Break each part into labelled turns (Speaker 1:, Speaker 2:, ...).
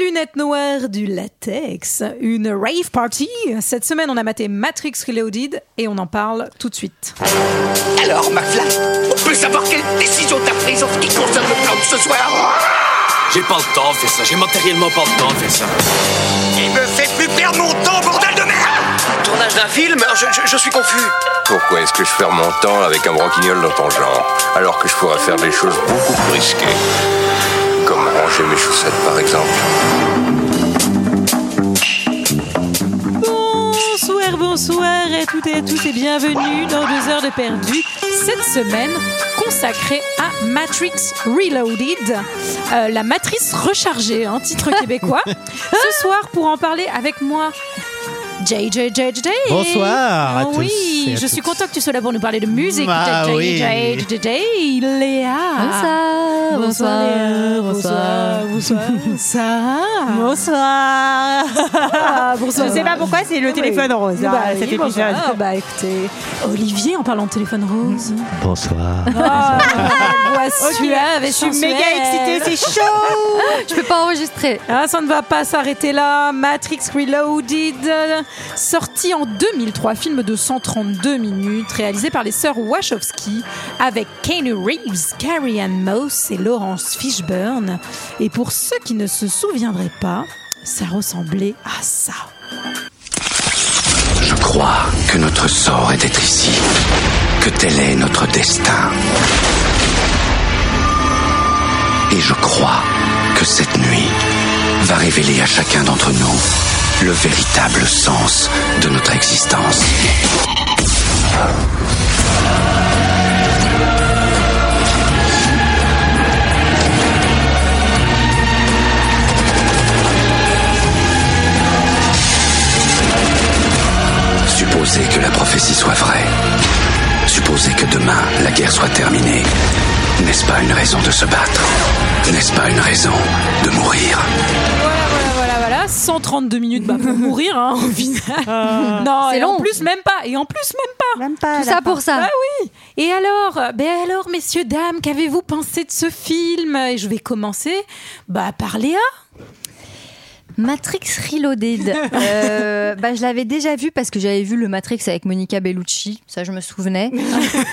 Speaker 1: lunettes noires, du latex, une rave party. Cette semaine, on a maté Matrix Reloaded et on en parle tout de suite.
Speaker 2: Alors, McFly, on peut savoir quelle décision t'as prise en ce qui concerne le plan de ce soir
Speaker 3: J'ai pas le temps de faire ça, j'ai matériellement pas le temps de faire ça.
Speaker 2: Oh, Il me fait plus perdre mon temps, bordel de merde
Speaker 4: Tournage d'un film je, je- je suis confus.
Speaker 5: Pourquoi est-ce que je perds mon temps avec un broquignol dans ton genre, alors que je pourrais faire des choses beaucoup plus risquées Comme ranger mes chaussettes, par exemple.
Speaker 1: Bonsoir, bonsoir à toutes et à tous et bienvenue dans Deux heures de perdu. Cette semaine consacrée à Matrix Reloaded, euh, la matrice rechargée, un titre québécois. Ce soir, pour en parler avec moi, JJJJ.
Speaker 6: Bonsoir à tous
Speaker 1: Oui,
Speaker 6: et à
Speaker 1: je suis
Speaker 6: toutes.
Speaker 1: content que tu sois là pour nous parler de musique.
Speaker 6: Ah oui.
Speaker 1: JJJJ, Léa.
Speaker 7: Ah.
Speaker 8: Bonsoir,
Speaker 1: Léa. bonsoir,
Speaker 8: bonsoir,
Speaker 1: bonsoir, bonsoir.
Speaker 8: Bonsoir.
Speaker 1: Ah,
Speaker 8: Je sais pas pourquoi c'est le téléphone rose.
Speaker 1: Bah
Speaker 8: hein,
Speaker 1: oui,
Speaker 8: cet
Speaker 1: bonsoir.
Speaker 8: épisode.
Speaker 1: Ah bah écoutez, Olivier en parlant de téléphone rose.
Speaker 6: Bonsoir.
Speaker 1: Ah, Oh,
Speaker 8: Ok, je suis méga excitée, c'est chaud.
Speaker 7: Je peux pas enregistrer.
Speaker 1: Ah, ça ne va pas s'arrêter là. Matrix Reloaded, euh, sorti en 2003, film de 132 minutes, réalisé par les sœurs Wachowski, avec Keanu Reeves, Carrie Ann Moss et Laurence Fishburne. Et pour ceux qui ne se souviendraient pas, ça ressemblait à ça.
Speaker 2: Je crois que notre sort est d'être ici, que tel est notre destin. Et je crois que cette nuit va révéler à chacun d'entre nous le véritable sens de notre existence. Supposez que la prophétie soit vraie. Supposez que demain, la guerre soit terminée. N'est-ce pas une raison de se battre N'est-ce pas une raison de mourir
Speaker 1: Voilà, voilà, voilà, voilà. 132 minutes bah, pour mourir, hein, au final. non,
Speaker 7: C'est
Speaker 1: et en
Speaker 7: long.
Speaker 1: plus, même pas. Et en plus, même pas.
Speaker 8: Même pas.
Speaker 7: Tout ça pour
Speaker 8: Bah
Speaker 7: ça.
Speaker 1: Et alors, euh, ben alors, messieurs, dames, qu'avez-vous pensé de ce film Et je vais commencer bah, par Léa.
Speaker 7: Matrix Reloaded. Euh, bah, je l'avais déjà vu parce que j'avais vu le Matrix avec Monica Bellucci. Ça, je me souvenais.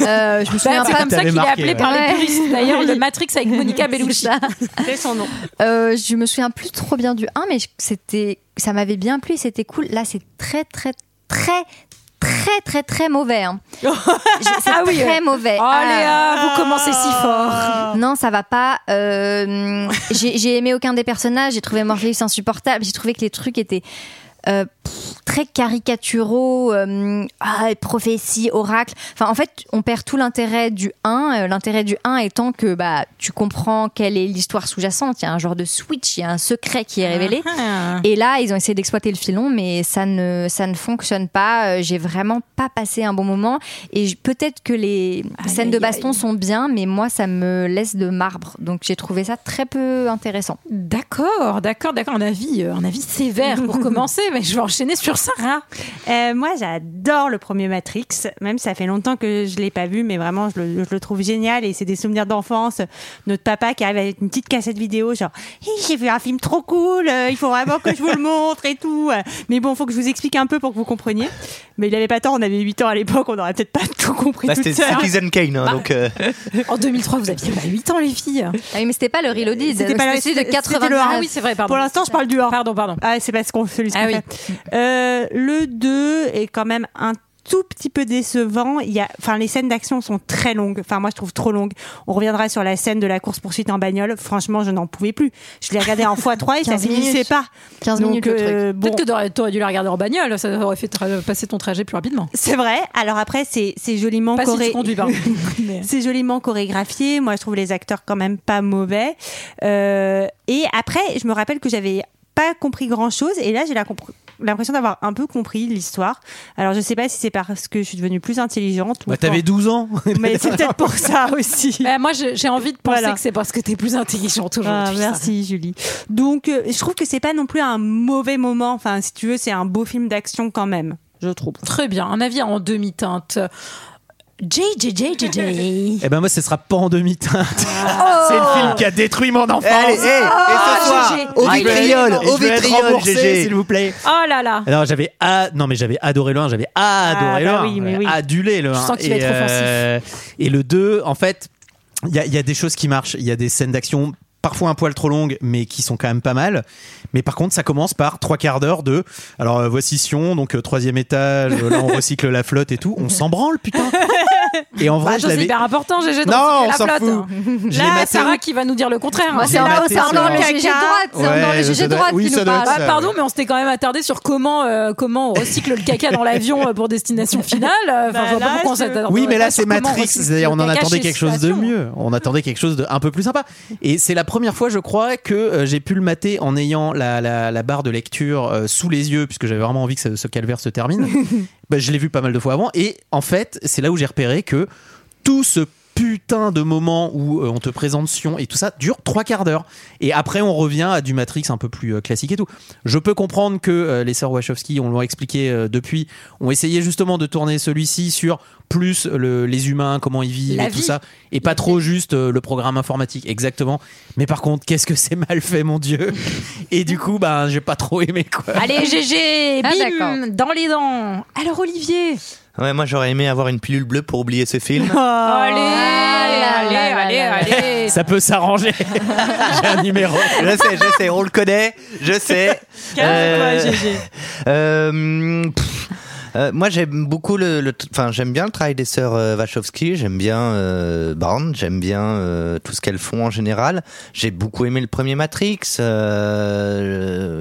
Speaker 7: Euh, je me
Speaker 1: Ben, Bah,
Speaker 7: souviens
Speaker 1: c'est
Speaker 7: pas.
Speaker 1: comme ça qu'il
Speaker 6: T'avais
Speaker 1: est
Speaker 6: marqué,
Speaker 1: appelé
Speaker 6: ouais.
Speaker 1: par les
Speaker 7: Ouais.
Speaker 1: puristes. D'ailleurs, le Matrix avec Monica Bellucci.
Speaker 8: C'est son nom.
Speaker 7: Euh, je me souviens plus trop bien du 1, mais je- c'était, ça m'avait bien plu et c'était cool. Là, c'est très, très, très, très, très, très mauvais. hein. Je- c'est très mauvais.
Speaker 1: Oh
Speaker 7: Ah.
Speaker 1: Léa, vous commencez si fort.
Speaker 7: Non, ça va pas. Euh, j'ai j'ai aimé aucun des personnages. J'ai trouvé Morpheus insupportable. J'ai trouvé que les trucs étaient euh, pff, très caricaturaux. euh, ah, prophétie, oracle. Enfin, en fait, on perd tout l'intérêt du 1. euh, l'intérêt du 1 étant que bah, tu comprends quelle est l'histoire sous-jacente. Il y a un genre de switch, il y a un secret qui est révélé.
Speaker 1: Ah,
Speaker 7: Et là, ils ont essayé d'exploiter le filon, mais ça ne, ça ne fonctionne pas. Euh, J'ai vraiment pas passé un bon moment. Et je- peut-être que les
Speaker 1: Aïe,
Speaker 7: scènes de
Speaker 1: aïe,
Speaker 7: baston
Speaker 1: aïe.
Speaker 7: sont bien, mais moi, ça me laisse de marbre. Donc, j'ai trouvé ça très peu intéressant.
Speaker 1: D'accord, d'accord, d'accord. Un avis, euh, un avis sévère pour commencer, mais je vais enchaîner sur Sarah.
Speaker 8: Euh, moi, j'adore le premier Matrix. Même ça fait longtemps que je l'ai pas vu, mais vraiment, je le, je le trouve génial. Et c'est des souvenirs d'enfance. Notre papa qui arrive avec une petite cassette vidéo, genre, Hi, j'ai vu un film trop cool. euh, il faut vraiment que je vous le montre et tout. Mais bon, faut que je vous explique un peu pour que vous compreniez. Mais il avait pas tort. On avait 8 ans à l'époque. On aurait peut-être pas tout compris
Speaker 6: Bah,
Speaker 8: tout
Speaker 6: c'était
Speaker 8: seul.
Speaker 6: Citizen Kane, hein, donc euh,
Speaker 1: En 2003, vous aviez pas 8 ans, les filles.
Speaker 7: Ah oui, mais c'était pas le reloaded.
Speaker 8: C'était pas le-
Speaker 7: celui de
Speaker 8: c'était le
Speaker 7: 89.
Speaker 8: un,
Speaker 1: Ah oui, c'est vrai, pardon.
Speaker 8: Pour l'instant, je parle du 1.
Speaker 1: Pardon, pardon.
Speaker 8: Ah, c'est parce qu'on celui
Speaker 1: Ah
Speaker 8: qu'on fait. Euh, le 2 est quand même un tout petit peu décevant. Il y a, enfin, les scènes d'action sont très longues. Enfin, moi, je trouve trop longues. On reviendra sur la scène de la course poursuite en bagnole. Franchement, je n'en pouvais plus. Je l'ai regardé en x3 et ça
Speaker 7: 15
Speaker 8: finissait
Speaker 7: minutes.
Speaker 8: pas.
Speaker 7: 15
Speaker 8: Donc,
Speaker 7: minutes, le truc.
Speaker 8: euh, bon.
Speaker 1: Peut-être que t'aurais- t'aurais dû la regarder en bagnole, ça aurait fait tra- passer ton trajet plus rapidement.
Speaker 8: C'est vrai. Alors après, c'est c'est joliment
Speaker 1: Pas si
Speaker 8: choré-
Speaker 1: tu conduis, pardon. Mais-
Speaker 8: C'est joliment chorégraphié. Moi, je trouve les acteurs quand même pas mauvais. Euh, et après, je me rappelle que j'avais pas compris grand chose. Et là, j'ai la compr- l'impression d'avoir un peu compris l'histoire. Alors, je sais pas si c'est parce que je suis devenue plus intelligente. ou
Speaker 6: bah, t'avais 12 ans.
Speaker 8: quand- Mais c'est peut-être pour ça aussi.
Speaker 1: Mais Eh, moi, je- j'ai envie de penser
Speaker 8: Voilà.
Speaker 1: que c'est parce que t'es plus intelligente
Speaker 8: Ah,
Speaker 1: aujourd'hui. ça.
Speaker 8: merci Julie. Donc euh, je trouve que c'est pas non plus un mauvais moment. Enfin si tu veux c'est un beau film d'action quand même, je trouve.
Speaker 1: Très bien. Un avis en demi-teinte. JJJJJ.
Speaker 6: Eh ben moi, ce sera pas en demi-teinte.
Speaker 1: Oh
Speaker 6: C'est le film qui a détruit mon enfance.
Speaker 9: Allez, hé, et ce soir,
Speaker 1: GG.
Speaker 9: au
Speaker 1: Ah, il
Speaker 9: vitriol,
Speaker 6: Et
Speaker 9: au
Speaker 6: je vais être
Speaker 9: vitriol,
Speaker 6: remboursé,
Speaker 9: GG.
Speaker 6: s'il vous plaît.
Speaker 1: Oh là là.
Speaker 6: Alors j'avais a- Ah non mais j'avais adoré le 1, j'avais
Speaker 1: Ah,
Speaker 6: adoré
Speaker 8: bah
Speaker 6: le 1,
Speaker 8: oui, mais
Speaker 6: j'avais
Speaker 8: oui.
Speaker 6: adulé le 1.
Speaker 1: Je sens qu'il va
Speaker 6: et, euh,
Speaker 1: être offensif.
Speaker 6: et le 2, en fait, il y a, il y a des choses qui marchent, il y a des scènes d'action parfois un poil trop longues mais qui sont quand même pas mal mais par contre ça commence par trois quarts d'heure de alors euh, voici Sion donc euh, troisième étage euh, là on recycle la flotte et tout on s'en branle putain et en vrai
Speaker 1: Bah,
Speaker 6: je
Speaker 1: chose
Speaker 6: l'avais
Speaker 1: hyper important, GG de
Speaker 6: non on
Speaker 1: recycler
Speaker 6: s'en
Speaker 1: la flotte.
Speaker 6: fout je l'ai
Speaker 1: Là,
Speaker 6: maté
Speaker 1: Sarah qui va nous dire le contraire.
Speaker 7: Moi,
Speaker 1: hein.
Speaker 7: c'est
Speaker 6: l'ai
Speaker 7: encore
Speaker 6: maté,
Speaker 7: c'est encore
Speaker 6: c'est
Speaker 7: le
Speaker 6: un-
Speaker 7: GG droite. C'est encore le
Speaker 6: Ouais, ça
Speaker 7: GG
Speaker 6: doit-
Speaker 7: droite
Speaker 6: oui,
Speaker 7: qui
Speaker 6: ça
Speaker 7: nous
Speaker 6: doit être
Speaker 7: parle.
Speaker 1: Ah, pardon, mais on s'était quand même attardé sur comment, euh, comment on recycle le caca dans l'avion euh, pour destination finale. Euh, Enfin,
Speaker 8: Bah,
Speaker 1: je vois pas
Speaker 8: là,
Speaker 1: pourquoi on
Speaker 8: je-
Speaker 1: s'attarde-
Speaker 6: Oui, mais
Speaker 1: pas
Speaker 6: là,
Speaker 1: sur
Speaker 6: c'est
Speaker 1: comment
Speaker 6: Matrix.
Speaker 1: recycle
Speaker 6: C'est-à-dire, on en
Speaker 1: le caca
Speaker 6: attendait
Speaker 1: chez
Speaker 6: quelque chose de
Speaker 1: Station.
Speaker 6: mieux. On attendait quelque chose de un peu plus sympa. Et c'est la première fois, je crois, que euh, j'ai pu le mater en ayant la, la, la barre de lecture euh, sous les yeux, puisque j'avais vraiment envie que ce, ce calvaire se termine. Bah, je l'ai vu pas mal de fois avant. Et en fait, c'est là où j'ai repéré que tout ce putain de moment où euh, on te présente Sion et tout ça dure trois quarts d'heure. Et après, on revient à du Matrix un peu plus euh, classique et tout. Je peux comprendre que euh, les sœurs Wachowski, on l'a expliqué euh, depuis, ont essayé justement de tourner celui-ci sur plus le- les humains, comment ils vivent
Speaker 1: La
Speaker 6: et tout
Speaker 1: vie.
Speaker 6: ça, et pas trop juste euh, le programme informatique, exactement. Mais par contre, qu'est-ce que c'est mal fait, mon Dieu Et du coup, ben, j'ai pas trop aimé, quoi.
Speaker 1: Allez, GG,
Speaker 7: Ah,
Speaker 1: bim,
Speaker 7: d'accord. Ah,
Speaker 1: dans les dents. Alors, Olivier.
Speaker 9: Ouais, moi j'aurais aimé avoir une pilule bleue pour oublier ce film.
Speaker 8: Oh,
Speaker 1: Oh, allez,
Speaker 7: là
Speaker 1: allez,
Speaker 7: là
Speaker 1: allez,
Speaker 7: là
Speaker 1: allez,
Speaker 6: Ça peut s'arranger. j'ai un numéro.
Speaker 9: je sais, je sais, on le connaît, je sais.
Speaker 8: Calme-toi,
Speaker 9: Euh,
Speaker 8: GG.
Speaker 9: Euh, pff, euh, moi, j'aime beaucoup le, le- enfin, j'aime bien le travail des sœurs euh, Wachowski, j'aime bien euh, Bourne, j'aime bien euh, tout ce qu'elles font en général. J'ai beaucoup aimé le premier Matrix, euh,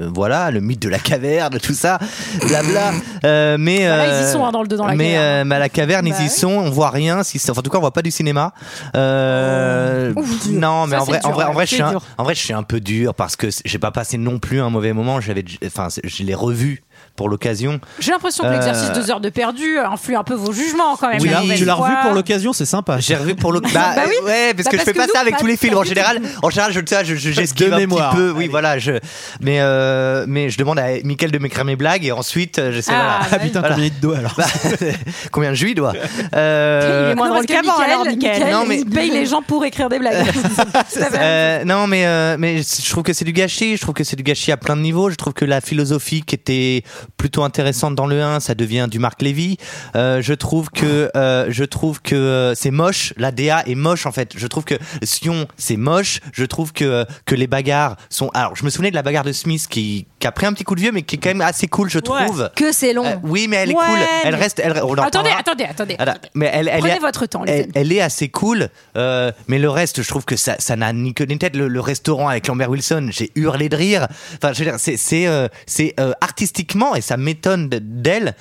Speaker 9: euh, voilà, le mythe de la caverne, tout ça, blabla. Euh, mais
Speaker 1: Bah là, ils y
Speaker 9: euh,
Speaker 1: sont hein, dans le dedans. la
Speaker 9: mais,
Speaker 1: galère.
Speaker 9: euh, mais à la caverne,
Speaker 1: Bah
Speaker 9: ils y
Speaker 1: oui.
Speaker 9: sont, on voit rien. Si c'est- enfin, en tout cas, on voit pas du cinéma. Euh,
Speaker 1: Ouf, dur.
Speaker 9: non, mais
Speaker 1: Oh, Ça,
Speaker 9: en, vrai,
Speaker 1: c'est
Speaker 9: en
Speaker 1: dur,
Speaker 9: vrai, en
Speaker 1: ouais,
Speaker 9: vrai, je
Speaker 1: c'est
Speaker 9: suis un,
Speaker 1: dur.
Speaker 9: en vrai, je suis un peu dur parce que j'ai pas passé non plus un mauvais moment. J'avais, enfin, c'est- je l'ai revu pour l'occasion.
Speaker 1: J'ai l'impression que l'exercice
Speaker 9: euh,
Speaker 1: deux heures de perdu influe un peu vos jugements quand même.
Speaker 9: Oui,
Speaker 1: la
Speaker 9: tu
Speaker 1: nouvelle
Speaker 6: Tu l'as revu
Speaker 1: fois.
Speaker 6: pour l'occasion, c'est sympa.
Speaker 9: J'ai revu pour l'occasion. Bah,
Speaker 1: Bah oui.
Speaker 9: ouais, parce
Speaker 1: Bah,
Speaker 9: que
Speaker 1: parce
Speaker 9: je fais
Speaker 1: que
Speaker 9: pas
Speaker 1: nous,
Speaker 9: ça avec
Speaker 1: pas-
Speaker 9: tous les films.
Speaker 1: pas
Speaker 9: En
Speaker 1: du
Speaker 9: général, en général, je ça, je, je- j'esquive
Speaker 6: de
Speaker 9: un
Speaker 6: mémoire.
Speaker 9: petit peu. Oui, voilà. Je, mais, euh, mais je demande à Mickaël de m'écrire mes blagues et ensuite, euh, j'essaie.
Speaker 1: Ah,
Speaker 9: voilà.
Speaker 6: Ah putain,
Speaker 9: Voilà.
Speaker 6: combien il y a de doigts alors
Speaker 9: Bah, combien de juilles doit euh,
Speaker 1: Il est moins
Speaker 8: Non,
Speaker 1: drôle
Speaker 8: parce que
Speaker 1: qu'avant
Speaker 8: Mickaël,
Speaker 1: alors, Mickaël.
Speaker 8: Mickaël,
Speaker 9: Non, mais-
Speaker 1: Il paye les gens pour écrire des blagues.
Speaker 9: Euh, non, mais euh, mais je trouve que c'est du gâchis. Je trouve que c'est du gâchis à plein de niveaux. Je trouve que la philosophie qui était plutôt intéressante dans le 1, ça devient du Marc Lévy. Euh, je trouve que euh, je trouve que euh, c'est moche. La DA est moche en fait. Je trouve que Sion c'est moche. Je trouve que que les bagarres sont. Alors, je me souvenais de la bagarre de Smith qui qui a pris un petit coup de vieux, mais qui est quand même assez cool, je
Speaker 8: Ouais.
Speaker 9: trouve.
Speaker 7: Que c'est long.
Speaker 9: Euh, oui, mais elle est
Speaker 8: Ouais,
Speaker 9: cool. Elle
Speaker 8: mais-
Speaker 9: reste. Elle, on en
Speaker 1: Attendez,
Speaker 9: parlera.
Speaker 1: attendez, attendez.
Speaker 9: Voilà. Mais elle, elle
Speaker 1: Prenez
Speaker 9: est-
Speaker 1: votre temps, les
Speaker 9: elle,
Speaker 1: amis.
Speaker 9: elle est assez cool, euh, mais le reste, je trouve que ça, ça n'a ni queue ni tête. Le, le restaurant avec Lambert Wilson, j'ai hurlé de rire. Enfin, je veux dire, c'est, c'est, euh, c'est euh, artistiquement et ça m'étonne de- d'elle.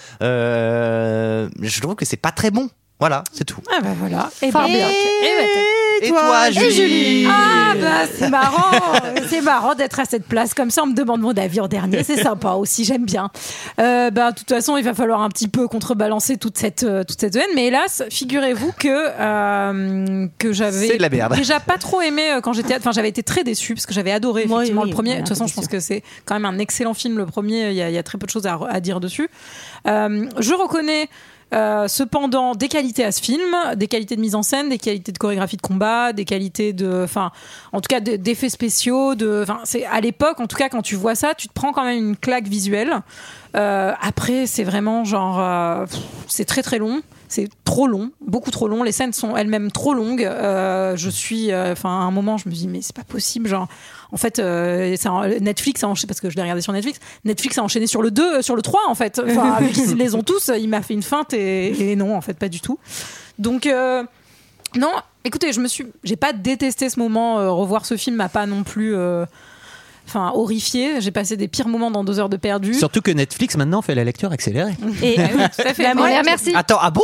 Speaker 9: euh, je trouve que c'est pas très bon. Voilà, c'est tout.
Speaker 1: Ah bah voilà. Et
Speaker 7: Fort
Speaker 1: ben,
Speaker 7: bien.
Speaker 1: donc, eh ben, t'as-
Speaker 9: Et toi, Julie,
Speaker 1: Ah bah c'est marrant, c'est marrant d'être à cette place comme ça. On me demande mon avis en dernier, c'est sympa aussi, j'aime bien. Euh, bah de toute façon, il va falloir un petit peu contrebalancer toute cette euh, toute cette haine, mais hélas, figurez-vous que euh, que
Speaker 9: C'est
Speaker 1: j'avais
Speaker 9: de la merde.
Speaker 1: déjà pas trop aimé euh, quand j'étais, enfin j'avais été très déçue parce que j'avais adoré
Speaker 8: Moi,
Speaker 1: effectivement
Speaker 8: oui,
Speaker 1: le premier.
Speaker 8: oui,
Speaker 1: De toute façon, je pense que c'est quand même un excellent film le premier. Il y a, il y a très peu de choses à, re- à dire dessus. Euh, je reconnais euh, cependant des qualités à ce film, des qualités de mise en scène, des qualités de chorégraphie de combat, des qualités de, enfin, en tout cas de- d'effets spéciaux. De, enfin, c'est à l'époque, en tout cas, quand tu vois ça, tu te prends quand même une claque visuelle. Euh, après, c'est vraiment genre, euh, pff, c'est très très long. C'est trop long, beaucoup trop long. Les scènes sont elles-mêmes trop longues. Euh, je suis, euh, enfin, à un moment, je me dis mais c'est pas possible. Genre, en fait, euh, ça en- Netflix a enchaîné parce que je l'ai regardé sur Netflix. Netflix a enchaîné sur le 2, euh, sur le 3 en fait. Enfin, vu qu'ils les ont tous, il m'a fait une feinte et, et non en fait pas du tout. Donc euh, non, écoutez, je me suis, j'ai pas détesté ce moment. euh, revoir ce film m'a pas non plus. euh, Enfin, horrifié, j'ai passé des pires moments dans deux heures de perdu.
Speaker 6: Surtout que Netflix maintenant fait la lecture accélérée.
Speaker 1: Et Ah oui, tout à fait.
Speaker 8: La
Speaker 1: Moi,
Speaker 8: moelle-
Speaker 7: Voilà, Merci.
Speaker 9: Attends, ah bon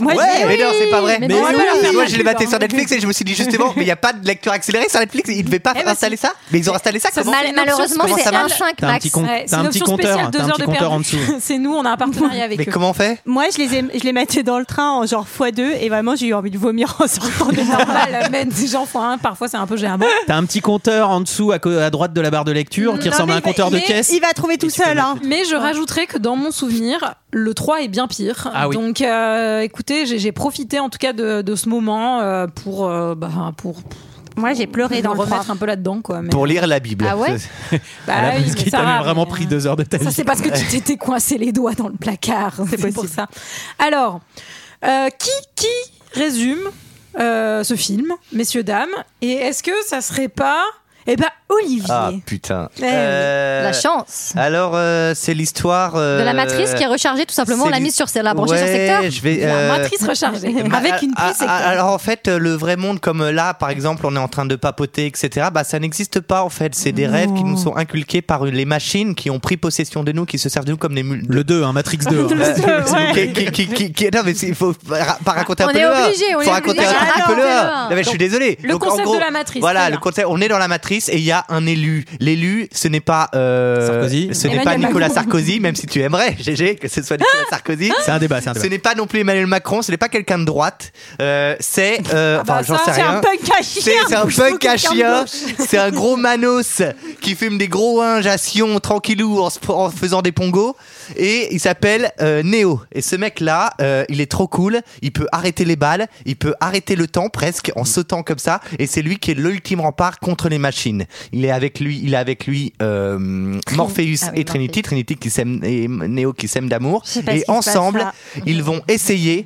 Speaker 1: moi, j'ai-
Speaker 9: Ouais, mais non, c'est pas vrai.
Speaker 7: mais
Speaker 9: Mais
Speaker 7: non,
Speaker 9: moi,
Speaker 7: c'est
Speaker 1: pas la
Speaker 9: moi,
Speaker 1: merde.
Speaker 9: je l'ai batté sur Netflix et je me suis dit justement, mais il n'y a pas de lecture accélérée sur Netflix. Ils ne devaient pas
Speaker 1: Eh ben,
Speaker 9: installer ça. Mais ils ont installé ça.
Speaker 1: Ça,
Speaker 9: comment
Speaker 1: c'est
Speaker 7: Mal-
Speaker 1: une option
Speaker 7: malheureusement,
Speaker 1: spéciale.
Speaker 7: c'est
Speaker 9: Comment ça marche
Speaker 7: 1,5
Speaker 6: T'as un petit,
Speaker 7: max.
Speaker 6: com-
Speaker 1: Ouais,
Speaker 6: t'as un petit compteur, t'as un petit compteur en dessous.
Speaker 1: C'est nous, on a un partenariat avec
Speaker 9: Mais
Speaker 1: eux.
Speaker 9: comment on fait
Speaker 8: Moi, je les, ai, je les mettais dans le train en genre x2 et vraiment, j'ai eu envie de vomir en sortant de
Speaker 1: C'est normal, mais des gens font un, parfois c'est un peu gênant.
Speaker 6: T'as un petit compteur en dessous à, co- à droite de la barre de lecture qui
Speaker 1: Non,
Speaker 6: ressemble
Speaker 1: mais
Speaker 6: à un
Speaker 1: il va-
Speaker 6: compteur
Speaker 1: il
Speaker 6: de
Speaker 1: est-
Speaker 6: caisse.
Speaker 8: Il va trouver tout seul. Hein.
Speaker 1: Mais je rajouterais que dans mon souvenir, Le 3 est bien pire.
Speaker 6: Ah oui.
Speaker 1: Donc, euh, écoutez, j'ai j'ai profité en tout cas de, de ce moment euh, pour, euh, bah, pour,
Speaker 8: Moi, j'ai pleuré
Speaker 1: pour
Speaker 8: dans
Speaker 1: me
Speaker 8: le
Speaker 1: remettre
Speaker 8: 3.
Speaker 1: un peu là-dedans. Quoi, mais-
Speaker 9: Pour lire la Bible.
Speaker 7: Ah ouais
Speaker 9: C'est-
Speaker 1: Bah
Speaker 6: Ah,
Speaker 1: oui,
Speaker 6: parce
Speaker 1: mais
Speaker 6: qu'il
Speaker 1: ça
Speaker 6: t'a
Speaker 1: va,
Speaker 6: même vraiment
Speaker 1: mais,
Speaker 6: pris
Speaker 1: euh,
Speaker 6: deux heures de ta
Speaker 1: Ça,
Speaker 6: vie.
Speaker 1: c'est parce que tu t'étais coincé les doigts dans le placard. C'est pour
Speaker 8: possible.
Speaker 1: ça. Alors, euh, qui, qui résume euh, ce film, messieurs, dames Et est-ce que ça serait pas. Eh ben, Olivier.
Speaker 9: Ah putain.
Speaker 1: oui.
Speaker 9: Euh,
Speaker 7: La chance
Speaker 9: Alors, euh, c'est l'histoire. euh,
Speaker 7: de
Speaker 6: euh,
Speaker 7: la matrice qui est rechargée tout simplement, on
Speaker 9: c'est
Speaker 7: l'a
Speaker 9: du-
Speaker 7: mise sur la branchée sur secteur.
Speaker 9: Je vais,
Speaker 1: La
Speaker 9: euh,
Speaker 1: matrice rechargée.
Speaker 9: Bah,
Speaker 1: avec une
Speaker 9: ah,
Speaker 1: puce.
Speaker 9: ah, Alors en fait, euh, le vrai monde, comme euh, là, par exemple, on est en train de papoter, etc. Bah ça n'existe pas en fait. C'est des rêves qui nous sont inculqués par euh, les machines qui ont pris possession de nous, qui se servent de nous comme des mules.
Speaker 6: Le 2, hein, Matrix 2. hein.
Speaker 9: Euh,
Speaker 8: ouais.
Speaker 9: qui- qui- qui- qui- qui- Non mais c'est- il faut pas pas raconter un
Speaker 7: On
Speaker 9: peu
Speaker 7: est
Speaker 9: le
Speaker 7: obligé,
Speaker 9: un.
Speaker 7: on
Speaker 9: faut
Speaker 7: est
Speaker 9: raconter
Speaker 7: obligé.
Speaker 9: un petit peu le
Speaker 7: Racontez-le
Speaker 9: un.
Speaker 7: un.
Speaker 9: Non mais je suis désolé.
Speaker 1: le
Speaker 9: Donc, en
Speaker 1: concept
Speaker 9: gros,
Speaker 1: de la matrice,
Speaker 9: Voilà,
Speaker 1: très
Speaker 9: le
Speaker 1: bien.
Speaker 9: concept. On est dans la matrice et il y a un élu. L'élu, ce n'est pas euh,
Speaker 6: Sarkozy.
Speaker 9: ce n'est
Speaker 1: Emmanuel
Speaker 9: pas
Speaker 1: Macron. Ah.
Speaker 9: Nicolas Sarkozy, même si tu aimerais, GG, que ce soit Nicolas Sarkozy.
Speaker 6: C'est un débat, c'est un
Speaker 9: Ce
Speaker 6: débat.
Speaker 9: n'est pas non plus Emmanuel Macron, ce n'est pas quelqu'un de droite. Euh, c'est. euh,
Speaker 1: bah,
Speaker 9: Enfin, j'en
Speaker 1: ça,
Speaker 9: sais
Speaker 1: c'est
Speaker 9: rien.
Speaker 1: un punk à
Speaker 9: C'est
Speaker 1: chien.
Speaker 9: c'est un
Speaker 1: plutôt
Speaker 9: punk
Speaker 1: que
Speaker 9: à
Speaker 1: quelqu'un de
Speaker 9: chien.
Speaker 1: gauche.
Speaker 9: C'est un gros manos qui fume des gros hinges à Sion, tranquillou, en, se- en faisant des pongos. Et il s'appelle euh, Neo. Et ce mec-là, euh, il est trop cool. Il peut arrêter les balles. Il peut arrêter le temps presque en sautant comme ça. Et c'est lui qui est l'ultime rempart contre les machines. Il est avec lui, il est avec lui euh, Morpheus
Speaker 7: Ah oui,
Speaker 9: et Trinity.
Speaker 7: Morpheus.
Speaker 9: Trinity qui s'aime et Neo qui s'aime d'amour.
Speaker 8: Je sais pas ce
Speaker 9: Et
Speaker 8: qui se
Speaker 9: ensemble,
Speaker 8: passera.
Speaker 9: ils vont essayer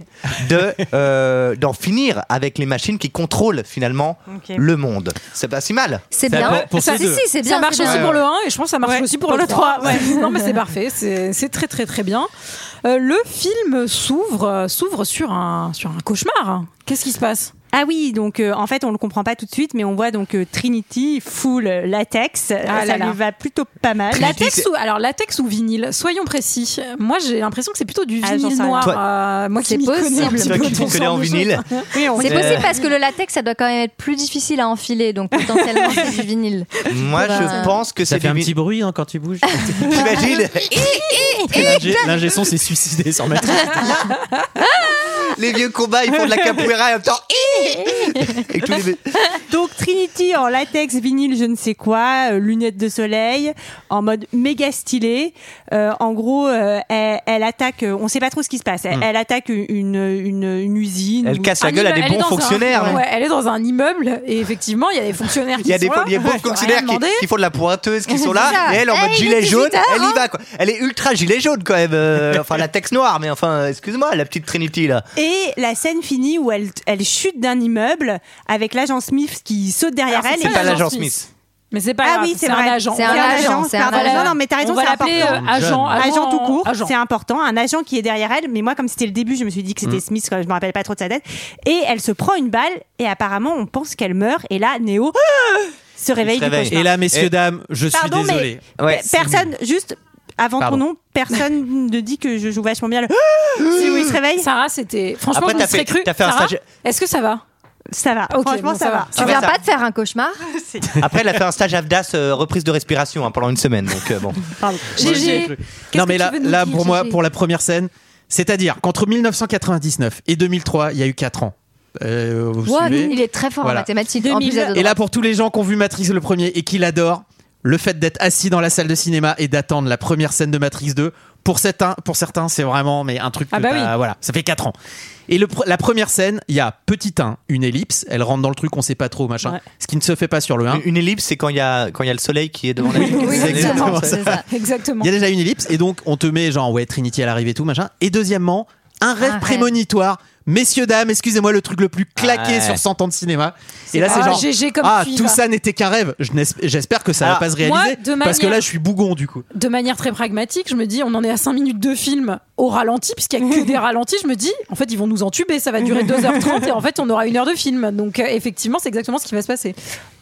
Speaker 9: de euh, d'en finir avec les machines qui contrôlent finalement
Speaker 8: Ok.
Speaker 9: le monde. C'est pas si mal.
Speaker 7: C'est
Speaker 6: Ça,
Speaker 7: bien.
Speaker 6: pour- pour
Speaker 7: ça,
Speaker 6: ces
Speaker 7: si,
Speaker 6: deux.
Speaker 7: si, c'est bien.
Speaker 1: ça marche
Speaker 7: c'est
Speaker 1: aussi
Speaker 7: bien.
Speaker 1: pour le 1 et je pense que ça marche
Speaker 8: Ouais,
Speaker 1: aussi pour,
Speaker 8: pour
Speaker 1: le
Speaker 8: le
Speaker 1: 3.
Speaker 8: trois, ouais.
Speaker 1: non mais c'est parfait, c'est c'est très très très bien. Euh, le film s'ouvre euh, s'ouvre sur un sur un cauchemar. Qu'est-ce qui se passe
Speaker 8: Ah oui, donc euh, en fait, on le comprend pas tout de suite, mais on voit donc euh, Trinity full euh, latex.
Speaker 1: Ah
Speaker 8: ça
Speaker 1: là
Speaker 8: lui
Speaker 1: là.
Speaker 8: va plutôt pas mal.
Speaker 9: Trinity,
Speaker 1: Latex
Speaker 9: c'est-
Speaker 1: ou alors latex ou vinyle, soyons précis. Moi j'ai l'impression que c'est plutôt du
Speaker 8: Ah, j'en
Speaker 1: vinyle
Speaker 8: sais rien.
Speaker 1: noir.
Speaker 9: Toi-
Speaker 1: euh, moi qui
Speaker 7: C'est
Speaker 1: m'y connais un
Speaker 7: possible.
Speaker 1: petit
Speaker 9: Toi
Speaker 1: peu
Speaker 9: qui t'y
Speaker 1: dans ce
Speaker 9: connais
Speaker 1: genre
Speaker 9: en
Speaker 1: de
Speaker 9: vinyle.
Speaker 1: choses.
Speaker 8: Oui, on-
Speaker 7: C'est
Speaker 9: Euh,
Speaker 7: possible parce que le latex, ça doit quand même être plus difficile à enfiler, donc potentiellement c'est du vinyle.
Speaker 9: Moi, je pense que
Speaker 6: Ça
Speaker 9: c'est
Speaker 6: fait
Speaker 9: du
Speaker 6: un petit
Speaker 9: vinyle.
Speaker 6: bruit hein, quand tu bouges.
Speaker 9: T'imagines
Speaker 6: L'ingé- L'ingé son s'est suicidé sur Matrix.
Speaker 9: Les vieux combats, ils font de la capoeira et en même temps. Et tous les-
Speaker 8: Donc Trinity en latex, vinyle, je ne sais quoi, euh, lunettes de soleil, en mode méga stylé. Euh, en gros, euh, elle, elle attaque. euh, on ne sait pas trop ce qui se passe. Elle, elle attaque une, une, une usine.
Speaker 9: Hmm. Elle
Speaker 8: ou-
Speaker 9: casse
Speaker 1: Un
Speaker 9: la gueule à
Speaker 1: immeuble,
Speaker 9: des
Speaker 1: elle est
Speaker 9: bons
Speaker 1: dans un-
Speaker 9: fonctionnaires.
Speaker 1: ouais, elle est dans un immeuble et effectivement il y a des fonctionnaires qui
Speaker 9: hein. Il y a des,
Speaker 1: sont là.
Speaker 9: il y a beaucoup
Speaker 1: Ouais,
Speaker 9: de
Speaker 1: faut rien
Speaker 9: fonctionnaires qui,
Speaker 1: demander.
Speaker 9: qui font de la pointeuse, qui sont
Speaker 7: C'est
Speaker 9: là,
Speaker 7: ça.
Speaker 9: et elle en
Speaker 7: Eh,
Speaker 9: mode
Speaker 7: il est
Speaker 9: gilet jaune,
Speaker 7: 18 heures,
Speaker 9: elle y
Speaker 7: hein.
Speaker 1: Oh.
Speaker 9: va quoi. Elle est ultra gilet jaune quand même, euh, enfin la texte noire, mais enfin, excuse-moi, la petite Trinity là.
Speaker 8: Et la scène finit où elle, elle chute d'un immeuble avec l'agent Smith qui saute derrière
Speaker 1: Alors, c'est
Speaker 8: elle.
Speaker 1: ça,
Speaker 8: et-
Speaker 9: C'est pas
Speaker 1: l'agent
Speaker 9: l'agent
Speaker 1: Smith.
Speaker 9: Smith.
Speaker 1: Mais c'est pas
Speaker 8: Ah
Speaker 1: grave,
Speaker 8: oui,
Speaker 1: c'est
Speaker 8: c'est
Speaker 1: un
Speaker 8: vrai.
Speaker 1: agent.
Speaker 7: C'est un
Speaker 8: C'est un agent,
Speaker 7: agent, c'est un
Speaker 8: pardon.
Speaker 7: agent.
Speaker 8: Non, non, mais t'as raison,
Speaker 1: On va
Speaker 8: c'est
Speaker 1: l'appeler
Speaker 8: important.
Speaker 1: euh, agent,
Speaker 8: agent tout court,
Speaker 1: agent.
Speaker 8: c'est important, un agent qui est derrière elle, mais moi comme c'était le début, je me suis dit que c'était
Speaker 6: Mm.
Speaker 8: Smith, je me rappelle pas trop de sa tête, et elle se prend une balle et apparemment on pense qu'elle meurt et là Néo
Speaker 6: Ah
Speaker 8: se réveille, du
Speaker 9: réveille.
Speaker 8: cauchemar.
Speaker 6: Et là, messieurs,
Speaker 9: Et-
Speaker 6: dames, je suis
Speaker 8: Pardon, mais-
Speaker 6: désolé.
Speaker 9: Ouais,
Speaker 8: Pe- personne juste avant
Speaker 6: Pardon. Ah
Speaker 8: ton nom, personne ne dit que je joue vachement bien le si où il se réveille,
Speaker 1: Sarah, c'était. Franchement,
Speaker 9: Après,
Speaker 1: je me
Speaker 9: t'as
Speaker 1: serais
Speaker 9: fait-
Speaker 1: cru.
Speaker 9: t'as fait un
Speaker 1: Sarah,
Speaker 9: stage-
Speaker 1: Est-ce que ça va
Speaker 8: ça va.
Speaker 1: Ok,
Speaker 8: Franchement
Speaker 1: bon,
Speaker 8: ça,
Speaker 1: ça
Speaker 8: va.
Speaker 7: Tu
Speaker 9: Ah,
Speaker 7: viens
Speaker 9: ça-
Speaker 7: pas de faire un cauchemar
Speaker 9: Après, elle a fait un stage AFDAS, euh, reprise de respiration, hein, pendant une semaine. Donc, euh, bon.
Speaker 8: Pardon.
Speaker 1: GG.
Speaker 6: Non,
Speaker 1: Qu'est-ce
Speaker 6: mais
Speaker 1: que
Speaker 6: là,
Speaker 1: tu veux nous
Speaker 6: là
Speaker 1: dire,
Speaker 6: pour moi,
Speaker 1: Gégé
Speaker 6: pour la première scène, c'est-à-dire qu'entre 1999 et 2003, il y a eu 4 ans. Euh, vous
Speaker 7: Ouah,
Speaker 6: suivez
Speaker 7: Il est très fort
Speaker 6: Voilà.
Speaker 7: en mathématiques. En
Speaker 8: 2000.
Speaker 7: plus, elle
Speaker 6: Et là, pour tous les gens qui ont vu Matrix le premier et qui l'adorent, le fait d'être assis dans la salle de cinéma et d'attendre la première scène de Matrix 2, pour certains, pour certains c'est vraiment mais un truc que
Speaker 1: Ah bah
Speaker 6: t'as- voilà, ça fait 4 ans. Et le pr- la première scène, il y a petit 1, une ellipse, elle rentre dans le truc, on sait pas trop, machin.
Speaker 8: Ouais.
Speaker 6: Ce qui ne se fait pas sur le 1.
Speaker 9: Une, une ellipse, c'est quand il y, a- quand il y a le soleil qui est devant la lune.
Speaker 1: Oui,
Speaker 9: C'est
Speaker 1: exactement.
Speaker 9: exactement ça.
Speaker 7: c'est ça.
Speaker 1: Exactement.
Speaker 6: Il y a déjà une ellipse et donc on te met genre ouais Trinity à l'arrivée et tout machin. Et deuxièmement, un rêve
Speaker 7: rêve.
Speaker 6: prémonitoire. Messieurs dames, excusez-moi le truc le plus claqué
Speaker 9: Ouais.
Speaker 6: sur 100 ans de cinéma. Et là
Speaker 1: pas-
Speaker 6: c'est
Speaker 1: Ah,
Speaker 6: genre
Speaker 1: GG comme
Speaker 6: ah
Speaker 1: tu y
Speaker 6: tout
Speaker 1: vas.
Speaker 6: ça n'était qu'un rêve. Je n'es- J'espère que ça
Speaker 9: Alors,
Speaker 6: va pas se
Speaker 1: moi,
Speaker 6: réaliser
Speaker 1: de
Speaker 6: parce
Speaker 1: manière-
Speaker 6: que là je suis bougon du coup.
Speaker 1: De manière très pragmatique, je me dis, on en est à 5 minutes de film au ralenti, puisqu'il n'y a que des ralentis. Je me dis, en fait, ils vont nous entuber, ça va durer 2h30 et en fait, on aura une heure de film. Donc, euh, effectivement, c'est exactement ce qui va se passer.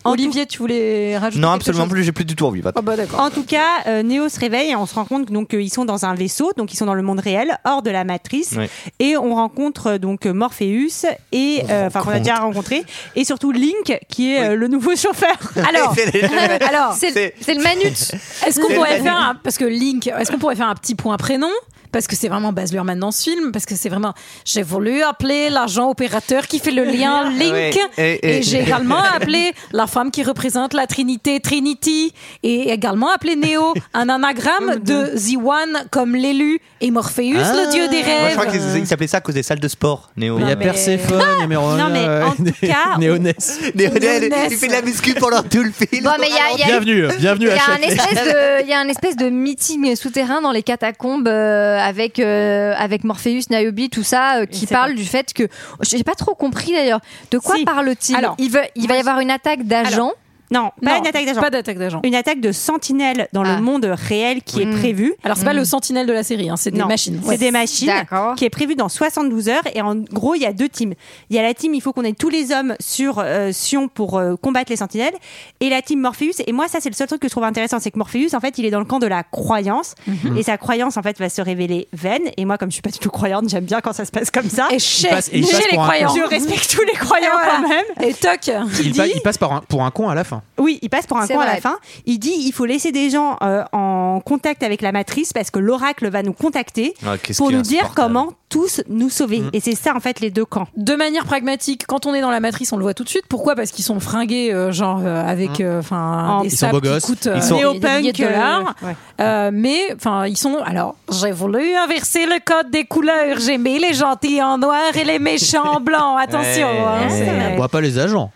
Speaker 1: Olivier, tu voulais rajouter
Speaker 9: Non,
Speaker 1: quelque
Speaker 9: absolument
Speaker 1: chose
Speaker 9: plus, j'ai plus du tout envie. va-t'en.
Speaker 1: Ah bah d'accord.
Speaker 8: En tout cas, euh, Neo se réveille et on se rend compte que, donc euh, ils sont dans un vaisseau, donc ils sont dans le monde réel, hors de la matrice,
Speaker 9: Ouais.
Speaker 8: et on rencontre euh, donc euh, Morpheus et euh, enfin qu'on a déjà rencontré et surtout Link qui est euh, le nouveau chauffeur.
Speaker 1: Alors, alors
Speaker 7: C'est
Speaker 9: C'est-
Speaker 7: c'est le manut.
Speaker 1: Est-ce qu'on
Speaker 9: C'est
Speaker 1: pourrait
Speaker 9: le
Speaker 1: faire un, parce que Link, est-ce qu'on pourrait faire un petit point prénom parce que c'est vraiment Baz Luhrmann dans ce film parce que c'est vraiment j'ai voulu appeler l'agent opérateur qui fait le lien Link
Speaker 9: Ah Ouais, et-
Speaker 1: et,
Speaker 9: et-
Speaker 1: j'ai également appelé la femme qui représente la Trinité, Trinity, et également appelée Néo, un anagramme de The One comme l'élu et Morpheus,
Speaker 6: Ah.
Speaker 1: le dieu des
Speaker 9: Moi, je
Speaker 1: rêves.
Speaker 9: crois qu'ils ils s'appelaient ça à cause des salles de sport, Néo.
Speaker 6: Il y a
Speaker 1: bah, mais-
Speaker 6: Perséphone, il y a Méronia,
Speaker 8: Non, mais en tout
Speaker 6: euh,
Speaker 8: cas, on-
Speaker 6: Néonès.
Speaker 9: Néo,
Speaker 1: Néonès.
Speaker 9: il fait de la muscu pendant tout le film.
Speaker 7: Bon, mais il y a- il y a-
Speaker 6: Bienvenue, bienvenue
Speaker 7: Il y,
Speaker 6: à
Speaker 7: a un
Speaker 6: Châtelet.
Speaker 7: espèce de, il y a un espèce de meeting souterrain dans les catacombes euh, avec, euh, avec Morpheus, Niobe, tout ça, euh, qui
Speaker 8: c'est
Speaker 7: parle du fait que. J'ai pas trop compris d'ailleurs. De quoi
Speaker 8: Si.
Speaker 7: parle-t-il
Speaker 1: Alors,
Speaker 7: il, veut- il va y avoir une attaque d'agents.
Speaker 8: Non, pas
Speaker 1: Non,
Speaker 8: une attaque d'agent.
Speaker 1: Pas d'attaque d'agent.
Speaker 8: Une attaque de sentinelle dans
Speaker 7: Ah.
Speaker 8: le monde réel qui est prévue.
Speaker 1: Alors, c'est pas le sentinelle de la série, hein, c'est des
Speaker 8: Hmm. Non,
Speaker 1: machines.
Speaker 8: C'est
Speaker 1: Ouais.
Speaker 8: des machines
Speaker 7: D'accord.
Speaker 8: qui est prévue dans 72 heures. Et en gros, il y a deux teams. Il y a la team, il faut qu'on ait tous les hommes sur euh, Sion pour euh, combattre les sentinelles. Et la team Morpheus. Et moi, ça, c'est le seul truc que je trouve intéressant. C'est que Morpheus, en fait, il est dans le camp de la croyance. Et sa croyance, en fait, va se révéler vaine. Et moi, comme je suis pas du tout croyante, j'aime bien quand ça se passe comme ça.
Speaker 1: Et chez,
Speaker 6: passe- et il
Speaker 1: chez
Speaker 6: passe
Speaker 1: les
Speaker 6: pour un
Speaker 1: croyants.
Speaker 6: con.
Speaker 8: je respecte tous les croyants
Speaker 1: Et voilà.
Speaker 8: quand même.
Speaker 1: Et toc
Speaker 6: Il, pa- il passe par un- pour un con à la fin.
Speaker 8: Oui, il passe pour un
Speaker 7: C'est
Speaker 8: con à
Speaker 7: vrai.
Speaker 8: la fin. Il dit il faut laisser des gens euh, en contact avec la matrice parce que l'oracle va nous contacter
Speaker 9: Ah, qu'est-ce
Speaker 8: pour
Speaker 9: qu'il est
Speaker 8: nous dire
Speaker 9: insupportable.
Speaker 8: comment tous nous sauver. Et c'est ça en fait les deux camps.
Speaker 1: de manière pragmatique, quand on est dans la matrice, on le voit tout de suite. Pourquoi Parce qu'ils sont fringués, euh, genre euh,
Speaker 6: Hein.
Speaker 1: avec, euh, enfin,
Speaker 8: En-
Speaker 1: des
Speaker 6: Ah, Ils sont
Speaker 1: sables
Speaker 6: beaux
Speaker 1: qui
Speaker 6: gosses.
Speaker 1: coûtent euh,
Speaker 9: Ils sont-
Speaker 1: des
Speaker 8: Néopunk,
Speaker 1: milliers de
Speaker 8: euh,
Speaker 1: dollars.
Speaker 8: ouais.
Speaker 1: Euh, mais enfin, ils sont. Alors, j'ai voulu inverser le code des couleurs. J'ai mis les gentils en noir et les méchants en blanc. Attention.
Speaker 9: Ouais.
Speaker 1: hein.
Speaker 9: Ouais.
Speaker 1: C'est vrai.
Speaker 6: On voit pas les agents.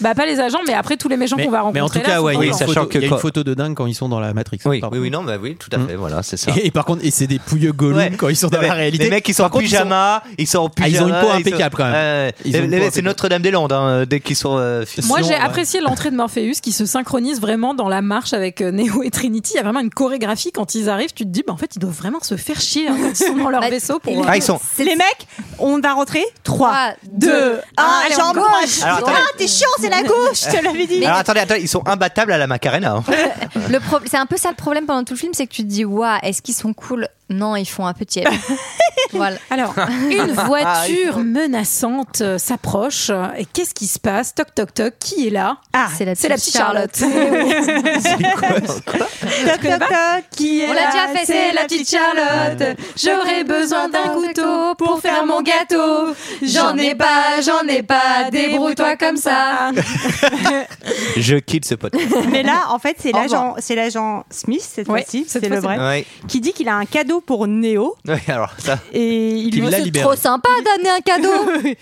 Speaker 1: Bah pas les agents, mais après tous les méchants qu'on va rencontrer.
Speaker 6: en tout
Speaker 1: là,
Speaker 6: cas,
Speaker 1: sont
Speaker 6: ouais, il y a
Speaker 1: en
Speaker 6: une
Speaker 9: oui,
Speaker 1: blanc.
Speaker 9: ça-
Speaker 6: photo-
Speaker 9: sachant que
Speaker 6: il y a une
Speaker 9: quand-
Speaker 6: photo de dingue quand ils sont dans la Matrix. hein,
Speaker 9: Oui,
Speaker 6: Pardon. Hmm.
Speaker 9: oui, oui, non, bah oui, tout à fait, voilà, c'est ça.
Speaker 6: Et, et par contre, et c'est des pouilleux gollum
Speaker 9: Ouais.
Speaker 6: quand ils sont dans
Speaker 9: Non, mais
Speaker 6: la réalité.
Speaker 9: Les mecs, ils sont
Speaker 6: Par
Speaker 9: en
Speaker 6: contre, ils
Speaker 9: pyjama, ils sont en
Speaker 6: Ah, ils ont une
Speaker 9: pyjama,
Speaker 6: peau
Speaker 9: sont-
Speaker 6: impeccable, quand même.
Speaker 9: Ouais,
Speaker 6: Ils
Speaker 9: les-
Speaker 6: ont une
Speaker 9: les-
Speaker 6: peau
Speaker 9: c'est
Speaker 6: impeccable.
Speaker 9: Notre-Dame-des-Landes, hein, dès qu'ils sont. euh, fils-
Speaker 1: Moi,
Speaker 6: Sinon,
Speaker 1: j'ai
Speaker 6: ouais.
Speaker 1: apprécié l'entrée de Morpheus qui se synchronise vraiment dans la marche avec euh, Neo et Trinity. Il y a vraiment une chorégraphie quand ils arrivent. Tu te dis, bah, en fait, ils doivent vraiment se faire chier hein, quand ils sont dans leur
Speaker 7: Bah,
Speaker 1: vaisseau pour.
Speaker 7: et-
Speaker 1: euh,
Speaker 9: Ah, ils sont.
Speaker 7: C'est-
Speaker 8: Les mecs, on va rentrer Ah, 3
Speaker 7: Trois,
Speaker 8: 2
Speaker 1: Ah,
Speaker 7: un,
Speaker 8: 1
Speaker 7: allez,
Speaker 8: jambe
Speaker 7: en
Speaker 8: gauche.
Speaker 7: gauche.
Speaker 9: Alors,
Speaker 8: Ah,
Speaker 9: attendez.
Speaker 8: t'es chiant, c'est la gauche, je te l'avais dit.
Speaker 9: Alors attendez, attendez, ils sont imbattables à la Macarena. hein.
Speaker 7: Le pro- c'est un peu ça le problème pendant tout le film, c'est que tu te dis, waouh, est-ce qu'ils sont cool Non, ils font un peu tiède. voilà.
Speaker 1: Alors, une voiture menaçante euh, s'approche. euh, Et qu'est-ce qui se passe Toc, toc, toc. Qui est là
Speaker 8: Ah,
Speaker 7: C'est la petite,
Speaker 1: C'est la petite Charlotte.
Speaker 8: toc toc toc.
Speaker 1: qui est
Speaker 7: On l'a
Speaker 1: là
Speaker 7: déjà fait.
Speaker 1: C'est la petite Charlotte. J'aurais besoin d'un couteau pour faire mon gâteau. J'en ai pas, j'en ai pas. Débrouille-toi comme ça.
Speaker 9: Je quitte ce pote.
Speaker 8: Mais là, en fait, c'est
Speaker 7: Au revoir.
Speaker 8: l'agent, c'est l'agent Smith cette
Speaker 1: Ouais,
Speaker 8: fois-ci,
Speaker 1: cette
Speaker 8: c'est le
Speaker 1: fois,
Speaker 8: vrai,
Speaker 9: Ouais.
Speaker 8: qui dit qu'il a un cadeau pour Neo
Speaker 9: Ouais, alors ça.
Speaker 8: et il
Speaker 6: Qu'il
Speaker 8: lui-
Speaker 6: l'a
Speaker 7: C'est
Speaker 6: libéré.
Speaker 7: trop Oh, sympa d'amener un cadeau.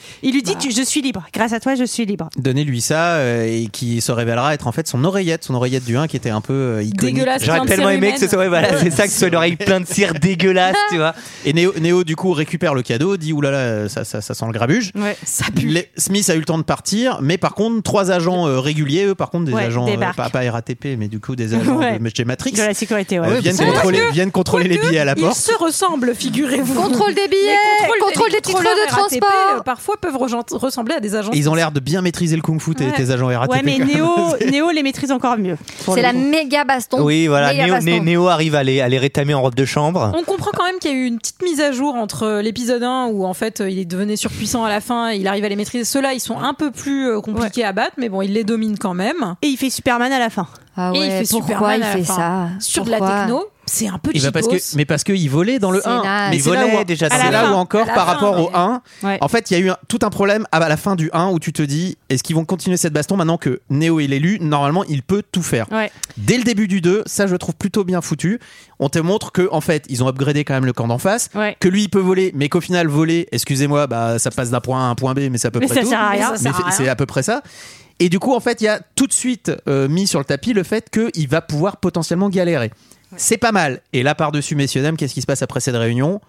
Speaker 8: il lui dit tu- je suis libre. Grâce à toi, je suis libre.
Speaker 6: Donnez-lui ça euh, et qui se révélera être en fait son oreillette, son oreillette du 1 qui était un peu euh, iconique.
Speaker 1: Dégueulasse.
Speaker 9: J'aurais
Speaker 1: plein de
Speaker 9: tellement
Speaker 1: cire
Speaker 9: aimé que ce soit. ouais, voilà, c'est ça, que ce soit une oreille pleine de cire dégueulasse, tu vois.
Speaker 6: Et Néo, Néo, du coup récupère le cadeau, dit oulala ça, ça, ça sent le grabuge.
Speaker 8: Ouais.
Speaker 1: Ça pue.
Speaker 6: Les- Smith a eu le temps de partir, mais par contre trois agents euh, réguliers, eux par contre des
Speaker 8: Ouais,
Speaker 6: agents euh,
Speaker 8: débarquent.
Speaker 6: pas, pas RATP mais du coup des agents
Speaker 8: Ouais.
Speaker 6: de chez Matrix
Speaker 8: De la sécurité, ouais.
Speaker 6: euh, viennent,
Speaker 8: C'est vrai.
Speaker 6: contrôler, viennent contrôler les
Speaker 1: Quoique,
Speaker 6: billets à la
Speaker 1: Ils
Speaker 6: porte.
Speaker 1: se ressemblent, figurez-vous.
Speaker 7: Contrôle des
Speaker 1: Les
Speaker 7: billets,
Speaker 1: contrôles-
Speaker 7: contrôle
Speaker 1: les
Speaker 7: des titres de
Speaker 1: contrôleurs RATP, euh,
Speaker 7: transport.
Speaker 1: Parfois peuvent rejant- ressembler à des agents.
Speaker 6: Et ils ont l'air de bien maîtriser le kung-fu tes,
Speaker 8: Ouais.
Speaker 6: tes agents RATP.
Speaker 8: Ouais, mais
Speaker 6: quand même.
Speaker 8: Néo, Néo les maîtrise encore mieux. pour
Speaker 7: C'est
Speaker 8: le
Speaker 7: la
Speaker 8: coup.
Speaker 7: méga baston.
Speaker 9: Oui, voilà,
Speaker 7: Méga
Speaker 9: Néo,
Speaker 7: baston.
Speaker 9: Né- Néo arrive à les, à les rétamer en robe de chambre.
Speaker 1: On comprend quand même qu'il y a eu une petite mise à jour entre euh, l'épisode 1 où en fait euh, il devenait surpuissant à la fin, et il arrive à les maîtriser. Ceux-là, ils sont un peu plus euh, compliqués à battre, mais bon, il les domine quand même.
Speaker 8: Et il fait Superman à la fin.
Speaker 7: Ah
Speaker 1: Et il
Speaker 7: ouais,
Speaker 1: fait
Speaker 7: pourquoi
Speaker 1: Superman
Speaker 7: il
Speaker 1: à la
Speaker 7: fait ça
Speaker 1: fin. Sur de la
Speaker 7: Pourquoi
Speaker 1: techno, c'est un peu
Speaker 6: Et bah parce que,
Speaker 1: cheatos.
Speaker 6: mais parce qu'ils volaient dans le
Speaker 7: C'est
Speaker 6: 1.
Speaker 7: naze.
Speaker 6: Mais
Speaker 9: Ils
Speaker 6: c'est là
Speaker 9: volaient
Speaker 6: où-
Speaker 9: déjà
Speaker 6: C'est
Speaker 9: sur
Speaker 6: là
Speaker 9: le
Speaker 6: où
Speaker 1: 1.
Speaker 6: encore
Speaker 1: À la
Speaker 6: par
Speaker 1: fin,
Speaker 6: rapport au
Speaker 1: ouais.
Speaker 6: 1.
Speaker 8: Ouais.
Speaker 6: En fait, il y a eu un- tout un problème à la fin du 1 où tu te dis est-ce qu'ils vont continuer cette baston maintenant que Neo est l'élu Normalement, il peut tout faire.
Speaker 8: Ouais.
Speaker 6: Dès le début du 2, ça je le trouve plutôt bien foutu. On te montre que en fait, ils ont upgradé quand même le camp d'en face,
Speaker 8: Ouais.
Speaker 6: que lui il peut voler, mais qu'au final voler, excusez-moi, bah ça passe d'un point A à un point B, mais ça peut
Speaker 8: Mais
Speaker 6: pas
Speaker 8: ça
Speaker 6: tout.
Speaker 8: sert à
Speaker 1: Mais
Speaker 8: rien.
Speaker 1: ça
Speaker 6: Mais
Speaker 1: sert à
Speaker 6: c'est-
Speaker 1: rien.
Speaker 6: c'est à peu près ça. Et du coup, en fait, il y a tout de suite euh, mis sur le tapis le fait qu'il va pouvoir potentiellement galérer. C'est pas mal. Et là, par-dessus, messieurs, dames, qu'est-ce qui se passe après cette réunion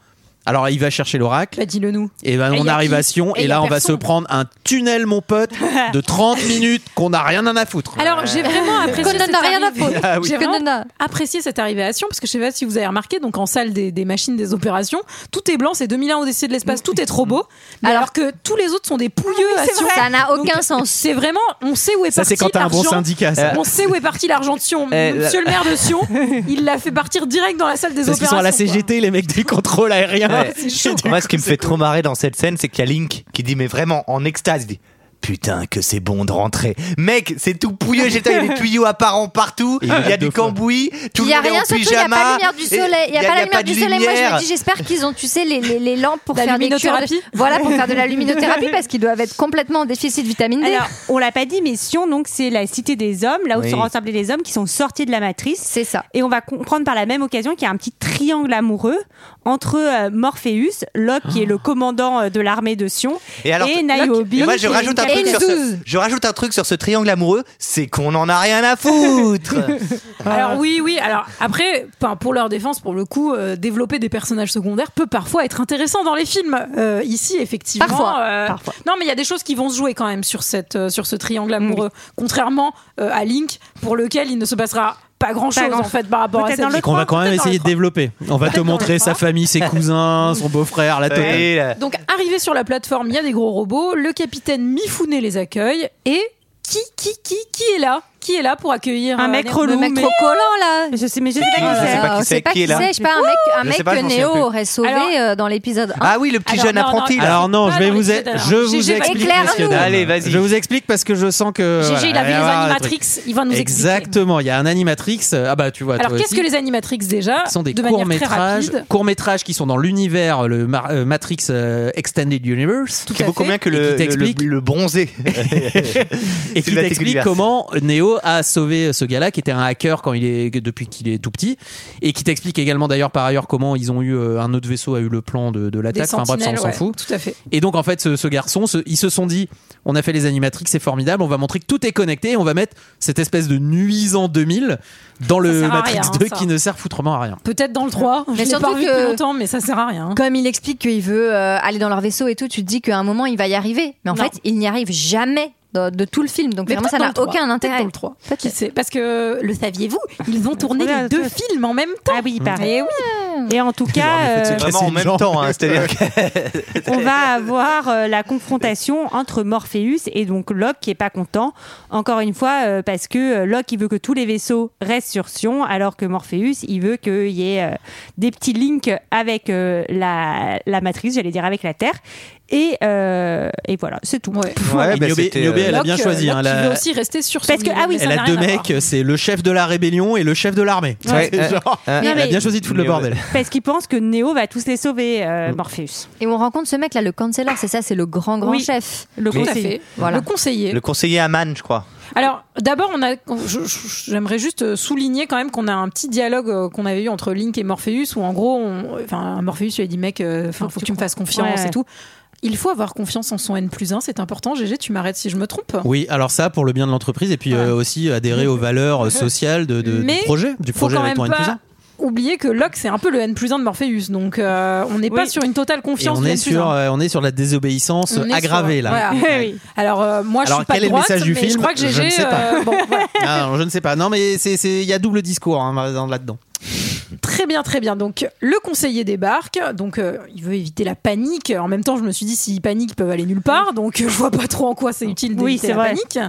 Speaker 6: Alors, il va chercher l'oracle.
Speaker 1: Bah, dis-le nous.
Speaker 6: Et ben,
Speaker 1: Et
Speaker 6: on
Speaker 1: y a
Speaker 6: arrive
Speaker 1: qui
Speaker 6: à Sion.
Speaker 1: Et
Speaker 6: Et,
Speaker 1: y a
Speaker 6: là, on va se
Speaker 1: personne.
Speaker 6: prendre un tunnel, mon pote, de 30 minutes qu'on n'a rien à foutre.
Speaker 1: Alors, j'ai vraiment apprécié.
Speaker 7: Conan
Speaker 1: cette
Speaker 7: n'a rien à
Speaker 1: arrivée.
Speaker 7: foutre.
Speaker 6: Ah oui.
Speaker 1: J'ai
Speaker 7: Que
Speaker 1: vraiment
Speaker 7: nana.
Speaker 1: apprécié cette arrivée à Sion parce que je sais pas si vous avez remarqué, donc en salle des, des machines des opérations, tout est blanc, c'est 2001 Odyssée de l'espace, tout est trop beau. mais Mm. alors Ah que tous les autres sont des pouilleux à Sion.
Speaker 7: Ça n'a aucun sens.
Speaker 1: C'est vraiment, on sait où est
Speaker 6: ça,
Speaker 1: parti
Speaker 6: c'est Eh, quand t'as un bon
Speaker 1: l'argent.
Speaker 6: syndicat. ça.
Speaker 1: On sait où est parti l'argent de Sion.
Speaker 9: Euh,
Speaker 1: Monsieur le maire de Sion, il l'a fait partir direct dans la salle des
Speaker 6: Parce qu'ils
Speaker 1: opérations.
Speaker 6: sont à la
Speaker 1: quoi.
Speaker 6: CGT, les mecs du contrôle aérien.
Speaker 9: Ouais. Moi, ce qui me fait trop marrer dans cette scène, c'est qu'il y a Link qui dit, mais vraiment en extase, il dit Putain, que c'est bon de rentrer. Mec, c'est tout pouilleux. J'étais, il y a des tuyaux apparents partout. Il y a du cambouis. Tout
Speaker 7: Il
Speaker 9: le
Speaker 7: n'y a
Speaker 9: monde est en
Speaker 7: rien, surtout, il n'y a
Speaker 9: pyjama.
Speaker 7: pas de lumière du soleil. Il n'y a, pas la lumière du
Speaker 9: de
Speaker 7: soleil. Moi, je
Speaker 9: lumière.
Speaker 7: me dis, j'espère qu'ils ont, tu sais, les, les, les lampes pour
Speaker 1: La
Speaker 7: faire des cures.
Speaker 1: luminothérapie
Speaker 7: Voilà, pour faire de la luminothérapie, parce qu'ils doivent être complètement en déficit de
Speaker 9: Mm.
Speaker 7: vitamine D.
Speaker 8: Alors, on l'a pas dit, mais Sion, donc, c'est la cité des hommes, là où
Speaker 9: Oui.
Speaker 8: sont rassemblés les hommes qui sont sortis de la matrice.
Speaker 7: C'est ça.
Speaker 8: Et on va comprendre par la même occasion qu'il y a un petit triangle amoureux entre euh, Morpheus, Locke, qui est le commandant euh, de l'armée de Sion,
Speaker 9: Ah. Et
Speaker 8: et,
Speaker 9: alors,
Speaker 8: Niobe.
Speaker 9: Et moi, je rajoute, un
Speaker 7: Et
Speaker 9: truc
Speaker 7: le
Speaker 9: sur ce, je rajoute un truc sur ce triangle amoureux, c'est qu'on en a rien à foutre.
Speaker 6: Ah.
Speaker 1: Alors oui, oui. Alors après, enfin, pour leur défense, pour le coup, euh, développer des personnages secondaires peut parfois être intéressant dans les films. Euh, ici, effectivement.
Speaker 7: Parfois,
Speaker 1: euh,
Speaker 8: parfois.
Speaker 1: Non, mais il y a des choses qui vont se jouer quand même sur cette, euh, sur ce triangle amoureux. Contrairement euh, à Link, pour lequel il ne se passera pas grand chose
Speaker 8: grand-
Speaker 1: en fait par rapport à
Speaker 8: Peut-être
Speaker 1: cette
Speaker 8: dans
Speaker 6: Et qu'on va quand même
Speaker 1: Peut-être dans
Speaker 6: essayer
Speaker 1: le
Speaker 6: de développer. On va te montrer sa famille, ses cousins, son beau-frère, la totale.
Speaker 9: Et, euh,
Speaker 1: Donc, arrivé sur la plateforme, il y a des gros robots. Le capitaine Mifune les accueille. Et qui, qui, qui, qui est là Qui est là pour accueillir
Speaker 8: Un
Speaker 1: euh,
Speaker 8: mec
Speaker 1: les-
Speaker 8: relou,
Speaker 1: le mec
Speaker 8: mais-
Speaker 1: trop collant là
Speaker 8: Je sais, mais je sais pas qui
Speaker 9: je sais
Speaker 8: c'est.
Speaker 9: pas qui
Speaker 7: on
Speaker 9: c'est,
Speaker 7: sait pas
Speaker 9: qui est
Speaker 7: qui
Speaker 9: là
Speaker 7: c'est, je sais pas, un mec, un
Speaker 9: Je sais
Speaker 7: mec
Speaker 9: pas, je
Speaker 7: que
Speaker 9: m'en souviens
Speaker 7: Néo
Speaker 9: plus.
Speaker 7: aurait sauvé
Speaker 1: Alors-
Speaker 7: euh, dans l'épisode 1.
Speaker 9: Ah oui, le petit
Speaker 1: Alors,
Speaker 9: jeune
Speaker 1: Ah non, non,
Speaker 9: apprenti.
Speaker 1: il-
Speaker 9: là.
Speaker 6: Alors non,
Speaker 1: Pas
Speaker 6: je vais
Speaker 1: dans
Speaker 6: vous,
Speaker 1: les
Speaker 6: e-
Speaker 1: yeux,
Speaker 6: je
Speaker 1: alors.
Speaker 6: vous
Speaker 1: Gégé va
Speaker 6: explique,
Speaker 7: éclairer
Speaker 6: messieurs,
Speaker 7: nous.
Speaker 6: dames.
Speaker 9: Allez, vas-y.
Speaker 6: Je vous explique parce que je sens que. voilà,
Speaker 1: GG, il a vu les
Speaker 6: il va y avoir un truc.
Speaker 1: animatrix, il va nous expliquer.
Speaker 6: Exactement, il y a un animatrix. euh, Ah bah tu vois.
Speaker 1: Alors
Speaker 6: toi
Speaker 1: qu'est-ce
Speaker 6: aussi.
Speaker 1: que les animatrix déjà
Speaker 6: Ce sont des
Speaker 1: De manière très
Speaker 6: courts-métrages,
Speaker 1: rapide.
Speaker 6: courts-métrages qui sont dans l'univers, le Mar- euh, Matrix euh, Extended Universe,
Speaker 1: Tout
Speaker 9: qui est
Speaker 1: à
Speaker 9: beaucoup
Speaker 1: fait.
Speaker 9: mieux que
Speaker 6: Et
Speaker 9: le,
Speaker 6: qui t'explique-
Speaker 9: le- le bronzé.
Speaker 6: et qui
Speaker 9: Sylvain
Speaker 6: t'explique
Speaker 9: Tegulvers.
Speaker 6: comment Neo a sauvé ce gars-là qui était un hacker quand il est depuis qu'il est tout petit, et qui t'explique également d'ailleurs par ailleurs comment ils ont eu euh, un autre vaisseau a eu le plan de, de
Speaker 1: Des
Speaker 6: l'attaque. Enfin bref, ça, on
Speaker 1: sentinelles,
Speaker 6: s'en
Speaker 1: ouais,
Speaker 6: fout.
Speaker 1: Tout à fait.
Speaker 6: Et donc en fait, ce, ce garçon, ce- ils se sont dit, on a fait les animatrix, c'est formidable, on va montrer que tout est connecté, et on va mettre cette espèce de nuisant 2000 dans le
Speaker 1: sert à
Speaker 6: Matrix
Speaker 1: rien, hein,
Speaker 6: 2
Speaker 1: ça.
Speaker 6: qui ne sert foutrement à rien.
Speaker 1: Peut-être dans le 3.
Speaker 7: Mais
Speaker 1: je l'ai
Speaker 7: surtout
Speaker 1: pas vu
Speaker 7: que-
Speaker 1: depuis longtemps, mais ça sert à rien.
Speaker 7: Comme il explique qu'il veut euh, aller dans leur vaisseau et tout, tu te dis qu'à un moment il va y arriver. Mais en
Speaker 1: Non.
Speaker 7: fait, il n'y arrive jamais de, de tout le film. Donc
Speaker 1: Mais
Speaker 7: vraiment, ça
Speaker 1: peut-être dans
Speaker 7: n'a
Speaker 1: le trois.
Speaker 7: aucun
Speaker 1: Peut-être
Speaker 7: intérêt.
Speaker 1: dans le 3. Qui sait Parce que le saviez-vous, ils ont tourné
Speaker 8: Ouais,
Speaker 1: les deux
Speaker 8: ouais.
Speaker 1: films en même temps.
Speaker 8: Ah oui, pareil.
Speaker 1: Eh oui.
Speaker 9: Ah
Speaker 8: Et en tout cas, euh,
Speaker 9: Vraiment en
Speaker 6: une
Speaker 9: même
Speaker 6: jambe.
Speaker 9: temps, hein, c'est-à-dire que-
Speaker 8: on va avoir euh, la confrontation entre Morpheus et donc Locke qui est pas content. Encore une fois, euh, parce que euh, Locke il veut que tous les vaisseaux restent sur Sion, alors que Morpheus il veut qu'il y ait euh, des petits links avec euh, la, la matrice, j'allais dire avec la Terre. Et, euh, et voilà, c'est tout.
Speaker 9: Ouais, bah,
Speaker 6: Niobé,
Speaker 9: c'était,
Speaker 6: Niobé, elle a
Speaker 1: Locke,
Speaker 6: bien
Speaker 1: euh,
Speaker 6: choisi.
Speaker 1: Locke
Speaker 6: hein,
Speaker 1: qui
Speaker 6: la-
Speaker 1: veut aussi rester sur son
Speaker 8: Parce que-
Speaker 1: île,
Speaker 8: ah oui,
Speaker 1: mais ça
Speaker 6: elle
Speaker 1: n'a
Speaker 6: a deux
Speaker 1: rien à voir.
Speaker 6: mecs, c'est le chef de la rébellion et le chef de l'armée.
Speaker 9: Ouais,
Speaker 6: C'est
Speaker 9: euh,
Speaker 6: genre-
Speaker 9: euh,
Speaker 6: elle a
Speaker 8: mais-
Speaker 6: bien choisi de foutre le
Speaker 9: Niobé.
Speaker 6: bordel.
Speaker 8: Parce qu'il pense que Neo va tous les sauver, euh, Morpheus.
Speaker 7: Et on rencontre ce mec là, le Chancellor, c'est ça, c'est le grand grand
Speaker 8: Oui.
Speaker 7: chef.
Speaker 8: Le
Speaker 1: Tout à
Speaker 8: conseiller.
Speaker 1: fait.
Speaker 7: Voilà.
Speaker 1: Le conseiller.
Speaker 9: Le conseiller Aman, je crois.
Speaker 1: Alors, d'abord, on a. je- je- J'aimerais juste souligner quand même qu'on a un petit dialogue euh, qu'on avait eu entre Link et Morpheus, où en gros, on- enfin, Morpheus lui a dit, mec, euh, enfin, faut que tu me fasses confiance
Speaker 8: Ouais, ouais.
Speaker 1: et tout. Il faut avoir confiance en son N plus 1, c'est important. GG, tu m'arrêtes si je me trompe.
Speaker 6: Oui, alors ça, pour le bien de l'entreprise, et puis
Speaker 1: Voilà.
Speaker 6: euh, aussi adhérer aux valeurs euh, sociales de, de-
Speaker 1: Mais
Speaker 6: du projet, du
Speaker 1: Faut
Speaker 6: projet
Speaker 1: quand
Speaker 6: avec
Speaker 1: même
Speaker 6: ton N plus
Speaker 1: pas
Speaker 6: un.
Speaker 1: oublier que Locke, c'est un peu le N plus 1 de Morpheus, donc euh, on n'est pas
Speaker 8: Oui.
Speaker 1: sur une totale
Speaker 6: Et
Speaker 1: confiance
Speaker 6: on
Speaker 1: du
Speaker 6: est,
Speaker 1: N plus
Speaker 6: sur,
Speaker 1: 1.
Speaker 6: euh, on est sur la désobéissance
Speaker 1: On est
Speaker 6: aggravée
Speaker 1: sur-
Speaker 6: là.
Speaker 1: voilà.
Speaker 8: Oui.
Speaker 1: Alors, euh, moi, je
Speaker 6: Alors,
Speaker 1: suis pas
Speaker 6: quel est le
Speaker 1: droite,
Speaker 6: message du
Speaker 1: mais je
Speaker 6: film
Speaker 1: crois que
Speaker 6: Je
Speaker 1: GG.
Speaker 6: ne sais pas.
Speaker 1: euh, bon, voilà.
Speaker 6: Ah, non, je ne sais pas. Non, mais c'est- c'est- il y a double discours hein, là-dedans.
Speaker 1: Très bien, très bien. Donc le conseiller débarque, donc euh, il veut éviter la panique. En même temps, je me suis dit s'ils paniquent, ils peuvent aller nulle part. Donc euh, je vois pas trop en quoi c'est utile d'éviter
Speaker 8: Oui, c'est
Speaker 1: la
Speaker 8: vrai.
Speaker 1: panique.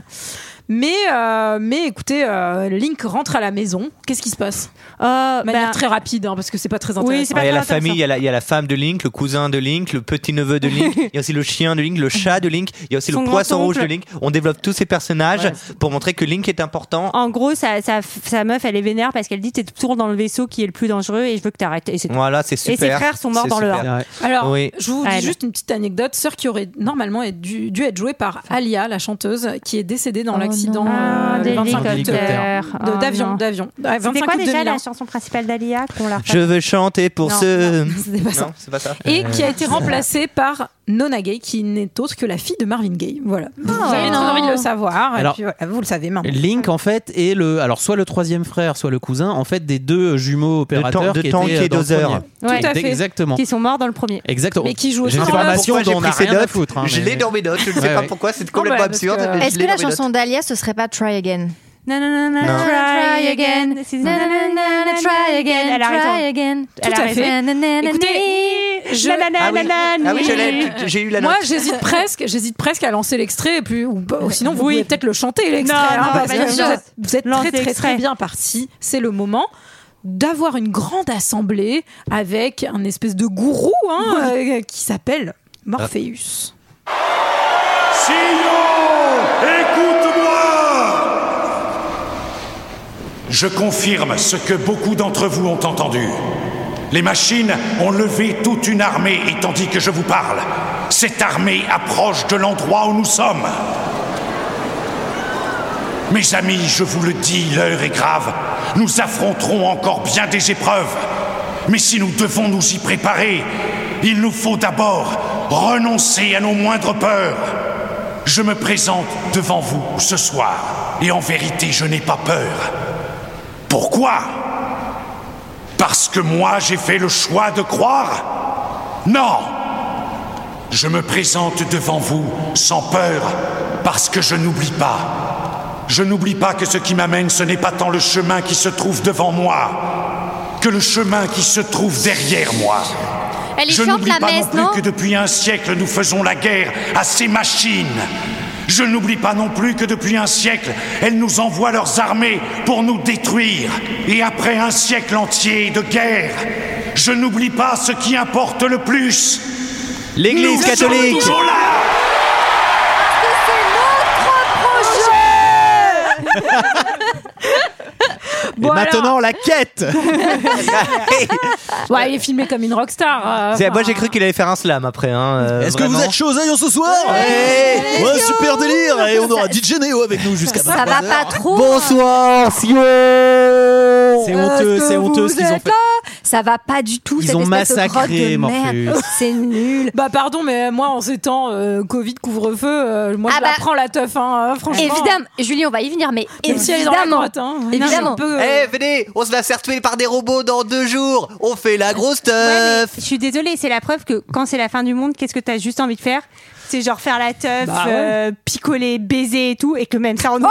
Speaker 1: Mais euh, mais écoutez, euh, Link rentre à la maison. Qu'est-ce qui se passe
Speaker 8: Euh,
Speaker 1: De manière
Speaker 8: ben,
Speaker 1: très rapide, hein, parce que c'est pas très
Speaker 8: Oui,
Speaker 1: intéressant.
Speaker 8: c'est pas
Speaker 9: Ouais, il y a
Speaker 8: très
Speaker 9: la famille,
Speaker 8: intéressant.
Speaker 9: il y a la, il y a la femme de Link, le cousin de Link, le petit neveu de Link, il y a aussi le chien de Link, le chat de Link, il y a aussi
Speaker 8: Son
Speaker 9: le poisson rouge
Speaker 8: grand-oncle.
Speaker 9: de Link. On développe tous ces personnages pour montrer que Link est important.
Speaker 8: En gros, sa, sa, sa meuf, elle est vénère parce qu'elle dit T'es toujours dans le vaisseau qui est le plus dangereux et je veux que t'arrêtes. Et c'est tout.
Speaker 9: Voilà, c'est
Speaker 8: ses
Speaker 9: super.
Speaker 8: frères sont morts
Speaker 9: C'est
Speaker 8: dans le
Speaker 9: super.
Speaker 1: Alors,
Speaker 9: Oui.
Speaker 1: je vous dis
Speaker 8: Elle.
Speaker 1: juste une petite anecdote. Sœur qui aurait normalement être- dû, dû être jouée par Alia, la chanteuse, qui est décédée dans
Speaker 7: Oh
Speaker 1: l'accident
Speaker 7: non.
Speaker 1: euh,
Speaker 8: Ah,
Speaker 1: le 25 août,
Speaker 6: d'hélicoptère.
Speaker 1: euh, de-
Speaker 8: Oh,
Speaker 1: d'avion,
Speaker 8: non.
Speaker 1: d'avion. Ah,
Speaker 8: C'était
Speaker 1: 25
Speaker 8: quoi
Speaker 1: août
Speaker 8: déjà
Speaker 1: 2001.
Speaker 8: la chanson principale d'Alia qu'on l'a
Speaker 9: Je veux chanter pour
Speaker 8: Non,
Speaker 9: ce.
Speaker 1: C'était pas ça.
Speaker 9: Non, Euh, c'est pas ça.
Speaker 1: et qui a été remplacée par Nona Gay, qui n'est autre que la fille de Marvin Gaye. Voilà.
Speaker 8: Oh.
Speaker 1: vous avez
Speaker 7: non.
Speaker 1: très envie de le savoir. et
Speaker 6: Alors-
Speaker 1: puis voilà, vous le savez maintenant.
Speaker 6: Link, en fait, est le. Alors, soit le troisième frère, soit le cousin, en fait, des deux jumeaux opérateurs
Speaker 9: Tank- de
Speaker 6: qui
Speaker 9: Tank
Speaker 6: étaient, euh,
Speaker 9: et
Speaker 6: dans le
Speaker 9: Dozer.
Speaker 6: premier.
Speaker 8: Ouais.
Speaker 1: Tout à fait.
Speaker 6: Exactement.
Speaker 8: Qui sont morts dans le premier.
Speaker 6: Exactement.
Speaker 1: Mais qui joue aussi
Speaker 6: J'ai une
Speaker 1: dans la-
Speaker 6: formation
Speaker 9: Pourquoi j'ai
Speaker 6: dont on
Speaker 9: pris
Speaker 6: a
Speaker 9: ces
Speaker 6: rien à
Speaker 9: notes
Speaker 6: foutre. hein,
Speaker 9: Je
Speaker 6: mais-
Speaker 9: l'ai dans mes notes, je ne sais
Speaker 6: Ouais,
Speaker 9: pas
Speaker 6: ouais.
Speaker 9: pourquoi,
Speaker 8: Oh,
Speaker 9: c'est
Speaker 1: Non, bah,
Speaker 9: complètement
Speaker 1: parce
Speaker 9: absurde.
Speaker 1: que-
Speaker 9: mais je
Speaker 7: Est-ce que
Speaker 9: l'ai
Speaker 7: la
Speaker 9: dans mes notes.
Speaker 7: chanson d'Alia ce serait pas Try Again
Speaker 8: Nanana,
Speaker 9: Non.
Speaker 8: Try again.
Speaker 7: Nanana, Try again,
Speaker 8: Elle a
Speaker 7: try
Speaker 8: raison.
Speaker 7: again.
Speaker 8: Tout à fait.
Speaker 7: Nanana,
Speaker 1: Écoutez, je-
Speaker 8: Nanana,
Speaker 9: Ah oui,
Speaker 8: nanana.
Speaker 9: ah oui je l'ai, j'ai eu la note.
Speaker 1: Moi, j'hésite presque, j'hésite presque à lancer l'extrait, et puis ou, pas- ou sinon vous
Speaker 8: Oui.
Speaker 1: pouvez peut-être le chanter l'extrait. hein,
Speaker 8: Non, non,
Speaker 1: parce
Speaker 8: bah,
Speaker 1: que
Speaker 8: bien
Speaker 1: vous
Speaker 8: sûr.
Speaker 1: êtes, vous êtes
Speaker 8: Lancez
Speaker 1: très très
Speaker 8: l'extrait.
Speaker 1: très bien parti. C'est le moment d'avoir une grande assemblée avec un espèce de gourou hein, euh, qui s'appelle Morpheus.
Speaker 10: Sion Écoute-moi Je confirme ce que beaucoup d'entre vous ont entendu. Les machines ont levé toute une armée et tandis que je vous parle, cette armée approche de l'endroit où nous sommes. Mes amis, je vous le dis, l'heure est grave. Nous affronterons encore bien des épreuves. Mais si nous devons nous y préparer, il nous faut d'abord renoncer à nos moindres peurs. Je me présente devant vous ce soir, et en vérité, je n'ai pas peur. Pourquoi Parce que moi, j'ai fait le choix de croire Non Je me présente devant vous sans peur, parce que je n'oublie pas. Je n'oublie pas que ce qui m'amène, ce n'est pas tant le chemin qui se trouve devant moi, que le chemin qui se trouve derrière moi.
Speaker 7: Elle est
Speaker 10: Je
Speaker 7: chiante
Speaker 10: n'oublie
Speaker 7: la
Speaker 10: pas
Speaker 7: messe,
Speaker 10: non plus
Speaker 7: non
Speaker 10: que depuis un siècle, nous faisons la guerre à ces machines. Je n'oublie pas non plus que depuis un siècle, elles nous envoient leurs armées pour nous détruire. Et après un siècle entier de guerre, je n'oublie pas ce qui importe le plus.
Speaker 9: L'Église
Speaker 10: Nous
Speaker 9: catholique.
Speaker 10: sommes toujours là
Speaker 1: Bon,
Speaker 6: Et maintenant, la quête
Speaker 8: Ah.
Speaker 1: alors- Ouais, il est filmé comme une rockstar. euh,
Speaker 9: C'est-
Speaker 1: enfin,
Speaker 9: Moi j'ai cru qu'il allait faire un slam après. hein, euh,
Speaker 6: Est-ce que vous
Speaker 9: vraiment.
Speaker 6: êtes chaud aux aillons ce soir ouais, Super délire Et on aura DJ Neo avec nous jusqu'à
Speaker 7: Eh, Ça va
Speaker 6: 23h.
Speaker 7: pas trop.
Speaker 9: Bonsoir Sion
Speaker 6: C'est honteux,
Speaker 7: Est-ce que
Speaker 6: c'est honteux
Speaker 7: vous
Speaker 6: ce qu'ils ont
Speaker 7: êtes
Speaker 6: fait.
Speaker 7: là Ça va pas du tout.
Speaker 6: Ils
Speaker 7: cette
Speaker 6: ont
Speaker 7: espèce de
Speaker 6: massacré
Speaker 7: grotte de
Speaker 6: Morpheus.
Speaker 7: merde. C'est nul.
Speaker 1: Bah pardon, mais moi en ces temps euh, Covid, couvre-feu, euh, moi
Speaker 7: Ah
Speaker 1: je
Speaker 7: bah-
Speaker 1: la prends la teuf, hein, euh, franchement.
Speaker 7: Évidemment, Julie, on va y venir, mais
Speaker 1: Même si elle est dans la
Speaker 7: évidemment.
Speaker 1: grotte, hein. Non,
Speaker 7: Évidemment.
Speaker 1: je peux,
Speaker 9: Eh,
Speaker 1: euh,
Speaker 9: venez, on se va se faire tuer par des robots dans deux jours. On fait la grosse
Speaker 8: Ouais,
Speaker 9: teuf.
Speaker 8: mais je suis désolée, c'est la preuve que quand c'est la fin du monde, qu'est-ce que t'as juste envie de faire C'est genre faire la teuf,
Speaker 1: Bah ouais.
Speaker 8: euh, picoler, baiser et tout, et que même ça, on
Speaker 6: Oui,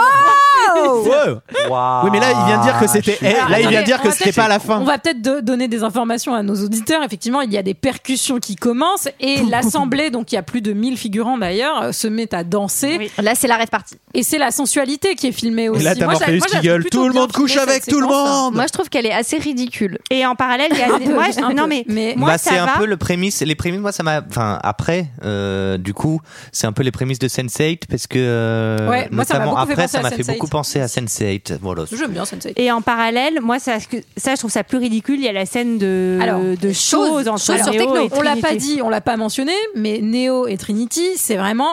Speaker 6: mais là, il vient de dire que c'était. eh,
Speaker 1: Alors,
Speaker 6: là, il
Speaker 1: attendez,
Speaker 6: vient de dire
Speaker 1: on
Speaker 6: que
Speaker 1: va
Speaker 6: c'était
Speaker 1: peut-être-
Speaker 6: pas à la fin.
Speaker 1: On va peut-être de- donner des informations à nos auditeurs. Effectivement, il y a des percussions qui commencent et l'assemblée, donc il y a plus de 1000 figurants d'ailleurs, euh, se met à danser.
Speaker 8: Oui.
Speaker 7: Là, c'est la red party.
Speaker 1: Et c'est la sensualité qui est filmée aussi.
Speaker 6: là, t'as
Speaker 1: Moi, j'a-
Speaker 6: Morpheus
Speaker 1: moi,
Speaker 6: qui
Speaker 1: j'avais
Speaker 6: gueule,
Speaker 1: plutôt
Speaker 6: tout le
Speaker 1: bien
Speaker 6: monde couche
Speaker 1: filmé cette
Speaker 6: avec tout le
Speaker 1: séquence, hein.
Speaker 6: monde.
Speaker 7: Moi, je trouve qu'elle est assez ridicule.
Speaker 8: Et en parallèle, il y a des- moi, je-
Speaker 1: Un peu,
Speaker 8: non mais,
Speaker 1: mais-
Speaker 8: moi
Speaker 9: bah,
Speaker 8: ça
Speaker 9: c'est un
Speaker 8: va.
Speaker 9: peu le prémisse. Les prémices, moi, ça m'a. Enfin, après, euh, du coup, c'est un peu les prémices de Sense8 parce que. euh,
Speaker 1: Ouais, moi, ça m'a
Speaker 9: notamment
Speaker 1: beaucoup fait
Speaker 9: après,
Speaker 1: penser
Speaker 9: ça
Speaker 1: à
Speaker 9: m'a fait
Speaker 1: Sense8.
Speaker 9: beaucoup penser à Sense8. Voilà.
Speaker 1: J'aime bien Sensei.
Speaker 8: Et en parallèle, moi ça, ça, je trouve ça plus ridicule. Il y a la scène
Speaker 6: Euh,
Speaker 8: de
Speaker 1: Alors,
Speaker 8: de choses
Speaker 7: chose-
Speaker 8: entre
Speaker 7: chose sur
Speaker 8: Léo
Speaker 7: techno.
Speaker 8: et
Speaker 1: on l'a pas
Speaker 8: Trinity.
Speaker 1: dit, on l'a pas mentionné, mais Neo et Trinity, c'est vraiment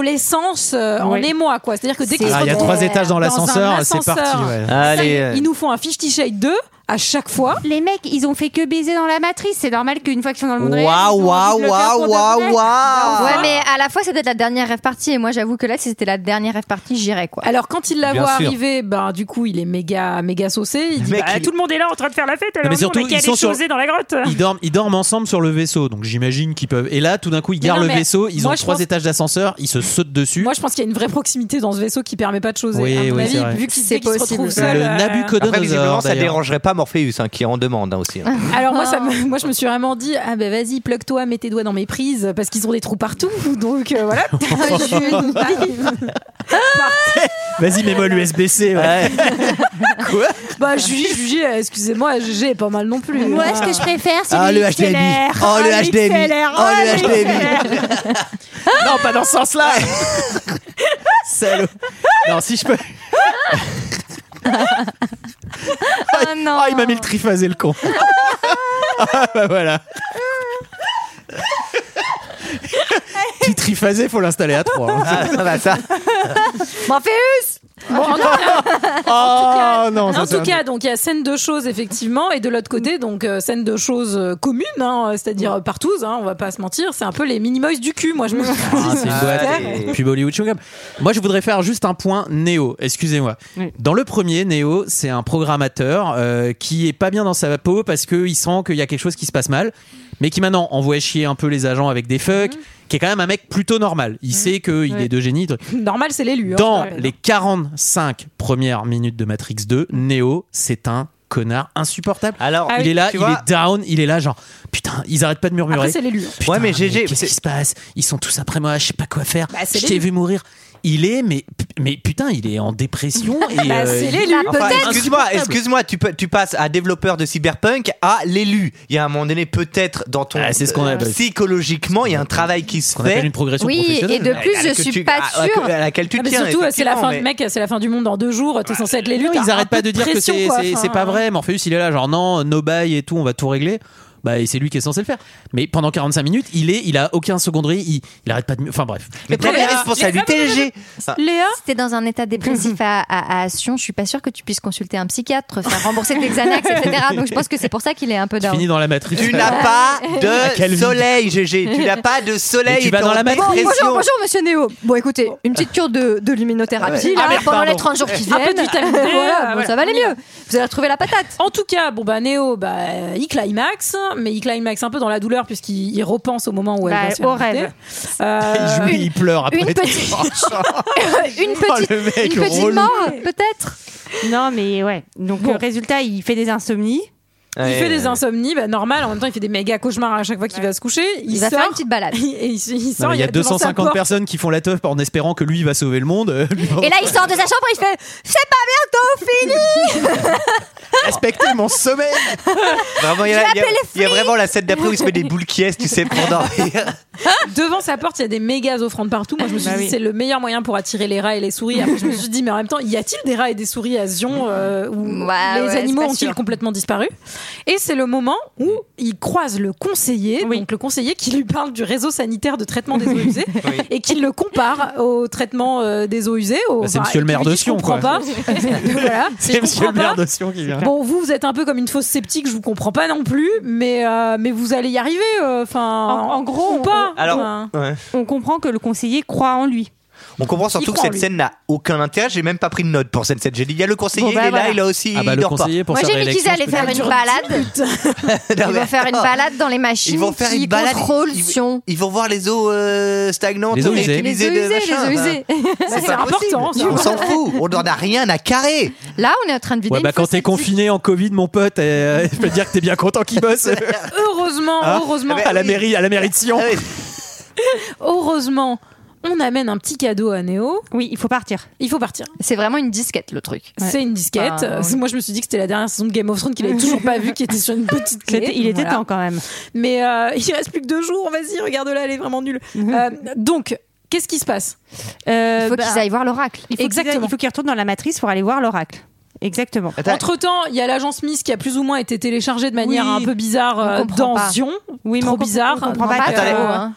Speaker 1: l'adolescence euh, en
Speaker 8: Ouais.
Speaker 1: émoi, quoi. C'est-à-dire que dès qu'ils
Speaker 7: Ah,
Speaker 1: se
Speaker 6: Ah, il y a
Speaker 1: retrouvent
Speaker 6: trois étages dans
Speaker 1: un
Speaker 6: l'ascenseur, c'est parti.
Speaker 1: ascenseur,
Speaker 6: ouais.
Speaker 1: ça,
Speaker 9: Allez. euh,
Speaker 1: ils nous font un 50 Shade 2 à chaque fois.
Speaker 8: Les mecs, ils ont fait que baiser dans la matrice. C'est normal qu'une fois qu'ils sont dans le monde réel,
Speaker 9: Waouh,
Speaker 8: ils ont envie
Speaker 9: waouh,
Speaker 8: de le faire pour
Speaker 9: waouh,
Speaker 8: de vrai.
Speaker 9: waouh, waouh.
Speaker 7: Ouais, mais à la fois, c'était la dernière rêve partie. Et moi, j'avoue que là, si c'était la dernière rêve partie, j'irais quoi.
Speaker 1: Alors quand il la
Speaker 9: Bien
Speaker 1: voit
Speaker 9: sûr.
Speaker 1: arriver, ben du coup il est méga méga saucé. Il dit
Speaker 9: mec,
Speaker 1: bah,
Speaker 9: il-
Speaker 1: tout le monde est là en train de faire la fête. Alors nous,
Speaker 6: mais
Speaker 1: on
Speaker 6: surtout,
Speaker 1: a qu'à
Speaker 6: ils
Speaker 1: aller
Speaker 6: sont sur-
Speaker 1: choser dans la grotte.
Speaker 6: Ils dorment, ils dorment ensemble sur le vaisseau, donc j'imagine qu'ils peuvent. Et là, tout d'un coup, ils
Speaker 1: Mais
Speaker 6: garent
Speaker 1: non,
Speaker 6: le
Speaker 1: mais
Speaker 6: vaisseau, ils
Speaker 1: moi,
Speaker 6: ont
Speaker 1: je
Speaker 6: trois
Speaker 1: pense-
Speaker 6: étages d'ascenseur, ils se sautent dessus.
Speaker 1: Moi je pense qu'il y a une vraie proximité dans ce vaisseau qui permet pas de choser. hein,
Speaker 6: Oui,
Speaker 1: à mon
Speaker 6: oui, c'est
Speaker 1: avis,
Speaker 6: vrai.
Speaker 1: vu qu'il
Speaker 7: C'est
Speaker 1: dès qu'il se
Speaker 7: possible.
Speaker 1: retrouve
Speaker 7: Le
Speaker 1: seul.
Speaker 6: le
Speaker 1: euh,
Speaker 9: Après, visiblement,
Speaker 6: Nabucodonosor.
Speaker 9: ça
Speaker 6: d'ailleurs.
Speaker 9: dérangerait pas Morpheus, hein, qui en demande hein, aussi. hein.
Speaker 1: Alors moi, ça
Speaker 8: Ah.
Speaker 1: me- moi, je me suis vraiment dit, ah ben vas-y, plug-toi, mets tes doigts dans mes prises, parce qu'ils ont des trous partout, donc euh, voilà.
Speaker 6: Vas-y, mets-moi l'USB-C. ouais.
Speaker 9: Ouais.
Speaker 1: bah Julie, Julie, euh, excusez-moi, GG est pas mal non plus.
Speaker 8: Moi,
Speaker 1: Ah.
Speaker 8: ce que je préfère, c'est
Speaker 9: Ah, le
Speaker 8: XLR.
Speaker 9: HDMI. Oh, le HDMI.
Speaker 8: XLR.
Speaker 9: Oh, le
Speaker 8: XLR.
Speaker 6: Non, pas dans ce sens-là. Salaud. Non, si je peux.
Speaker 7: Ah non.
Speaker 6: Ah, il m'a mis le triphasé, le con. ah, bah voilà. Petit triphasé, faut l'installer à hein. 3.
Speaker 9: Ah, bah, ça.
Speaker 7: Morpheus
Speaker 1: Bon, en tout cas,
Speaker 6: Oh non, ça,
Speaker 1: en
Speaker 6: c'est
Speaker 1: tout
Speaker 6: un-
Speaker 1: cas, donc il y a scène de choses effectivement, et de l'autre côté, donc euh, scène de choses euh, communes, hein, euh, c'est-à-dire euh, partout, hein, on va pas se mentir, c'est un peu les minimoys du cul, moi je me.
Speaker 6: Ah, c'est une boîte. Et Puis Bollywood Chewing Gum. Moi, je voudrais faire juste un point Néo. Excusez-moi.
Speaker 8: Oui.
Speaker 6: Dans le premier, Néo, c'est un programmateur euh, qui est pas bien dans sa peau parce qu'il sent qu'il y a quelque chose qui se passe mal, mais qui maintenant envoie chier un peu les agents avec des fucks,
Speaker 1: Mhm.
Speaker 6: qui est quand même un mec plutôt normal. Il sait qu'il
Speaker 1: Ouais.
Speaker 6: est de génie.
Speaker 1: Normal, c'est l'élu. hein, je
Speaker 6: Dans
Speaker 1: te rappelle.
Speaker 6: les 45 premières minutes de Matrix 2, Néo, c'est un connard insupportable.
Speaker 9: Alors,
Speaker 1: Ah
Speaker 6: il est là,
Speaker 9: tu
Speaker 6: il
Speaker 9: vois-
Speaker 6: est down, il est là, genre putain, ils arrêtent pas de murmurer.
Speaker 1: Après, c'est l'élu.
Speaker 6: Putain,
Speaker 9: Ouais, mais GG,
Speaker 6: Qu'est-ce
Speaker 9: c'est-
Speaker 6: qui se passe Ils sont tous après moi, je sais pas quoi faire.
Speaker 1: Bah, c'est
Speaker 6: je t'ai
Speaker 1: les-
Speaker 6: vu mourir. il est, mais, mais putain, il est en dépression. et,
Speaker 1: Bah,
Speaker 6: euh,
Speaker 1: c'est
Speaker 6: il-
Speaker 1: l'élu.
Speaker 9: Enfin,
Speaker 6: Peut-être.
Speaker 9: excuse-moi, excuse-moi, tu, peux- tu passes à développeur de cyberpunk à l'élu. Il y a un moment donné, peut-être dans ton euh,
Speaker 6: Ah, c'est ce qu'on appelle-
Speaker 9: psychologiquement, il y a un travail qui se
Speaker 6: qu'on appelle
Speaker 9: fait.
Speaker 6: une progression
Speaker 7: Oui, et
Speaker 6: professionnelle.
Speaker 7: de plus,
Speaker 9: à-
Speaker 7: je
Speaker 9: que
Speaker 7: suis
Speaker 9: tu-
Speaker 7: pas
Speaker 9: à- à-
Speaker 7: sûre.
Speaker 9: à laquelle tu
Speaker 1: Ah, mais
Speaker 9: tiens,
Speaker 1: surtout, c'est la
Speaker 9: effectivement,
Speaker 1: fin,
Speaker 9: mais-
Speaker 1: mec, c'est la fin du monde dans deux jours. T'es censé être l'élu.
Speaker 6: Non,
Speaker 1: t'as
Speaker 6: ils
Speaker 1: un
Speaker 6: arrêtent
Speaker 1: peu
Speaker 6: pas de dire que
Speaker 1: pression,
Speaker 6: c'est
Speaker 1: quoi.
Speaker 6: c'est-
Speaker 1: Enfin,
Speaker 6: c'est pas vrai. Morpheus, il est là, genre non, no buy et tout, on va tout régler. Bah, et c'est lui qui est censé le faire. Mais pendant 45 minutes, il est, il a aucun seconderie, il, il arrête pas de. Enfin bref.
Speaker 9: Mais prends les responsabilités, Gégé.
Speaker 1: Léa,
Speaker 7: Si t'es dans un état dépressif à, à, à Sion, je suis pas sûre que tu puisses consulter un psychiatre, faire rembourser tes Xanax, etc. Donc je pense que c'est pour ça qu'il est un peu
Speaker 6: Tu
Speaker 7: down.
Speaker 6: finis dans la Ah. matrice.
Speaker 9: Tu n'as pas de
Speaker 6: quelle vie
Speaker 9: soleil, Gégé. Tu n'as pas de soleil.
Speaker 6: Et tu vas
Speaker 9: t'es
Speaker 6: dans
Speaker 9: en
Speaker 6: la matrice.
Speaker 9: dépression.
Speaker 11: Bonjour, bonjour, monsieur Néo. Bon, écoutez, une petite cure de, de luminothérapie
Speaker 9: Ouais.
Speaker 11: là,
Speaker 6: hein,
Speaker 9: Ah, merde,
Speaker 11: pendant les
Speaker 9: pardon.
Speaker 11: 30 jours qui
Speaker 1: un
Speaker 11: viennent.
Speaker 1: peu de vitamine D.
Speaker 11: Voilà,
Speaker 1: euh,
Speaker 11: bon,
Speaker 1: voilà.
Speaker 11: ça va aller mieux. Vous allez retrouver la patate.
Speaker 1: En tout cas, bon bah Néo, bah euh, il climax, mais il climax un peu dans la douleur puisqu'il il repense au moment où elle
Speaker 8: Bah,
Speaker 1: va se faire
Speaker 8: au
Speaker 1: buter.
Speaker 8: rêve.
Speaker 1: Euh,
Speaker 6: Il joue, il pleure après.
Speaker 7: une petite- une
Speaker 6: Oh,
Speaker 7: petite,
Speaker 6: le mec,
Speaker 7: une petite
Speaker 6: relou.
Speaker 7: mort, peut-être.
Speaker 8: Non, mais ouais. Donc, euh, résultat, il fait des insomnies.
Speaker 1: Il
Speaker 9: Ouais,
Speaker 1: fait des
Speaker 9: ouais.
Speaker 1: insomnies, bah, normal. En même temps, il fait des méga cauchemars à chaque fois qu'il va se coucher. Il,
Speaker 7: Il va
Speaker 1: sort,
Speaker 7: faire une petite balade.
Speaker 1: et il, il
Speaker 6: Non,
Speaker 1: sort.
Speaker 6: mais il y a
Speaker 1: va devant sa
Speaker 6: 250
Speaker 1: porte.
Speaker 6: personnes qui font la teuf en espérant que lui va sauver le monde. Euh, lui,
Speaker 7: Et là, il sort de sa chambre et il fait C'est pas bientôt fini
Speaker 6: respectez mon sommeil.
Speaker 9: Vraiment, il y, a- il y a- il y a vraiment la scène d'après où il se met des boules qui est, tu sais, pour dormir.
Speaker 1: Devant sa porte, il y a des méga offrandes partout. Moi, je me suis
Speaker 8: Bah
Speaker 1: dit
Speaker 8: oui.
Speaker 1: c'est le meilleur moyen pour attirer les rats et les souris. Après, je me suis dit mais en même temps, y a-t-il des rats et des souris à Zion euh, où
Speaker 7: Ouais,
Speaker 1: les
Speaker 7: ouais,
Speaker 1: animaux
Speaker 7: c'est pas
Speaker 1: ont-ils
Speaker 7: sûr.
Speaker 1: complètement disparu Et c'est le moment où il croise le conseiller,
Speaker 8: Oui.
Speaker 1: donc le conseiller qui lui parle du réseau sanitaire de traitement des eaux usées
Speaker 9: Oui.
Speaker 1: et qui le compare au traitement euh, des eaux usées. au-
Speaker 6: Bah, c'est
Speaker 1: enfin,
Speaker 6: monsieur le
Speaker 1: qui
Speaker 6: maire
Speaker 1: lui dit,
Speaker 6: de
Speaker 1: Je
Speaker 6: Sion,
Speaker 1: comprends
Speaker 6: quoi.
Speaker 1: pas. Voilà. Je
Speaker 6: C'est monsieur le
Speaker 1: comprends
Speaker 6: maire
Speaker 1: pas.
Speaker 6: de Sion qui vient.
Speaker 1: Bon, vous, vous êtes un peu comme une fausse sceptique, je vous comprends pas non plus, mais, euh, mais vous allez y arriver, euh, enfin,
Speaker 8: En- en gros,
Speaker 1: ou pas.
Speaker 9: on- alors-
Speaker 1: Enfin,
Speaker 9: Ouais.
Speaker 8: On comprend que le conseiller croit en lui.
Speaker 9: On comprend surtout que
Speaker 1: croit,
Speaker 9: cette
Speaker 1: lui.
Speaker 9: scène n'a aucun intérêt. J'ai même pas pris de note pour cette scène. J'ai dit, il y a le conseiller,
Speaker 8: Bon, bah,
Speaker 9: il est là,
Speaker 8: voilà.
Speaker 9: il a aussi.
Speaker 6: Ah bah
Speaker 9: il
Speaker 6: le
Speaker 9: dort pas.
Speaker 6: conseiller pour
Speaker 7: Moi,
Speaker 6: sa
Speaker 7: j'ai vu qu'ils
Speaker 6: réélection,
Speaker 7: allaient
Speaker 6: je
Speaker 7: faire
Speaker 1: pas
Speaker 7: une
Speaker 1: dire
Speaker 7: balade.
Speaker 9: Non,
Speaker 7: Ils
Speaker 9: mais
Speaker 7: vont faire une
Speaker 9: attends.
Speaker 7: balade dans les machines
Speaker 9: Oh. Ils vont faire
Speaker 7: qui
Speaker 9: une balade.
Speaker 7: contrôlent
Speaker 9: Ils- ils-
Speaker 7: Sion.
Speaker 9: Ils vont voir les eaux euh, stagnantes,
Speaker 6: Les eaux usées.
Speaker 7: Les eaux
Speaker 9: utilisées de
Speaker 7: usées, les
Speaker 9: machin.
Speaker 7: eaux usées.
Speaker 1: bah, c'est important. ça.
Speaker 9: On s'en fout, on n'en a rien à carrer.
Speaker 7: Là, on est en train de vider
Speaker 6: Ouais,
Speaker 7: une
Speaker 6: bah quand
Speaker 7: fosse
Speaker 6: t'es
Speaker 7: septique.
Speaker 6: confiné en Covid, mon pote, euh, je peux te dire que t'es bien content qu'il bosse.
Speaker 1: Heureusement,
Speaker 6: Hein
Speaker 9: eh
Speaker 1: heureusement,
Speaker 6: à la mairie, à la mairie de Sion.
Speaker 9: Ah oui. ben-
Speaker 1: heureusement, on amène un petit cadeau à Néo.
Speaker 8: Oui, il faut partir.
Speaker 1: Il faut partir.
Speaker 7: C'est vraiment une disquette, le truc.
Speaker 1: C'est une disquette.
Speaker 7: Ah,
Speaker 1: Moi, je me suis dit que c'était la dernière saison de Game of Thrones qu'il avait toujours pas vu, qui était sur une petite clé.
Speaker 8: C'était- il était
Speaker 1: Voilà.
Speaker 8: temps quand même.
Speaker 1: Mais euh, il reste plus que deux jours. Vas-y, regarde-la, elle est vraiment nulle.
Speaker 7: Mhm.
Speaker 1: Euh, donc, qu'est-ce qui se passe
Speaker 7: Il
Speaker 8: Euh,
Speaker 7: faut
Speaker 8: bah,
Speaker 7: qu'ils aillent voir l'oracle.
Speaker 8: il faut qu'ils
Speaker 1: Exactement.
Speaker 8: aillent- Il faut qu'il retourne dans la matrice pour aller voir l'oracle. Exactement.
Speaker 9: Attends,
Speaker 1: Entre temps, il y a l'agence Smith qui a plus ou moins été téléchargée de manière
Speaker 9: Oui.
Speaker 1: un peu bizarre euh, Ah,
Speaker 7: comprend
Speaker 1: dans
Speaker 7: pas.
Speaker 1: Zion.
Speaker 8: Oui, mais
Speaker 1: Trop
Speaker 8: on comp-
Speaker 1: bizarre.
Speaker 8: On comprend
Speaker 1: Non,
Speaker 8: pas.
Speaker 7: Pas
Speaker 8: que-
Speaker 9: attendez.
Speaker 7: trop, hein.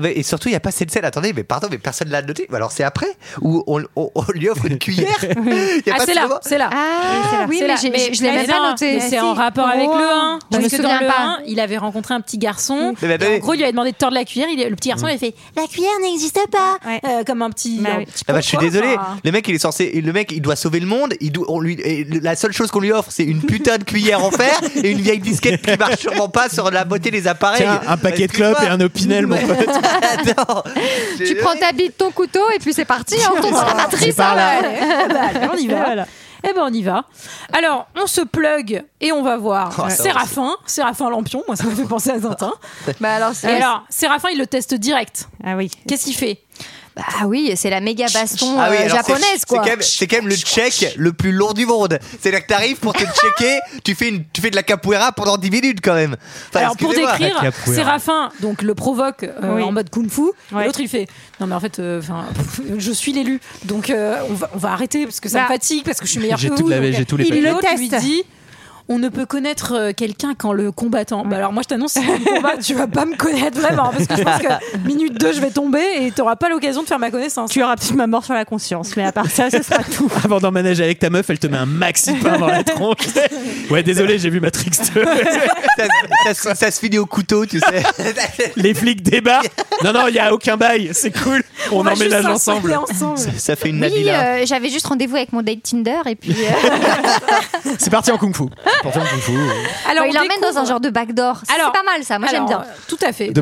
Speaker 9: Mais- Et surtout, il n'y a pas cette scène. Attendez, mais pardon, mais personne l'a noté. Mais Alors, c'est après où on, on- on lui offre une cuillère. Il y a
Speaker 1: Ah,
Speaker 9: pas
Speaker 1: c'est
Speaker 9: de
Speaker 1: là,
Speaker 9: moment.
Speaker 1: c'est là.
Speaker 7: Ah oui,
Speaker 1: C'est
Speaker 7: mais
Speaker 1: là.
Speaker 7: j'ai- je, je l'ai
Speaker 1: mais
Speaker 7: même pas
Speaker 1: non,
Speaker 7: noté.
Speaker 1: mais C'est en rapport
Speaker 7: Oh.
Speaker 1: avec le 1.
Speaker 7: Je me
Speaker 1: Parce que dans
Speaker 7: souviens
Speaker 1: le
Speaker 7: pas.
Speaker 1: 1, il avait rencontré un petit garçon.
Speaker 9: Mais bah,
Speaker 1: Et en
Speaker 9: oui.
Speaker 1: gros, il lui avait demandé de tordre la cuillère. Il, le petit garçon, il avait fait La cuillère n'existe pas.
Speaker 8: Mm. Ouais.
Speaker 1: Euh, comme un petit.
Speaker 8: Bah
Speaker 1: un
Speaker 8: oui.
Speaker 1: petit
Speaker 9: Ah bah, je suis
Speaker 1: pourquoi,
Speaker 9: désolé.
Speaker 1: enfin.
Speaker 9: Le mec, il est censé. Le mec, il doit sauver le monde. Il doit, on lui, et le- la seule chose qu'on lui offre, c'est une putain de cuillère en fer et une vieille disquette qui marche sûrement pas sur la beauté des appareils.
Speaker 6: Tiens, un paquet de
Speaker 9: Excuse-moi.
Speaker 6: clopes et un opinel, mon
Speaker 9: Ouais.
Speaker 6: pote.
Speaker 9: Attends.
Speaker 7: Tu prends ta bite, ton couteau, et puis c'est parti, on retourne dans la matrice.
Speaker 6: par
Speaker 7: hein,
Speaker 6: là.
Speaker 7: ouais.
Speaker 1: bah, on y va.
Speaker 8: Voilà.
Speaker 1: Eh ben on y va. Alors on se plug et on va voir
Speaker 9: Oh, ça
Speaker 1: Séraphin, Séraphin Lampion, moi ça m'a fait penser à Tintin.
Speaker 7: Bah alors,
Speaker 1: Et
Speaker 7: c'est-
Speaker 1: alors Séraphin il le teste direct.
Speaker 8: Ah oui.
Speaker 1: Qu'est-ce qu'il fait
Speaker 7: Ah oui, c'est la méga baston
Speaker 9: Ah oui,
Speaker 7: euh,
Speaker 9: alors c'est-
Speaker 7: japonaise,
Speaker 9: C'est
Speaker 7: quoi.
Speaker 9: quand, même- c'est quand même le check le plus long du monde. C'est-à-dire que t'arrives pour te checker, tu fais, une, tu fais de la capoeira pendant 10 minutes quand même. Enfin,
Speaker 1: Alors pour
Speaker 9: excusez-moi.
Speaker 1: décrire,
Speaker 6: La capoeira.
Speaker 1: Séraphin donc le provoque euh,
Speaker 8: Oui.
Speaker 1: en mode kung fu. et
Speaker 8: Ouais.
Speaker 1: L'autre il fait non mais en fait euh, enfin, pff, je suis l'élu donc euh, on, va, on va arrêter parce que ça
Speaker 8: Bah,
Speaker 1: me fatigue parce que je suis meilleur que
Speaker 6: j'ai
Speaker 1: vous.
Speaker 6: toute la-
Speaker 1: donc,
Speaker 6: j'ai tous les
Speaker 1: et
Speaker 8: papiers.
Speaker 1: l'autre
Speaker 8: Il le
Speaker 1: lui
Speaker 8: teste.
Speaker 1: dit on ne peut connaître euh, quelqu'un qu'en le combattant. Bah alors moi je t'annonce si tu me combats tu vas pas me connaître vraiment parce que je pense que minute 2 je vais tomber et t'auras pas l'occasion de faire ma connaissance.
Speaker 8: Tu auras peut-être ma mort sur la conscience, mais à part ça, ce sera tout.
Speaker 6: Avant d'emménager avec ta meuf, elle te met un maxi pain dans la tronche. ouais, désolé, j'ai vu Matrix
Speaker 9: Ça,
Speaker 6: 2.
Speaker 9: se- ça se- ça se finit au couteau, tu sais.
Speaker 6: Les flics débarquent. Non, non, il y a aucun bail. C'est cool. On,
Speaker 1: va
Speaker 6: emménage
Speaker 1: juste s'installer
Speaker 6: ensemble.
Speaker 1: ensemble.
Speaker 9: ça fait une
Speaker 7: Oui,
Speaker 9: Nabila.
Speaker 7: euh, j'avais juste rendez-vous avec mon date Tinder, et puis euh,
Speaker 6: C'est parti en kung-fu. Parti en kung-fu.
Speaker 1: Alors
Speaker 7: Bah, il
Speaker 1: on
Speaker 7: l'emmène
Speaker 1: découvre-
Speaker 7: dans un genre de backdoor. C'est
Speaker 1: Alors-
Speaker 7: pas mal, ça. Moi, j'aime
Speaker 1: Alors,
Speaker 7: bien.
Speaker 1: euh, Tout à fait.
Speaker 6: De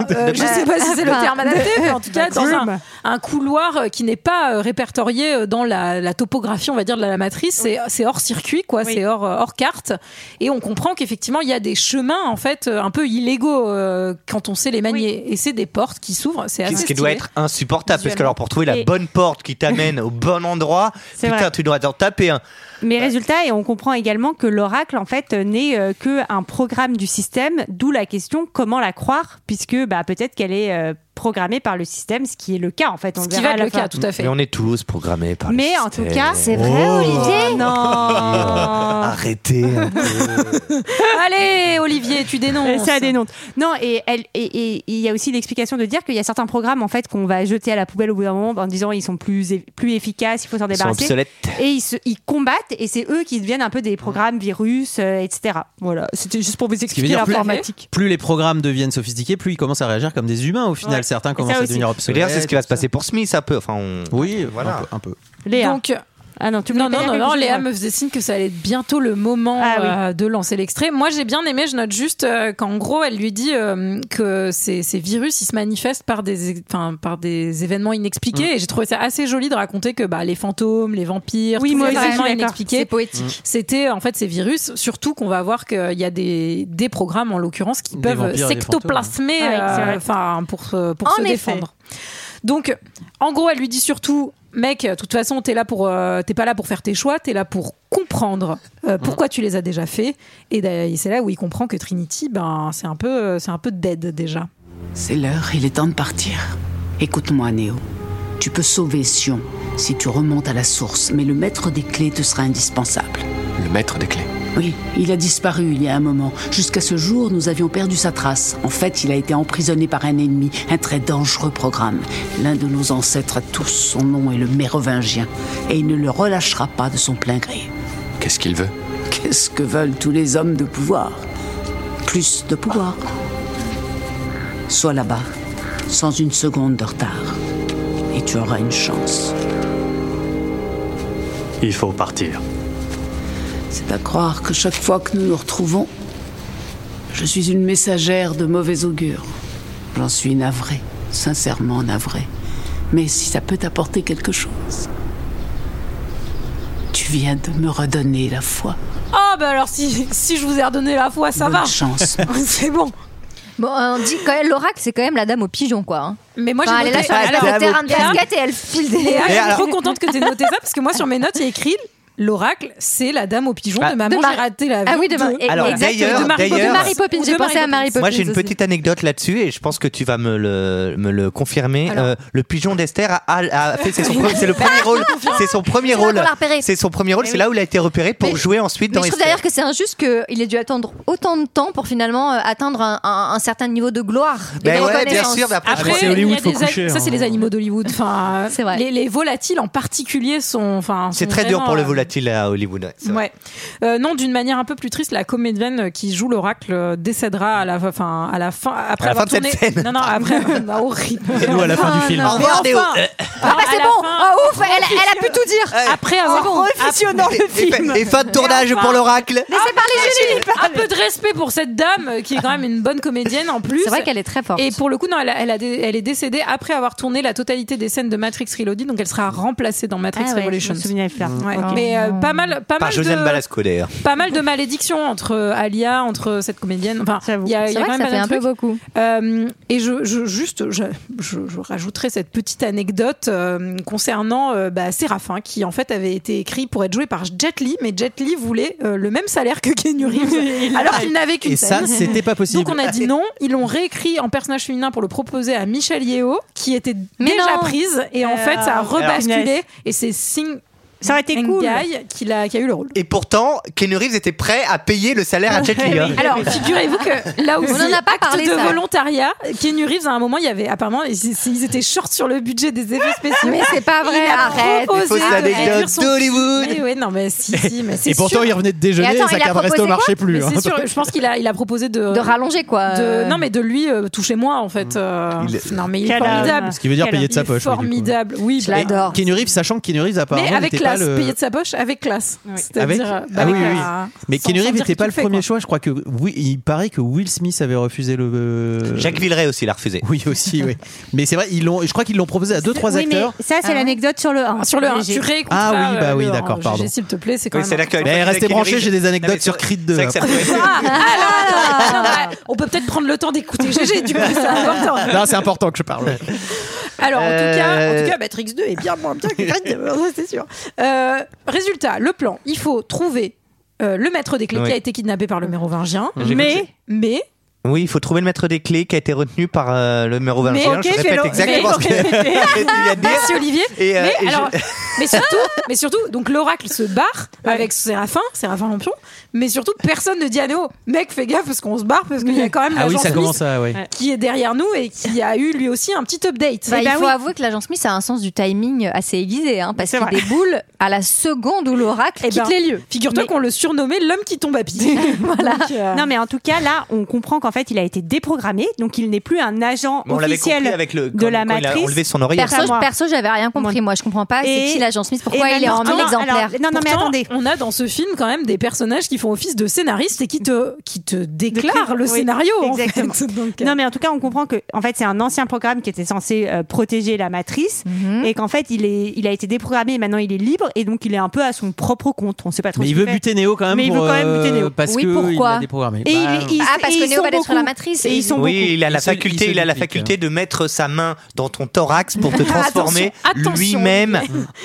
Speaker 8: Bah,
Speaker 1: Euh, je sais pas si c'est le terme adapté, mais en tout cas, dans un, un couloir euh, qui n'est pas euh, répertorié euh, dans la, la topographie, on va dire, de la, la matrice. C'est- C'est hors circuit, quoi. C'est hors, euh, hors carte. Et on comprend qu'effectivement, il y a des chemins, en fait, euh, un peu illégaux euh, quand on sait les manier. Et c'est des portes qui s'ouvrent. C'est
Speaker 9: Qui-
Speaker 1: assez
Speaker 9: Ce qui doit
Speaker 1: stylé.
Speaker 9: être insupportable, parce que
Speaker 1: Visuellement.
Speaker 9: alors pour trouver la
Speaker 1: Et-
Speaker 9: bonne porte qui t'amène au bon endroit,
Speaker 8: C'est
Speaker 9: putain,
Speaker 8: vrai.
Speaker 9: tu dois t'en taper un.
Speaker 8: Mais résultat, et on comprend également que l'oracle, en fait, n'est euh, que un programme du système, d'où la question comment la croire, puisque bah, peut-être qu'elle est euh, programmée par le système, ce qui est le cas, en fait. On
Speaker 1: Ce
Speaker 8: le
Speaker 1: qui
Speaker 8: verra
Speaker 1: va être
Speaker 8: à la
Speaker 1: le
Speaker 8: fin.
Speaker 1: cas, tout à fait.
Speaker 9: Mais on est tous programmés par le
Speaker 8: Mais en tout
Speaker 9: système. Oh. Ah,
Speaker 8: cas,
Speaker 7: C'est vrai, Olivier
Speaker 8: Non.
Speaker 9: Arrêtez. un peu.
Speaker 1: Allez, Olivier, tu
Speaker 8: Euh,
Speaker 1: dénonces.
Speaker 8: Ça dénonce. Non, et elle- et- et- et il y a aussi l'explication de dire qu'il y a certains programmes en fait qu'on va jeter à la poubelle au bout d'un moment en disant ils sont plus, eff- plus efficaces, il faut s'en
Speaker 9: Ils sont
Speaker 8: débarrasser.
Speaker 9: obsolètes.
Speaker 8: Et ils, se- ils combattent et c'est eux qui deviennent un peu des programmes virus, euh, etc. Voilà, c'était juste pour vous
Speaker 6: Ce qui veut
Speaker 8: expliquer
Speaker 6: dire plus,
Speaker 8: l'informatique.
Speaker 6: plus les programmes deviennent sophistiqués, plus ils commencent à réagir comme des humains. Au final,
Speaker 8: Ouais.
Speaker 6: certains
Speaker 8: Et
Speaker 6: commencent
Speaker 8: ça
Speaker 6: à
Speaker 8: aussi.
Speaker 6: devenir
Speaker 9: Mais
Speaker 6: obsolètes.
Speaker 9: D'ailleurs, c'est ce qui va se passer pour Smith un peu. Enfin, on...
Speaker 6: Oui,
Speaker 9: Voilà.
Speaker 6: voilà. un peu.
Speaker 8: Léa.
Speaker 1: Donc,
Speaker 8: ah non, tu voulais
Speaker 1: non,
Speaker 8: pas
Speaker 1: non,
Speaker 8: dire
Speaker 1: non,
Speaker 8: quelque
Speaker 1: non,
Speaker 8: chose,
Speaker 1: Léa
Speaker 8: ouais.
Speaker 1: me faisait signe que ça allait être bientôt le moment
Speaker 8: Ah oui.
Speaker 1: euh, de lancer l'extrait. Moi, j'ai bien aimé, je note juste euh, qu'en gros, elle lui dit euh, que ces, ces virus, ils se manifestent par des, enfin, par des événements inexpliqués.
Speaker 8: Mm.
Speaker 1: Et j'ai trouvé ça assez joli de raconter que bah, les fantômes, les vampires,
Speaker 8: Oui,
Speaker 1: tous
Speaker 8: moi
Speaker 1: les
Speaker 8: aussi, je suis
Speaker 1: événements
Speaker 8: d'accord. Mm.
Speaker 1: inexpliqués,
Speaker 11: C'est poétique.
Speaker 1: c'était en fait ces virus. Surtout qu'on va voir qu'il y a des, des programmes, en l'occurrence, qui
Speaker 6: Des
Speaker 1: peuvent
Speaker 6: vampires et des fantômes.
Speaker 1: sectoplasmer
Speaker 8: Ouais, c'est
Speaker 1: euh,
Speaker 8: vrai.
Speaker 1: enfin, pour, se- pour
Speaker 7: En
Speaker 1: se
Speaker 7: effet.
Speaker 1: défendre. Donc, en gros, elle lui dit surtout, mec, de toute façon, t'es là pour, euh, t'es pas là pour faire tes choix, t'es là pour comprendre euh, pourquoi tu les as déjà faits. Et d'ailleurs, c'est là où il comprend que Trinity, ben, c'est un peu, c'est un peu dead déjà.
Speaker 12: C'est l'heure, il est temps de partir. Écoute-moi, Néo. Tu peux sauver Sion si tu remontes à la source, mais le maître des clés te sera indispensable.
Speaker 5: Le maître des clés.
Speaker 12: Oui, il a disparu il y a un moment. Jusqu'à ce jour, nous avions perdu sa trace. En fait, il a été emprisonné par un ennemi, un très dangereux programme. L'un de nos ancêtres à tous, son nom est le Mérovingien, et il ne le relâchera pas de son plein gré.
Speaker 5: Qu'est-ce qu'il veut
Speaker 12: Qu'est-ce que veulent tous les hommes de pouvoir Plus de pouvoir. Sois là-bas, sans une seconde de retard, et tu auras une chance.
Speaker 3: Il faut partir.
Speaker 12: C'est à croire que chaque fois que nous nous retrouvons, je suis une messagère de mauvais augure. J'en suis navrée, sincèrement navrée. Mais si ça peut t'apporter quelque chose, tu viens de me redonner la foi.
Speaker 1: Ah bah alors si, si je vous ai redonné la foi, ça
Speaker 12: Bonne
Speaker 1: va.
Speaker 12: chance.
Speaker 1: c'est bon.
Speaker 7: Bon, euh, on dit quand même, l'oracle, c'est quand même la dame au pigeon, quoi. hein.
Speaker 1: Mais moi,
Speaker 7: Enfin,
Speaker 1: j'ai
Speaker 7: elle est là
Speaker 1: noté.
Speaker 7: sur la-
Speaker 1: Alors,
Speaker 7: le terrain de
Speaker 1: Léa,
Speaker 7: basket et elle file
Speaker 9: Ah,
Speaker 7: des.
Speaker 1: Léa, je suis
Speaker 9: alors-
Speaker 1: trop contente que tu aies noté ça parce que moi, sur mes notes, il y a écrit. L'oracle, c'est la dame au pigeon
Speaker 9: Ah,
Speaker 1: de maman,
Speaker 7: de
Speaker 1: j'ai
Speaker 7: Mar-
Speaker 1: raté la
Speaker 7: Ah oui, de Mar- et-
Speaker 9: Alors,
Speaker 7: exactement.
Speaker 9: d'ailleurs-
Speaker 7: de Marie,
Speaker 9: d'ailleurs-
Speaker 7: de Marie Poppins.
Speaker 1: Ou de
Speaker 7: J'ai pensé
Speaker 1: Marie
Speaker 7: à Marie Poppins.
Speaker 9: Moi, j'ai une
Speaker 7: aussi.
Speaker 9: petite anecdote là-dessus et je pense que tu vas me le, me le confirmer.
Speaker 1: Alors.
Speaker 9: Euh, le pigeon d'Esther a, a- a fait, c'est son, pre- c'est le premier rôle. C'est son premier
Speaker 7: C'est là qu'on
Speaker 9: rôle.
Speaker 7: l'a repéré.
Speaker 9: C'est son premier rôle. C'est là où il a été repéré pour
Speaker 7: Mais-
Speaker 9: jouer ensuite
Speaker 7: Mais
Speaker 9: dans
Speaker 7: je trouve
Speaker 9: Esther.
Speaker 7: d'ailleurs que c'est injuste qu'il ait dû attendre autant de temps pour finalement euh, atteindre un, un- un certain niveau de gloire. et
Speaker 9: Ben
Speaker 7: de
Speaker 9: ouais, bien
Speaker 7: reconnaissance.
Speaker 9: sûr. mais après,
Speaker 1: Après,
Speaker 9: je-
Speaker 1: il y a
Speaker 11: Hollywood,
Speaker 1: des
Speaker 11: faut
Speaker 1: a-
Speaker 11: coucher,
Speaker 1: ça, c'est
Speaker 11: hein.
Speaker 1: les animaux d'Hollywood. Enfin,
Speaker 7: C'est vrai.
Speaker 1: Les, les volatiles en particulier sont. Enfin,
Speaker 9: c'est
Speaker 1: sont
Speaker 9: très dur
Speaker 1: vraiment,
Speaker 9: pour le
Speaker 1: euh,
Speaker 9: volatile à Hollywood. ouais, c'est vrai.
Speaker 1: Ouais. Euh, non, d'une manière un peu plus triste, la comédienne qui joue l'oracle euh, décédera à la, enfin, à la fin, après
Speaker 9: À la
Speaker 1: avoir
Speaker 9: fin de
Speaker 1: tourné.
Speaker 9: cette scène.
Speaker 1: Non, non, après, Non, horrible.
Speaker 11: Nous, à la
Speaker 6: Ah,
Speaker 11: fin du
Speaker 1: Ah,
Speaker 11: film.
Speaker 9: Au revoir,
Speaker 1: Mais
Speaker 9: Léo.
Speaker 1: enfin,
Speaker 7: Ah oh. bah
Speaker 1: à
Speaker 7: c'est
Speaker 1: la
Speaker 7: bon
Speaker 1: fin-
Speaker 7: Oh, ouf elle, elle a pu tout dire
Speaker 1: Après avoir
Speaker 9: Et- et fin- Et, fin de tournage pour l'oracle.
Speaker 7: Laissez parler Julie
Speaker 1: un peu de respect pour cette dame euh, qui est quand même une bonne comédienne en plus.
Speaker 7: C'est vrai qu'elle est très forte.
Speaker 1: Et pour le coup, non, elle, a- elle a dé- elle est décédée après avoir tourné la totalité des scènes de Matrix Reloaded, donc elle sera remplacée dans Matrix
Speaker 8: Ah ouais, je
Speaker 1: Revolutions.
Speaker 8: me souvenais de faire.
Speaker 1: Ouais,
Speaker 8: Ok.
Speaker 1: Mais euh, pas mal, pas
Speaker 9: Par
Speaker 1: mal
Speaker 9: Josiane
Speaker 1: de,
Speaker 9: Balasco d'ailleurs.
Speaker 1: pas mal de malédictions entre euh, Alia, entre cette comédienne. Enfin,
Speaker 8: J'avoue.
Speaker 1: il y a, il
Speaker 7: C'est
Speaker 1: y a
Speaker 7: vrai
Speaker 1: quand
Speaker 7: que
Speaker 1: même
Speaker 7: ça
Speaker 1: pas mal
Speaker 7: fait un
Speaker 1: de
Speaker 7: peu
Speaker 1: trucs.
Speaker 7: beaucoup.
Speaker 1: Euh, et je, je- juste, je, je- je rajouterai cette petite anecdote euh, concernant euh, bah, Séraphin, qui en fait avait été écrit pour être joué par Jet Li, mais Jet Li voulait euh, le même salaire que Keanu Reeves, alors qu'il n'avait qu'une
Speaker 6: Et ça,
Speaker 1: scène.
Speaker 6: c'était pas possible.
Speaker 1: Donc on a dit non, ils l'ont réécrit en personnage féminin pour le proposer à Michel Yeo, qui était
Speaker 7: Mais
Speaker 1: déjà
Speaker 7: non.
Speaker 1: prise, et en
Speaker 8: Euh,
Speaker 1: fait ça a rebasculé,
Speaker 8: punaise.
Speaker 1: et c'est Sing
Speaker 8: Ça aurait été cool.
Speaker 1: N'Gai qui, l'a- qui a eu le rôle.
Speaker 9: Et pourtant, Keanu Reeves était prêt à payer le salaire à Jet Li. hein.
Speaker 1: Alors, figurez-vous que là aussi,
Speaker 7: On en a pas
Speaker 1: acte
Speaker 7: parlé,
Speaker 1: de
Speaker 7: ça.
Speaker 1: volontariat, Keanu Reeves, à un moment, il y avait apparemment, ils, ils étaient short sur le budget des effets spéciaux.
Speaker 7: Mais c'est pas vrai,
Speaker 1: Il a
Speaker 7: arrête
Speaker 1: proposé
Speaker 9: Fausse
Speaker 1: de
Speaker 9: anecdote
Speaker 1: réduire son-
Speaker 9: d'Hollywood.
Speaker 1: Mais ouais, non, mais si, si, mais c'est
Speaker 6: Et pourtant,
Speaker 1: sûr.
Speaker 6: il revenait de déjeuner
Speaker 7: Et attends,
Speaker 6: et sa
Speaker 7: il a
Speaker 6: carte resto
Speaker 7: proposé quoi
Speaker 6: marchait plus.
Speaker 1: Mais
Speaker 6: hein.
Speaker 1: c'est sûr, je pense qu'il a, il a proposé de,
Speaker 7: De rallonger quoi.
Speaker 1: de-
Speaker 7: euh.
Speaker 1: non, mais de lui euh, toucher moi en
Speaker 6: Mm.
Speaker 1: fait. euh,
Speaker 9: Il-
Speaker 1: non, mais il est
Speaker 8: Quel homme.
Speaker 1: formidable.
Speaker 6: Ce qui veut dire
Speaker 8: Quel
Speaker 6: payer de sa
Speaker 1: Il est
Speaker 6: poche. oui, du coup.
Speaker 1: formidable. Oui,
Speaker 7: Je l'adore.
Speaker 6: Keanu Reeves, sachant que Keanu Reeves
Speaker 1: Mais
Speaker 6: apparemment
Speaker 1: avec
Speaker 6: n'était pas
Speaker 1: classe,
Speaker 6: le-
Speaker 1: payé de sa poche avec classe.
Speaker 6: Avec-
Speaker 1: C'est-à-dire, euh,
Speaker 6: Ah oui,
Speaker 1: avec,
Speaker 6: oui, oui.
Speaker 1: euh,
Speaker 6: Mais
Speaker 1: sans-
Speaker 6: Keanu
Speaker 1: sans dire
Speaker 6: Reeves n'était
Speaker 1: qui
Speaker 6: pas
Speaker 1: tu
Speaker 6: le
Speaker 1: fais,
Speaker 6: premier
Speaker 1: quoi.
Speaker 6: choix. Je crois que oui, il paraît que Will Smith avait refusé le.
Speaker 9: Jacques Villeray aussi l'a refusé.
Speaker 6: Oui aussi, oui. Mais c'est vrai, ils l'ont. Je crois qu'ils l'ont proposé à deux trois
Speaker 8: oui,
Speaker 6: acteurs.
Speaker 8: Mais
Speaker 1: Ah
Speaker 7: Ah
Speaker 8: ça, c'est l'anecdote sur le 1.
Speaker 1: bah, Sur le 1, tu réécouteras,
Speaker 6: Ah oui, bah
Speaker 1: euh,
Speaker 6: oui,
Speaker 1: le
Speaker 6: d'accord,
Speaker 1: 1.
Speaker 6: pardon.
Speaker 1: GG, S'il te plaît, c'est quand même.
Speaker 6: Mais restez branchés, j'ai des anecdotes sur Creed hein. 2. après.
Speaker 1: Ah, Euh, alors, attends, attends, ouais, on peut peut-être prendre le temps d'écouter GG, du coup, c'est important.
Speaker 6: Non, c'est important que je parle. ouais.
Speaker 1: Alors, en
Speaker 6: Euh,
Speaker 1: tout cas, en tout cas, Matrix 2 est bien moins bien que Creed, ça, c'est sûr. Euh, résultat, le plan, il faut trouver euh, le maître des clés
Speaker 9: Oui.
Speaker 1: qui a été kidnappé par le mérovingien.
Speaker 9: J'ai
Speaker 1: Mais,
Speaker 9: compris.
Speaker 1: mais,
Speaker 9: Oui, il faut trouver le maître des clés qui a été retenu par euh, le mérovingien.
Speaker 1: Mais ok,
Speaker 9: je
Speaker 1: je vais
Speaker 9: répète
Speaker 1: le-
Speaker 9: exactement
Speaker 1: mais-
Speaker 9: ce que tu viens de dire.
Speaker 1: Merci Olivier.
Speaker 9: Et, euh,
Speaker 1: mais,
Speaker 9: et je-
Speaker 1: alors, mais surtout, mais surtout, donc l'oracle se barre avec Séraphin, Séraphin Lampion, mais surtout personne ne dit à Néo, mec, fais gaffe parce qu'on se barre parce qu'il y a quand même
Speaker 6: Ah oui,
Speaker 1: l'agent
Speaker 6: ça commence
Speaker 1: Smith
Speaker 6: à- ouais.
Speaker 1: qui est derrière nous et qui a eu lui aussi un petit update.
Speaker 7: Bah,
Speaker 1: Eh
Speaker 7: il
Speaker 1: ben
Speaker 7: faut
Speaker 1: oui.
Speaker 7: avouer que l'agent Smith a un sens du timing assez aiguisé, hein, parce
Speaker 1: C'est
Speaker 7: qu'il
Speaker 1: vrai.
Speaker 7: déboule à la seconde où l'oracle
Speaker 1: Eh
Speaker 7: quitte
Speaker 1: ben,
Speaker 7: les lieux.
Speaker 1: Figure-toi qu'on le surnommait l'homme qui tombe à pied. euh, voilà.
Speaker 8: Non, mais en tout cas, là, on comprend qu'en fait, il a été déprogrammé, donc il n'est plus un agent
Speaker 9: Bon, on l'avait
Speaker 8: officiel
Speaker 9: compris avec le-
Speaker 8: de
Speaker 9: quand-
Speaker 8: la
Speaker 9: quand il a
Speaker 8: matrice.
Speaker 9: enlevé son oreiller.
Speaker 7: Perso, je- perso, j'avais rien compris. Moi, je comprends pas. C'est
Speaker 8: Et-
Speaker 7: qui l'agent Smith
Speaker 8: et
Speaker 7: Pourquoi il est
Speaker 8: maintenant-
Speaker 7: en mille
Speaker 8: alors,
Speaker 7: exemplaires
Speaker 8: non, non, mais
Speaker 1: Pourtant,
Speaker 8: attendez.
Speaker 1: On a dans ce film quand même des personnages qui font office de scénaristes et qui te, qui te déclarent le
Speaker 8: Oui,
Speaker 1: scénario. en fait.
Speaker 8: exactement.
Speaker 1: Donc, euh,
Speaker 8: Non, mais en tout cas, on comprend que en fait, c'est un ancien programme qui était censé euh, protéger la matrice
Speaker 7: Mhm. Hmm.
Speaker 8: et qu'en fait, il est, il a été déprogrammé et maintenant il est libre et donc il est un peu à son propre compte. On sait pas trop.
Speaker 6: Mais
Speaker 8: ce
Speaker 6: il
Speaker 8: qu'il
Speaker 6: veut
Speaker 8: fait.
Speaker 6: buter Néo quand même.
Speaker 8: Mais il veut
Speaker 6: pour,
Speaker 8: quand même buter
Speaker 6: euh,
Speaker 8: Néo.
Speaker 6: Parce
Speaker 8: Oui,
Speaker 6: que
Speaker 8: pourquoi
Speaker 6: il l'a déprogrammé.
Speaker 8: Et
Speaker 6: Bah,
Speaker 8: il est- il-
Speaker 7: Ah, parce
Speaker 8: et
Speaker 7: que
Speaker 8: ils
Speaker 7: Néo
Speaker 8: sont
Speaker 7: va détruire la
Speaker 8: beaucoup.
Speaker 7: matrice.
Speaker 8: Et ils sont
Speaker 9: Oui,
Speaker 8: beaucoup.
Speaker 9: il a la
Speaker 6: Il se- il
Speaker 9: faculté,
Speaker 6: se
Speaker 9: il a la
Speaker 6: duplique,
Speaker 9: faculté de mettre sa main dans ton thorax pour te transformer
Speaker 1: Attention, attention.
Speaker 9: lui-même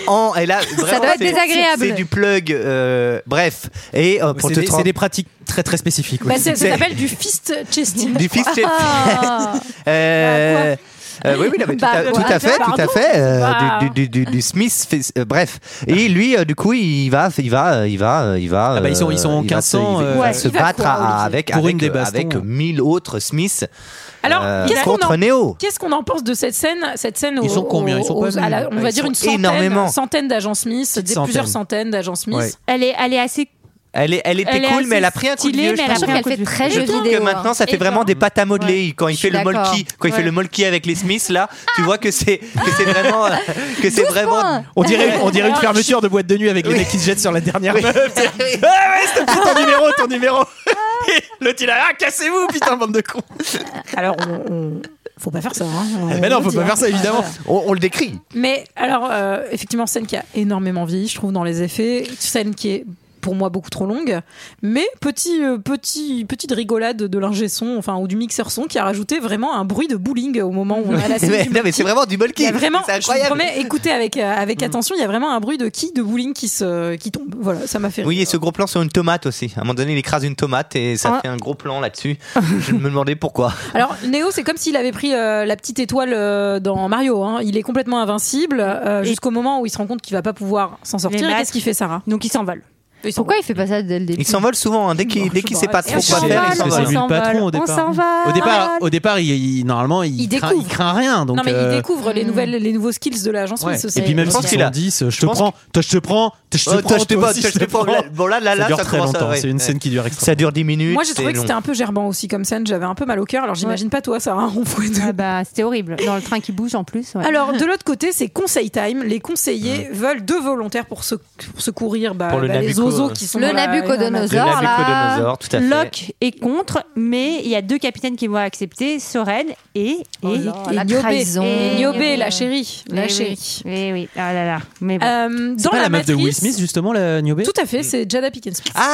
Speaker 9: en. Et là, vraiment,
Speaker 7: doit être
Speaker 9: c'est-
Speaker 7: désagréable.
Speaker 9: C'est du plug, euh, bref. Et euh, pour
Speaker 6: C'est
Speaker 9: te
Speaker 6: des,
Speaker 9: trans-
Speaker 6: c'est des pratiques très très spécifiques. oui.
Speaker 1: bah, c'est- ça
Speaker 9: C'est-
Speaker 1: s'appelle du fist chesting.
Speaker 9: du fist shape.
Speaker 7: Ah.
Speaker 9: Euh, euh, oui, oui, non, mais tout,
Speaker 7: Bah,
Speaker 9: à,
Speaker 7: bah,
Speaker 9: tout à fait,
Speaker 1: pardon,
Speaker 9: tout à fait. euh,
Speaker 1: bah.
Speaker 9: du, du- du- du Smith, fait- euh, bref. Et lui, euh, du coup, il va, il va, euh, il va, euh, il va.
Speaker 6: Ah bah, ils sont- ils sont
Speaker 9: euh, il va
Speaker 6: 1500,
Speaker 9: se- il va
Speaker 6: euh,
Speaker 9: se
Speaker 1: il va
Speaker 9: battre
Speaker 1: quoi,
Speaker 9: à-
Speaker 1: Olivier
Speaker 9: avec
Speaker 6: Pour
Speaker 9: avec,
Speaker 6: une des
Speaker 9: euh,
Speaker 6: bastons,
Speaker 9: avec
Speaker 6: ouais.
Speaker 9: 1000 autres Smiths
Speaker 1: Alors,
Speaker 9: euh,
Speaker 1: qu'est-ce qu'on
Speaker 9: contre
Speaker 1: en
Speaker 9: Neo.
Speaker 1: Qu'est-ce qu'on en pense de cette scène Cette scène
Speaker 6: Ils
Speaker 1: au-
Speaker 6: sont combien Ils sont
Speaker 1: au-
Speaker 6: pas
Speaker 1: à la-
Speaker 6: venus.
Speaker 1: On va
Speaker 9: Ils
Speaker 1: dire
Speaker 9: sont
Speaker 1: une centaine,
Speaker 9: énormément.
Speaker 1: centaine d'agents Smith, des
Speaker 6: centaine.
Speaker 1: plusieurs centaines d'agents Smith.
Speaker 6: Ouais.
Speaker 8: Elle est, elle est assez.
Speaker 9: Elle, est, elle était
Speaker 8: Elle est
Speaker 9: cool, mais elle a
Speaker 8: assez
Speaker 9: pris un coup de
Speaker 8: stylée,
Speaker 9: vieux.
Speaker 8: mais
Speaker 9: je
Speaker 8: elle a
Speaker 9: trouve.
Speaker 8: pris un
Speaker 7: qu'elle
Speaker 8: coup de
Speaker 7: fait
Speaker 8: vieux.
Speaker 7: très
Speaker 9: je
Speaker 7: jeu
Speaker 9: trouve
Speaker 7: vidéo,
Speaker 9: que
Speaker 7: hein.
Speaker 9: maintenant ça fait
Speaker 7: Et
Speaker 9: vraiment
Speaker 7: ben-
Speaker 9: des pâtes à modeler
Speaker 7: Ouais.
Speaker 9: quand il
Speaker 7: Je suis
Speaker 9: fait le
Speaker 7: d'accord.
Speaker 9: molki quand il fait
Speaker 7: Ouais.
Speaker 9: le molki avec les Smiths là tu vois que c'est que c'est vraiment euh, que c'est vraiment
Speaker 7: points.
Speaker 6: On dirait, on dirait une fermeture de boîte de nuit avec les mecs qui se jettent sur la dernière meuf. Ah
Speaker 9: Eh
Speaker 6: ouais, s'il te plaît, ton numéro, ton numéro. Et L'autre il a ah cassez-vous putain bande de cons.
Speaker 1: Alors, on, on- faut pas faire ça. hein. On-
Speaker 6: Mais
Speaker 1: on
Speaker 6: non,
Speaker 1: le
Speaker 6: faut
Speaker 1: dit,
Speaker 6: pas
Speaker 1: hein.
Speaker 6: faire
Speaker 9: Ah
Speaker 6: ça évidemment.
Speaker 9: on, on le décrit
Speaker 1: Mais alors, euh, effectivement, scène qui a énormément vieilli, je trouve, dans les effets. Scène qui est pour moi beaucoup trop longue, mais petit, euh, petit, petite rigolade de l'ingé son, enfin ou du mixeur son qui a rajouté vraiment un bruit de bowling au moment où on a la scène
Speaker 9: mais,
Speaker 1: du
Speaker 9: non, mais c'est vraiment du
Speaker 1: Il
Speaker 9: molki
Speaker 1: y a vraiment,
Speaker 9: c'est
Speaker 1: je vous
Speaker 9: incroyable Mm.
Speaker 1: promets, écoutez avec, euh, avec attention, il y a vraiment un bruit de qui de bowling qui, se, qui tombe. Voilà, ça m'a fait.
Speaker 9: Oui,
Speaker 1: rire.
Speaker 9: et ce gros plan sur une tomate aussi. À un moment donné, il écrase une tomate et ça
Speaker 8: Ah.
Speaker 9: fait un gros plan là-dessus. Je me demandais pourquoi.
Speaker 1: Alors, Néo, c'est comme s'il avait pris euh, la petite étoile euh, dans Mario. hein. Il est complètement invincible euh,
Speaker 8: Et-
Speaker 1: jusqu'au moment où il se rend compte qu'il va pas pouvoir s'en sortir. Et
Speaker 8: masques.
Speaker 1: Qu'est-ce qu'il fait, Sarah
Speaker 8: Donc, il s'envole.
Speaker 7: Pourquoi il fait pas ça dès le début
Speaker 9: Il s'envole souvent, hein. dès qu'il dès qu'il sait pas
Speaker 1: Et
Speaker 9: trop
Speaker 1: on
Speaker 9: quoi
Speaker 1: s'envole,
Speaker 9: faire, il
Speaker 6: Parce que Ah, c'est
Speaker 9: s'envole.
Speaker 6: lui le patron au
Speaker 8: On
Speaker 6: départ. hein.
Speaker 8: s'en va.
Speaker 6: Au
Speaker 9: Ah
Speaker 6: départ, au départ, il, il- normalement, il,
Speaker 1: Il
Speaker 6: craint,
Speaker 1: découvre.
Speaker 6: il craint rien. Donc,
Speaker 1: Non, mais
Speaker 6: euh,
Speaker 1: il découvre
Speaker 8: Hmm.
Speaker 1: les, nouvelles, les nouveaux skills de l'agence.
Speaker 6: ouais.
Speaker 1: Smith, c'est-
Speaker 6: Et puis même
Speaker 9: Je
Speaker 6: s'ils
Speaker 9: pense
Speaker 6: sont
Speaker 9: qu'il a-
Speaker 6: 10, je te
Speaker 9: pense
Speaker 6: prends, toi, je te prends, toi, je te
Speaker 9: Oh,
Speaker 6: prends,
Speaker 9: toi, je te
Speaker 6: toi
Speaker 9: prends,
Speaker 6: aussi,
Speaker 9: toi, je te prends. Bon, là, là,
Speaker 6: Ça
Speaker 9: là,
Speaker 6: dure
Speaker 9: ça
Speaker 6: très
Speaker 9: commence à-
Speaker 6: longtemps.
Speaker 9: ouais.
Speaker 6: C'est une scène qui dure extrêmement.
Speaker 9: Ça dure 10 minutes.
Speaker 1: Moi, j'ai trouvé
Speaker 9: c'est
Speaker 1: que
Speaker 9: long.
Speaker 1: c'était un peu gerbant aussi comme scène. J'avais un peu mal au cœur. Alors, j'imagine pas toi, Sarah, on fouet de-
Speaker 8: Ah bah, c'était horrible. Dans le train qui bouge en plus. ouais.
Speaker 1: Alors, de l'autre côté, c'est conseil time. Les conseillers
Speaker 6: Hmm.
Speaker 1: veulent deux volontaires pour, se, pour secourir bah,
Speaker 9: Pour le
Speaker 1: bah, les
Speaker 9: Nabucco,
Speaker 1: oiseaux
Speaker 9: euh.
Speaker 1: qui sont
Speaker 7: Le
Speaker 1: dans la-
Speaker 9: Le
Speaker 7: Nabucodonosor, là.
Speaker 9: Nabucodonosor, tout à fait.
Speaker 8: Locke est contre, mais il y a deux capitaines qui vont accepter, Soren et,
Speaker 1: Et,
Speaker 8: et, et
Speaker 7: la
Speaker 1: Niobé.
Speaker 7: trahison.
Speaker 1: Et Niobé,
Speaker 8: Et-
Speaker 1: la chérie. La
Speaker 8: Eh oui.
Speaker 1: chérie.
Speaker 8: Oui, oui. Ah là là. Mais bon.
Speaker 1: Euh,
Speaker 6: C'est
Speaker 1: dans
Speaker 6: pas la, meuf de Will
Speaker 1: Matrice-
Speaker 6: Smith, justement, la Niobé
Speaker 1: Tout à fait, c'est Jada Pinkett Smith.
Speaker 9: Ah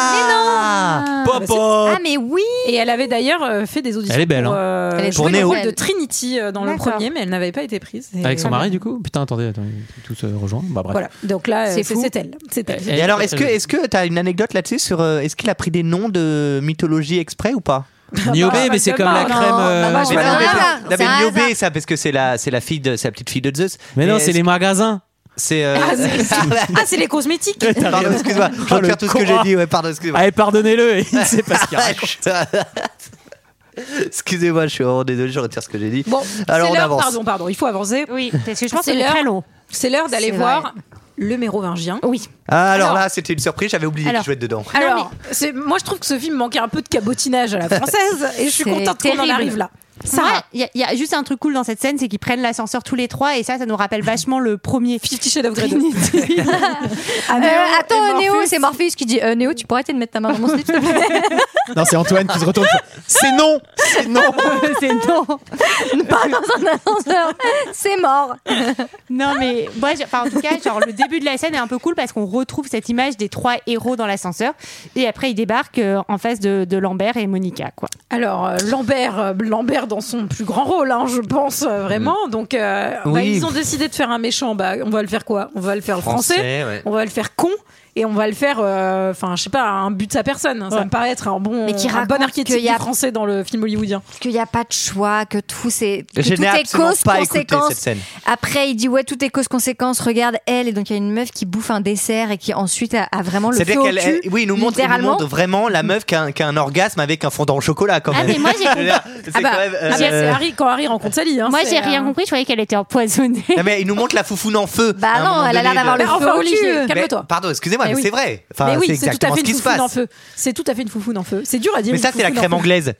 Speaker 1: Ah, bah, c'est-
Speaker 7: Ah, mais oui
Speaker 1: Et elle avait d'ailleurs euh, fait des auditions
Speaker 6: Elle est belle,
Speaker 1: pour,
Speaker 6: hein.
Speaker 1: euh,
Speaker 7: Elle est
Speaker 1: jouer
Speaker 9: très
Speaker 1: le
Speaker 9: belle.
Speaker 1: rôle de Trinity euh, dans le
Speaker 8: D'accord.
Speaker 1: premier, mais elle n'avait pas été prise. Et-
Speaker 6: Avec son mari, du coup Putain, attendez, attendez, tout se rejoint. Bah, bref.
Speaker 1: Voilà. Donc là, euh,
Speaker 7: C'est
Speaker 1: c'est
Speaker 7: fou.
Speaker 1: c'est elle. C'est elle.
Speaker 9: Et alors, est-ce que est-ce que t'as une anecdote là-dessus sur euh, est-ce qu'il a pris des noms de mythologie exprès ou pas
Speaker 1: Ah
Speaker 6: Niobé,
Speaker 1: bah,
Speaker 6: mais c'est
Speaker 1: bah,
Speaker 6: comme
Speaker 1: bah,
Speaker 6: la
Speaker 9: Oh,
Speaker 1: non,
Speaker 6: crème. euh,
Speaker 1: bah, bah,
Speaker 9: Mais
Speaker 7: bah,
Speaker 9: non,
Speaker 7: un
Speaker 9: mais-
Speaker 7: hasard,
Speaker 9: non,
Speaker 7: c'est
Speaker 9: mais
Speaker 7: un
Speaker 9: Niobé,
Speaker 7: hasard.
Speaker 9: ça parce que c'est la c'est la fille de sa petite fille de Zeus.
Speaker 6: Mais non,
Speaker 9: Et
Speaker 6: c'est les magasins.
Speaker 9: c'est euh,
Speaker 1: Ah, c'est- Ah, c'est les cosmétiques.
Speaker 9: Pardon, excuse-moi. Je
Speaker 6: Oh,
Speaker 9: vais
Speaker 6: le Ah,
Speaker 9: faire tout ce que
Speaker 6: con.
Speaker 9: j'ai dit. Ouais, pardon, excuse-moi.
Speaker 6: Allez, pardonnez-le, il ne sait pas ce qu'il raconte.
Speaker 9: Excusez-moi, je suis vraiment désolé, je retire ce que j'ai dit.
Speaker 1: Bon,
Speaker 9: alors
Speaker 1: c'est
Speaker 9: on
Speaker 1: l'heure-
Speaker 9: avance.
Speaker 1: Pardon, pardon, il faut avancer.
Speaker 8: Oui, parce que je pense
Speaker 1: C'est
Speaker 8: que c'est
Speaker 1: l'heure.
Speaker 8: très long.
Speaker 1: C'est l'heure d'aller
Speaker 7: C'est
Speaker 1: voir le mérovingien.
Speaker 8: Oui.
Speaker 9: Ah, alors,
Speaker 1: Alors-
Speaker 9: là, c'était une surprise, j'avais oublié
Speaker 8: Alors-
Speaker 9: que je vais être dedans.
Speaker 1: Alors, c'est- moi je trouve que ce film manquait un peu de cabotinage à la française et je suis
Speaker 7: C'est
Speaker 1: contente qu'on en
Speaker 7: terrible.
Speaker 1: arrive là.
Speaker 8: Ça, il y, a juste un truc cool dans cette scène, c'est qu'ils prennent l'ascenseur tous les trois et ça, ça nous rappelle vachement le premier
Speaker 1: Fifty Shades of Grey.
Speaker 7: Euh, attends, Néo, c'est Morpheus qui dit euh, Néo, tu pourrais arrêter de mettre ta main dans mon slip, s'il te plaît
Speaker 6: Non, c'est Antoine qui se retourne. C'est non C'est non
Speaker 8: C'est non
Speaker 7: Pas dans un ascenseur C'est mort
Speaker 8: Non, mais moi, j'ai- enfin, en tout cas, genre, le début de la scène est un peu cool parce qu'on retrouve cette image des trois héros dans l'ascenseur et après, ils débarquent euh, en face de, de Lambert et Monica, quoi.
Speaker 1: Alors euh, Lambert, euh, Lambert dans son plus grand rôle, hein, je pense euh, vraiment. Donc euh, bah,
Speaker 9: Oui.
Speaker 1: ils ont décidé de faire un méchant. Bah, on va le faire quoi On va le faire le français.
Speaker 9: Français, ouais.
Speaker 1: On va le faire con. Et on va le faire, euh, enfin, je sais pas, un but de sa personne. Ça me paraît être un bon,
Speaker 7: Mais qui
Speaker 1: un
Speaker 7: raconte
Speaker 1: bon archétype
Speaker 7: qu'il y a-
Speaker 1: du français dans le film hollywoodien.
Speaker 7: qu'il n'y a pas de choix, que tout c'est que
Speaker 9: Je
Speaker 7: tout
Speaker 9: n'ai
Speaker 7: est
Speaker 9: absolument
Speaker 7: cause
Speaker 9: pas écouté
Speaker 7: conséquence.
Speaker 9: cette scène.
Speaker 7: Après, il dit ouais, tout est cause conséquence. Regarde elle et donc il y a une meuf qui bouffe un dessert et qui ensuite a, a vraiment le
Speaker 9: C'est-à-dire
Speaker 7: feu au
Speaker 9: qu'elle,
Speaker 7: cul.
Speaker 9: elle- oui, il nous montre, il nous
Speaker 7: littéralement.
Speaker 9: montre vraiment la meuf qui a, un, qui a un orgasme avec un fondant au chocolat quand
Speaker 8: Ah,
Speaker 9: même.
Speaker 8: mais moi, j'ai
Speaker 9: Je veux dire, c'est
Speaker 8: Ah bah,
Speaker 9: quand même,
Speaker 8: ah bah,
Speaker 9: euh,
Speaker 1: C'est Harry quand Harry rencontre Sally. hein,
Speaker 8: Moi,
Speaker 1: c'est,
Speaker 8: j'ai
Speaker 1: euh,
Speaker 8: rien compris, je croyais qu'elle était empoisonnée.
Speaker 9: non, mais il nous montre la foufoune en feu.
Speaker 7: Bah
Speaker 9: à un
Speaker 7: non,
Speaker 9: moment
Speaker 7: elle a l'air
Speaker 9: donné
Speaker 7: d'avoir
Speaker 9: de-
Speaker 7: le
Speaker 1: Ah,
Speaker 7: feu
Speaker 1: enfin,
Speaker 7: au
Speaker 1: au
Speaker 7: cul.
Speaker 1: cul, calme-toi.
Speaker 9: Pardon, excusez-moi,
Speaker 1: Eh
Speaker 9: mais,
Speaker 1: oui.
Speaker 9: c'est vrai. Enfin,
Speaker 1: Mais oui,
Speaker 9: c'est
Speaker 1: c'est tout à
Speaker 9: exactement
Speaker 1: fait
Speaker 9: ce
Speaker 1: une
Speaker 9: qui se
Speaker 1: foufoune en
Speaker 9: passe.
Speaker 1: feu. C'est tout à fait une foufoune en feu. C'est dur à dire.
Speaker 9: Mais
Speaker 1: une
Speaker 9: ça, c'est la
Speaker 1: foufoune en
Speaker 9: crème
Speaker 1: feu.
Speaker 9: anglaise.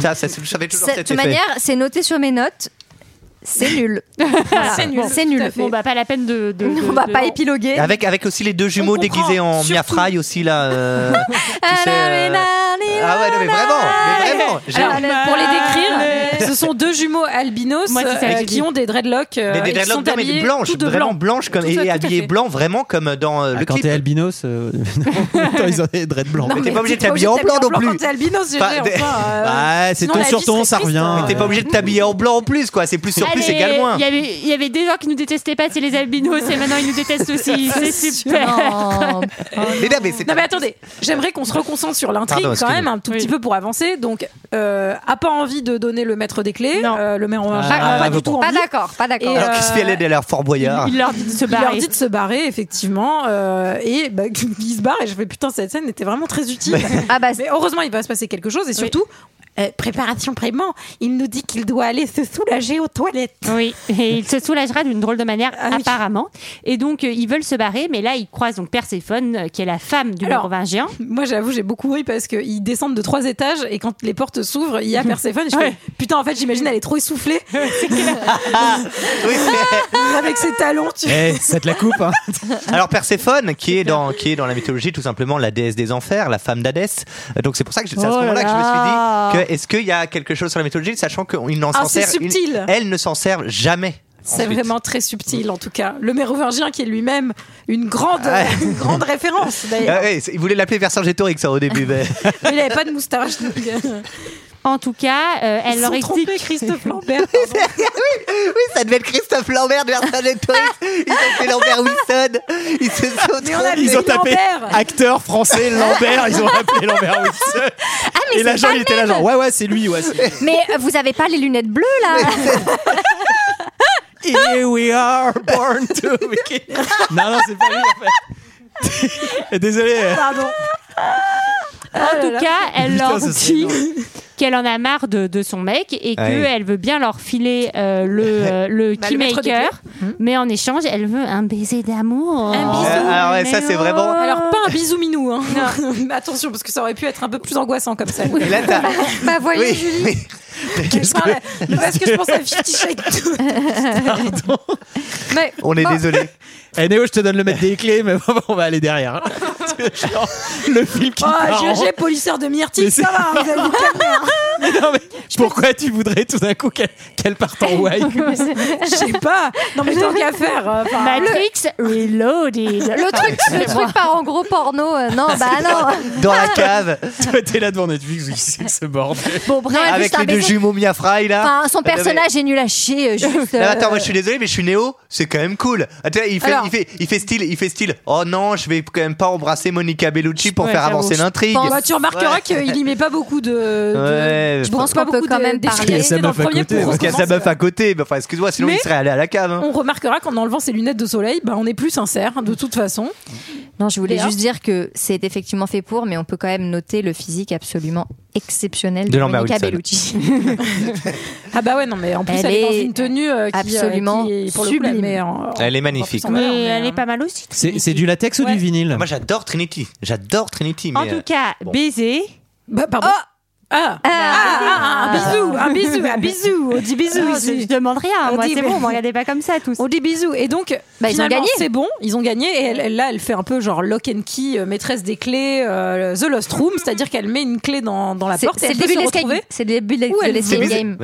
Speaker 9: Ça, ça, je savais toujours
Speaker 7: C'est- De
Speaker 9: cet
Speaker 7: toute
Speaker 9: effet.
Speaker 7: manière, c'est noté sur mes notes. C'est nul. Voilà.
Speaker 1: C'est nul.
Speaker 7: C'est
Speaker 1: Tout à
Speaker 7: nul.
Speaker 1: fait.
Speaker 8: Bon, bah, pas la peine de. de- de-
Speaker 7: On va
Speaker 8: de-
Speaker 7: pas épiloguer.
Speaker 9: Avec, avec aussi les deux jumeaux
Speaker 1: On comprend,
Speaker 9: déguisés en Mia
Speaker 1: surtout.
Speaker 9: Fry aussi là. euh, tu sais, euh, Ah
Speaker 7: Ah
Speaker 9: ouais, non, mais vraiment, mais vraiment. j'ai-
Speaker 1: Alors, pour les
Speaker 8: Allez.
Speaker 1: décrire, ce sont deux jumeaux albinos
Speaker 8: Moi, c'est ça,
Speaker 1: euh,
Speaker 8: j'ai
Speaker 1: qui
Speaker 8: dit.
Speaker 1: ont des dreadlocks, euh,
Speaker 9: mais des
Speaker 1: et qui
Speaker 9: dreadlocks
Speaker 1: sont
Speaker 9: non, mais
Speaker 1: habillés
Speaker 9: blanches,
Speaker 1: tout de
Speaker 9: vraiment
Speaker 1: blanc.
Speaker 9: blanches comme,
Speaker 1: Tout
Speaker 9: et
Speaker 1: à- tout à
Speaker 9: habillées
Speaker 1: fait.
Speaker 9: blanc vraiment comme dans euh,
Speaker 6: Ah,
Speaker 9: le
Speaker 6: quand
Speaker 9: clip.
Speaker 6: t'es albinos, euh, non, ils ont des dreads blancs.
Speaker 9: Mais t'es
Speaker 1: mais
Speaker 9: pas obligé de
Speaker 1: t'es
Speaker 9: t'habiller en blanc non
Speaker 1: blanc
Speaker 9: plus.
Speaker 1: quand t'es albinos, j'ai
Speaker 9: Enfin,
Speaker 1: dit,
Speaker 9: des-
Speaker 1: enfin, euh,
Speaker 6: Bah, c'est
Speaker 1: sinon,
Speaker 6: ton
Speaker 1: la
Speaker 6: sur
Speaker 1: vie
Speaker 6: ton,
Speaker 1: serait
Speaker 6: ça
Speaker 1: triste,
Speaker 6: revient. euh,
Speaker 1: hein.
Speaker 9: T'es pas obligé de t'habiller en blanc en plus, quoi. C'est plus sur plus, c'est
Speaker 8: Allez,
Speaker 9: égal moins.
Speaker 8: Il y avait- il y avait des gens qui nous détestaient pas, c'est les albinos, et maintenant ils nous détestent aussi. C'est super.
Speaker 7: Non.
Speaker 9: Mais non, mais c'est.
Speaker 1: Non mais attendez, j'aimerais qu'on se reconcentre sur l'intrigue
Speaker 9: Pardon,
Speaker 1: quand même
Speaker 9: excuse-moi.
Speaker 1: un tout
Speaker 8: Oui.
Speaker 1: petit peu pour avancer. Donc, euh, a pas envie de donner le maître des clés,
Speaker 8: Non.
Speaker 1: euh, le maire, en-
Speaker 6: Ah,
Speaker 1: a pas
Speaker 6: je
Speaker 1: du tout
Speaker 7: Pas
Speaker 1: envie.
Speaker 7: d'accord, pas d'accord.
Speaker 1: Et,
Speaker 9: Alors
Speaker 1: euh,
Speaker 9: Crispy, elle est à l'air fort boyard.
Speaker 8: Il leur dit de se
Speaker 1: Il leur
Speaker 8: barrer.
Speaker 1: dit de se barrer effectivement euh, et bah, il se barre et je fais putain cette scène était vraiment très utile.
Speaker 7: Ah bah,
Speaker 1: Mais heureusement, il va se passer quelque chose et surtout, euh, préparation prément, il nous dit qu'il doit aller se soulager aux toilettes.
Speaker 8: Oui, et il se soulagera d'une drôle de manière
Speaker 1: Ah oui.
Speaker 8: apparemment. Et donc euh, ils veulent se barrer, mais là ils croisent donc Perséphone, euh, qui est la femme du
Speaker 1: Alors,
Speaker 8: Mérovingien.
Speaker 1: Moi, j'avoue, j'ai beaucoup ri parce qu'ils descendent de trois étages et quand les portes s'ouvrent, il y a Perséphone. Et je fais,
Speaker 8: Ouais.
Speaker 1: putain, en fait, j'imagine elle est trop essoufflée
Speaker 9: Oui, mais-
Speaker 1: avec ses talons. Tu...
Speaker 6: Eh, ça te la coupe. Hein.
Speaker 1: Ah
Speaker 9: Alors Perséphone, qui est dans qui est dans la mythologie tout simplement la déesse des enfers, la femme d'Hadès. Euh, Donc c'est pour ça que je- c'est à ce
Speaker 8: Oh là
Speaker 9: moment-là que je
Speaker 8: là.
Speaker 9: me suis dit que est-ce qu'il y a quelque chose sur la mythologie, sachant qu'il n'en
Speaker 1: Ah,
Speaker 9: s'en
Speaker 1: c'est
Speaker 9: sert, il-
Speaker 1: subtil.
Speaker 9: elle ne s'en sert jamais.
Speaker 1: C'est
Speaker 9: ensuite.
Speaker 1: vraiment très subtil, en tout cas. Le mérovingien qui est lui-même une grande,
Speaker 9: Ouais.
Speaker 1: une grande référence,
Speaker 9: Ah
Speaker 1: d'ailleurs.
Speaker 9: ouais, c'est- il voulait l'appeler Vercingétorix ça, au début. mais-
Speaker 1: Mais Il n'avait pas de moustache. donc, euh,
Speaker 8: En tout cas, euh, elle
Speaker 1: ils
Speaker 8: leur
Speaker 1: sont
Speaker 8: explique.
Speaker 1: trompés, Christophe Lambert. pardon.
Speaker 9: oui, ça devait être Christophe Lambert de Vercingétorix. Ils ont fait Lambert Wilson. Ils se sont
Speaker 1: Mais on a
Speaker 9: trompés.
Speaker 1: le-
Speaker 6: Ils ont tapé
Speaker 1: Lambert.
Speaker 6: acteur français Lambert, ils ont appelé Lambert Wilson.
Speaker 7: ah,
Speaker 6: Et l'agent, il était là, genre, ouais, ouais, c'est lui, ouais. c'est-
Speaker 7: mais euh, vous avez pas les lunettes bleues là
Speaker 6: Here we are born to be king. Non, non, c'est pas lui, en fait. Désolé. euh,
Speaker 1: Pardon.
Speaker 8: En tout cas, elle
Speaker 6: Putain,
Speaker 8: leur
Speaker 6: ce serait
Speaker 8: dit
Speaker 6: énorme.
Speaker 8: qu'elle en a marre de, de son mec et
Speaker 9: Ouais.
Speaker 8: qu'elle veut bien leur filer euh, le, euh, le
Speaker 1: Bah, le maître des
Speaker 8: keymaker, mais en échange, elle veut un baiser d'amour. Oh.
Speaker 1: Un bisou.
Speaker 9: Euh, ah ouais, ça, c'est vraiment-
Speaker 1: Alors, pas un bisou minou. Hein. Mais Attention, parce que ça aurait pu être un peu plus angoissant comme ça.
Speaker 9: Et là, t'as-
Speaker 7: Bah voyez
Speaker 9: Oui.
Speaker 7: Julie.
Speaker 1: Je parle- mais Parce que je pense à Fifty Shades.
Speaker 7: Mais,
Speaker 9: On est
Speaker 7: bon,
Speaker 9: désolé.
Speaker 6: Eh Néo, je te donne le maître des clés, mais on va aller derrière. Genre, le film qui
Speaker 1: Oh,
Speaker 6: part en-
Speaker 1: GG, polisseur de
Speaker 6: Mais
Speaker 1: myrtille,
Speaker 6: c'est-
Speaker 1: ça va, vous avez du calme.
Speaker 6: Mais non, mais pourquoi tu voudrais tout d'un coup qu'elle qu'elle parte en why
Speaker 1: Je sais pas. Non, mais tant qu'à faire. euh, enfin,
Speaker 8: Bah, Matrix Reloaded.
Speaker 7: Le truc, le truc part en gros porno. euh, non, bah non.
Speaker 9: Dans la cave,
Speaker 6: Toi, t'es là devant Netflix, oui, c'est que ce bordel.
Speaker 7: Bon, bref,
Speaker 9: avec
Speaker 7: juste un
Speaker 9: les deux
Speaker 7: baiser.
Speaker 9: jumeaux Mia Fry là.
Speaker 7: Enfin, son
Speaker 9: Non, mais-
Speaker 7: personnage est nul à chier. euh, Juste,
Speaker 9: Non, mais
Speaker 7: euh,
Speaker 9: attends, moi je suis désolé, mais je suis néo, c'est quand même cool. Attends, il fait,
Speaker 1: Alors-
Speaker 9: il fait, il fait style, il fait style. Oh non, je vais quand même pas embrasser Monica Bellucci pour
Speaker 8: Ouais,
Speaker 9: faire
Speaker 8: j'avoue,
Speaker 9: avancer
Speaker 8: je
Speaker 9: l'intrigue.
Speaker 1: Bah, tu remarqueras
Speaker 9: Ouais.
Speaker 1: qu'il y met pas beaucoup de. de-
Speaker 9: Ouais,
Speaker 1: euh, je
Speaker 9: je
Speaker 1: pense
Speaker 7: pense
Speaker 1: pas
Speaker 7: qu'on peut
Speaker 1: beaucoup
Speaker 7: quand
Speaker 1: de-
Speaker 7: même
Speaker 1: des
Speaker 7: parler.
Speaker 1: filles
Speaker 6: Il y a sa
Speaker 1: dans le
Speaker 6: meuf à
Speaker 1: premier
Speaker 6: côté,
Speaker 1: pour
Speaker 9: Parce qu'il y a sa
Speaker 1: recommencer.
Speaker 9: meuf à côté, bah, enfin, excuse-moi, sinon
Speaker 1: Mais-
Speaker 9: il serait allé à la cave. hein.
Speaker 1: On remarquera qu'en enlevant ses lunettes de soleil, bah, on est plus sincère, de toute façon.
Speaker 7: Non, je voulais
Speaker 1: Léa
Speaker 7: juste dire que c'est effectivement fait pour, mais on peut quand même noter le physique absolument exceptionnel de,
Speaker 9: De Lambert
Speaker 7: Monica
Speaker 9: Wilson.
Speaker 7: Bellucci.
Speaker 1: Ah, bah ouais, non, mais en plus, elle,
Speaker 7: Elle
Speaker 1: est dans
Speaker 7: est
Speaker 1: une tenue euh, qui, euh,
Speaker 7: absolument
Speaker 1: qui est, pour le coup, la
Speaker 7: sublime.
Speaker 1: meilleure.
Speaker 9: Elle est magnifique.
Speaker 1: En plus, on hein. va
Speaker 8: Mais
Speaker 1: leur-
Speaker 8: elle est pas mal aussi.
Speaker 6: C'est c'est du latex ou
Speaker 8: Ouais.
Speaker 6: du vinyle
Speaker 9: Moi j'adore Trinity, j'adore Trinity, mais. euh,
Speaker 8: En tout cas, baiser.
Speaker 1: Bah, pardon. Ah, ah, ah, un bisou, un bisou, un bisou. On dit bisou
Speaker 8: Ah,
Speaker 1: ici.
Speaker 8: je- je demande rien, moi, c'est bon, me regardez
Speaker 1: pas comme ça tous. On dit bisous. Et donc,
Speaker 8: Bah, ils ont
Speaker 1: finalement,
Speaker 8: gagné.
Speaker 1: C'est bon, ils ont gagné. Et elle- elle- là, elle fait un peu genre lock and key, euh, maîtresse des clés, euh, The Lost Room, c'est-à-dire qu'elle met une clé dans, dans la
Speaker 7: C'est-
Speaker 1: porte.
Speaker 7: c'est
Speaker 1: et
Speaker 7: le
Speaker 1: elle peut
Speaker 7: début
Speaker 1: Ah, se
Speaker 7: de l'escape-
Speaker 1: retrouver
Speaker 7: c'est le début de
Speaker 1: où elle
Speaker 7: l'escape
Speaker 1: veut.
Speaker 7: game.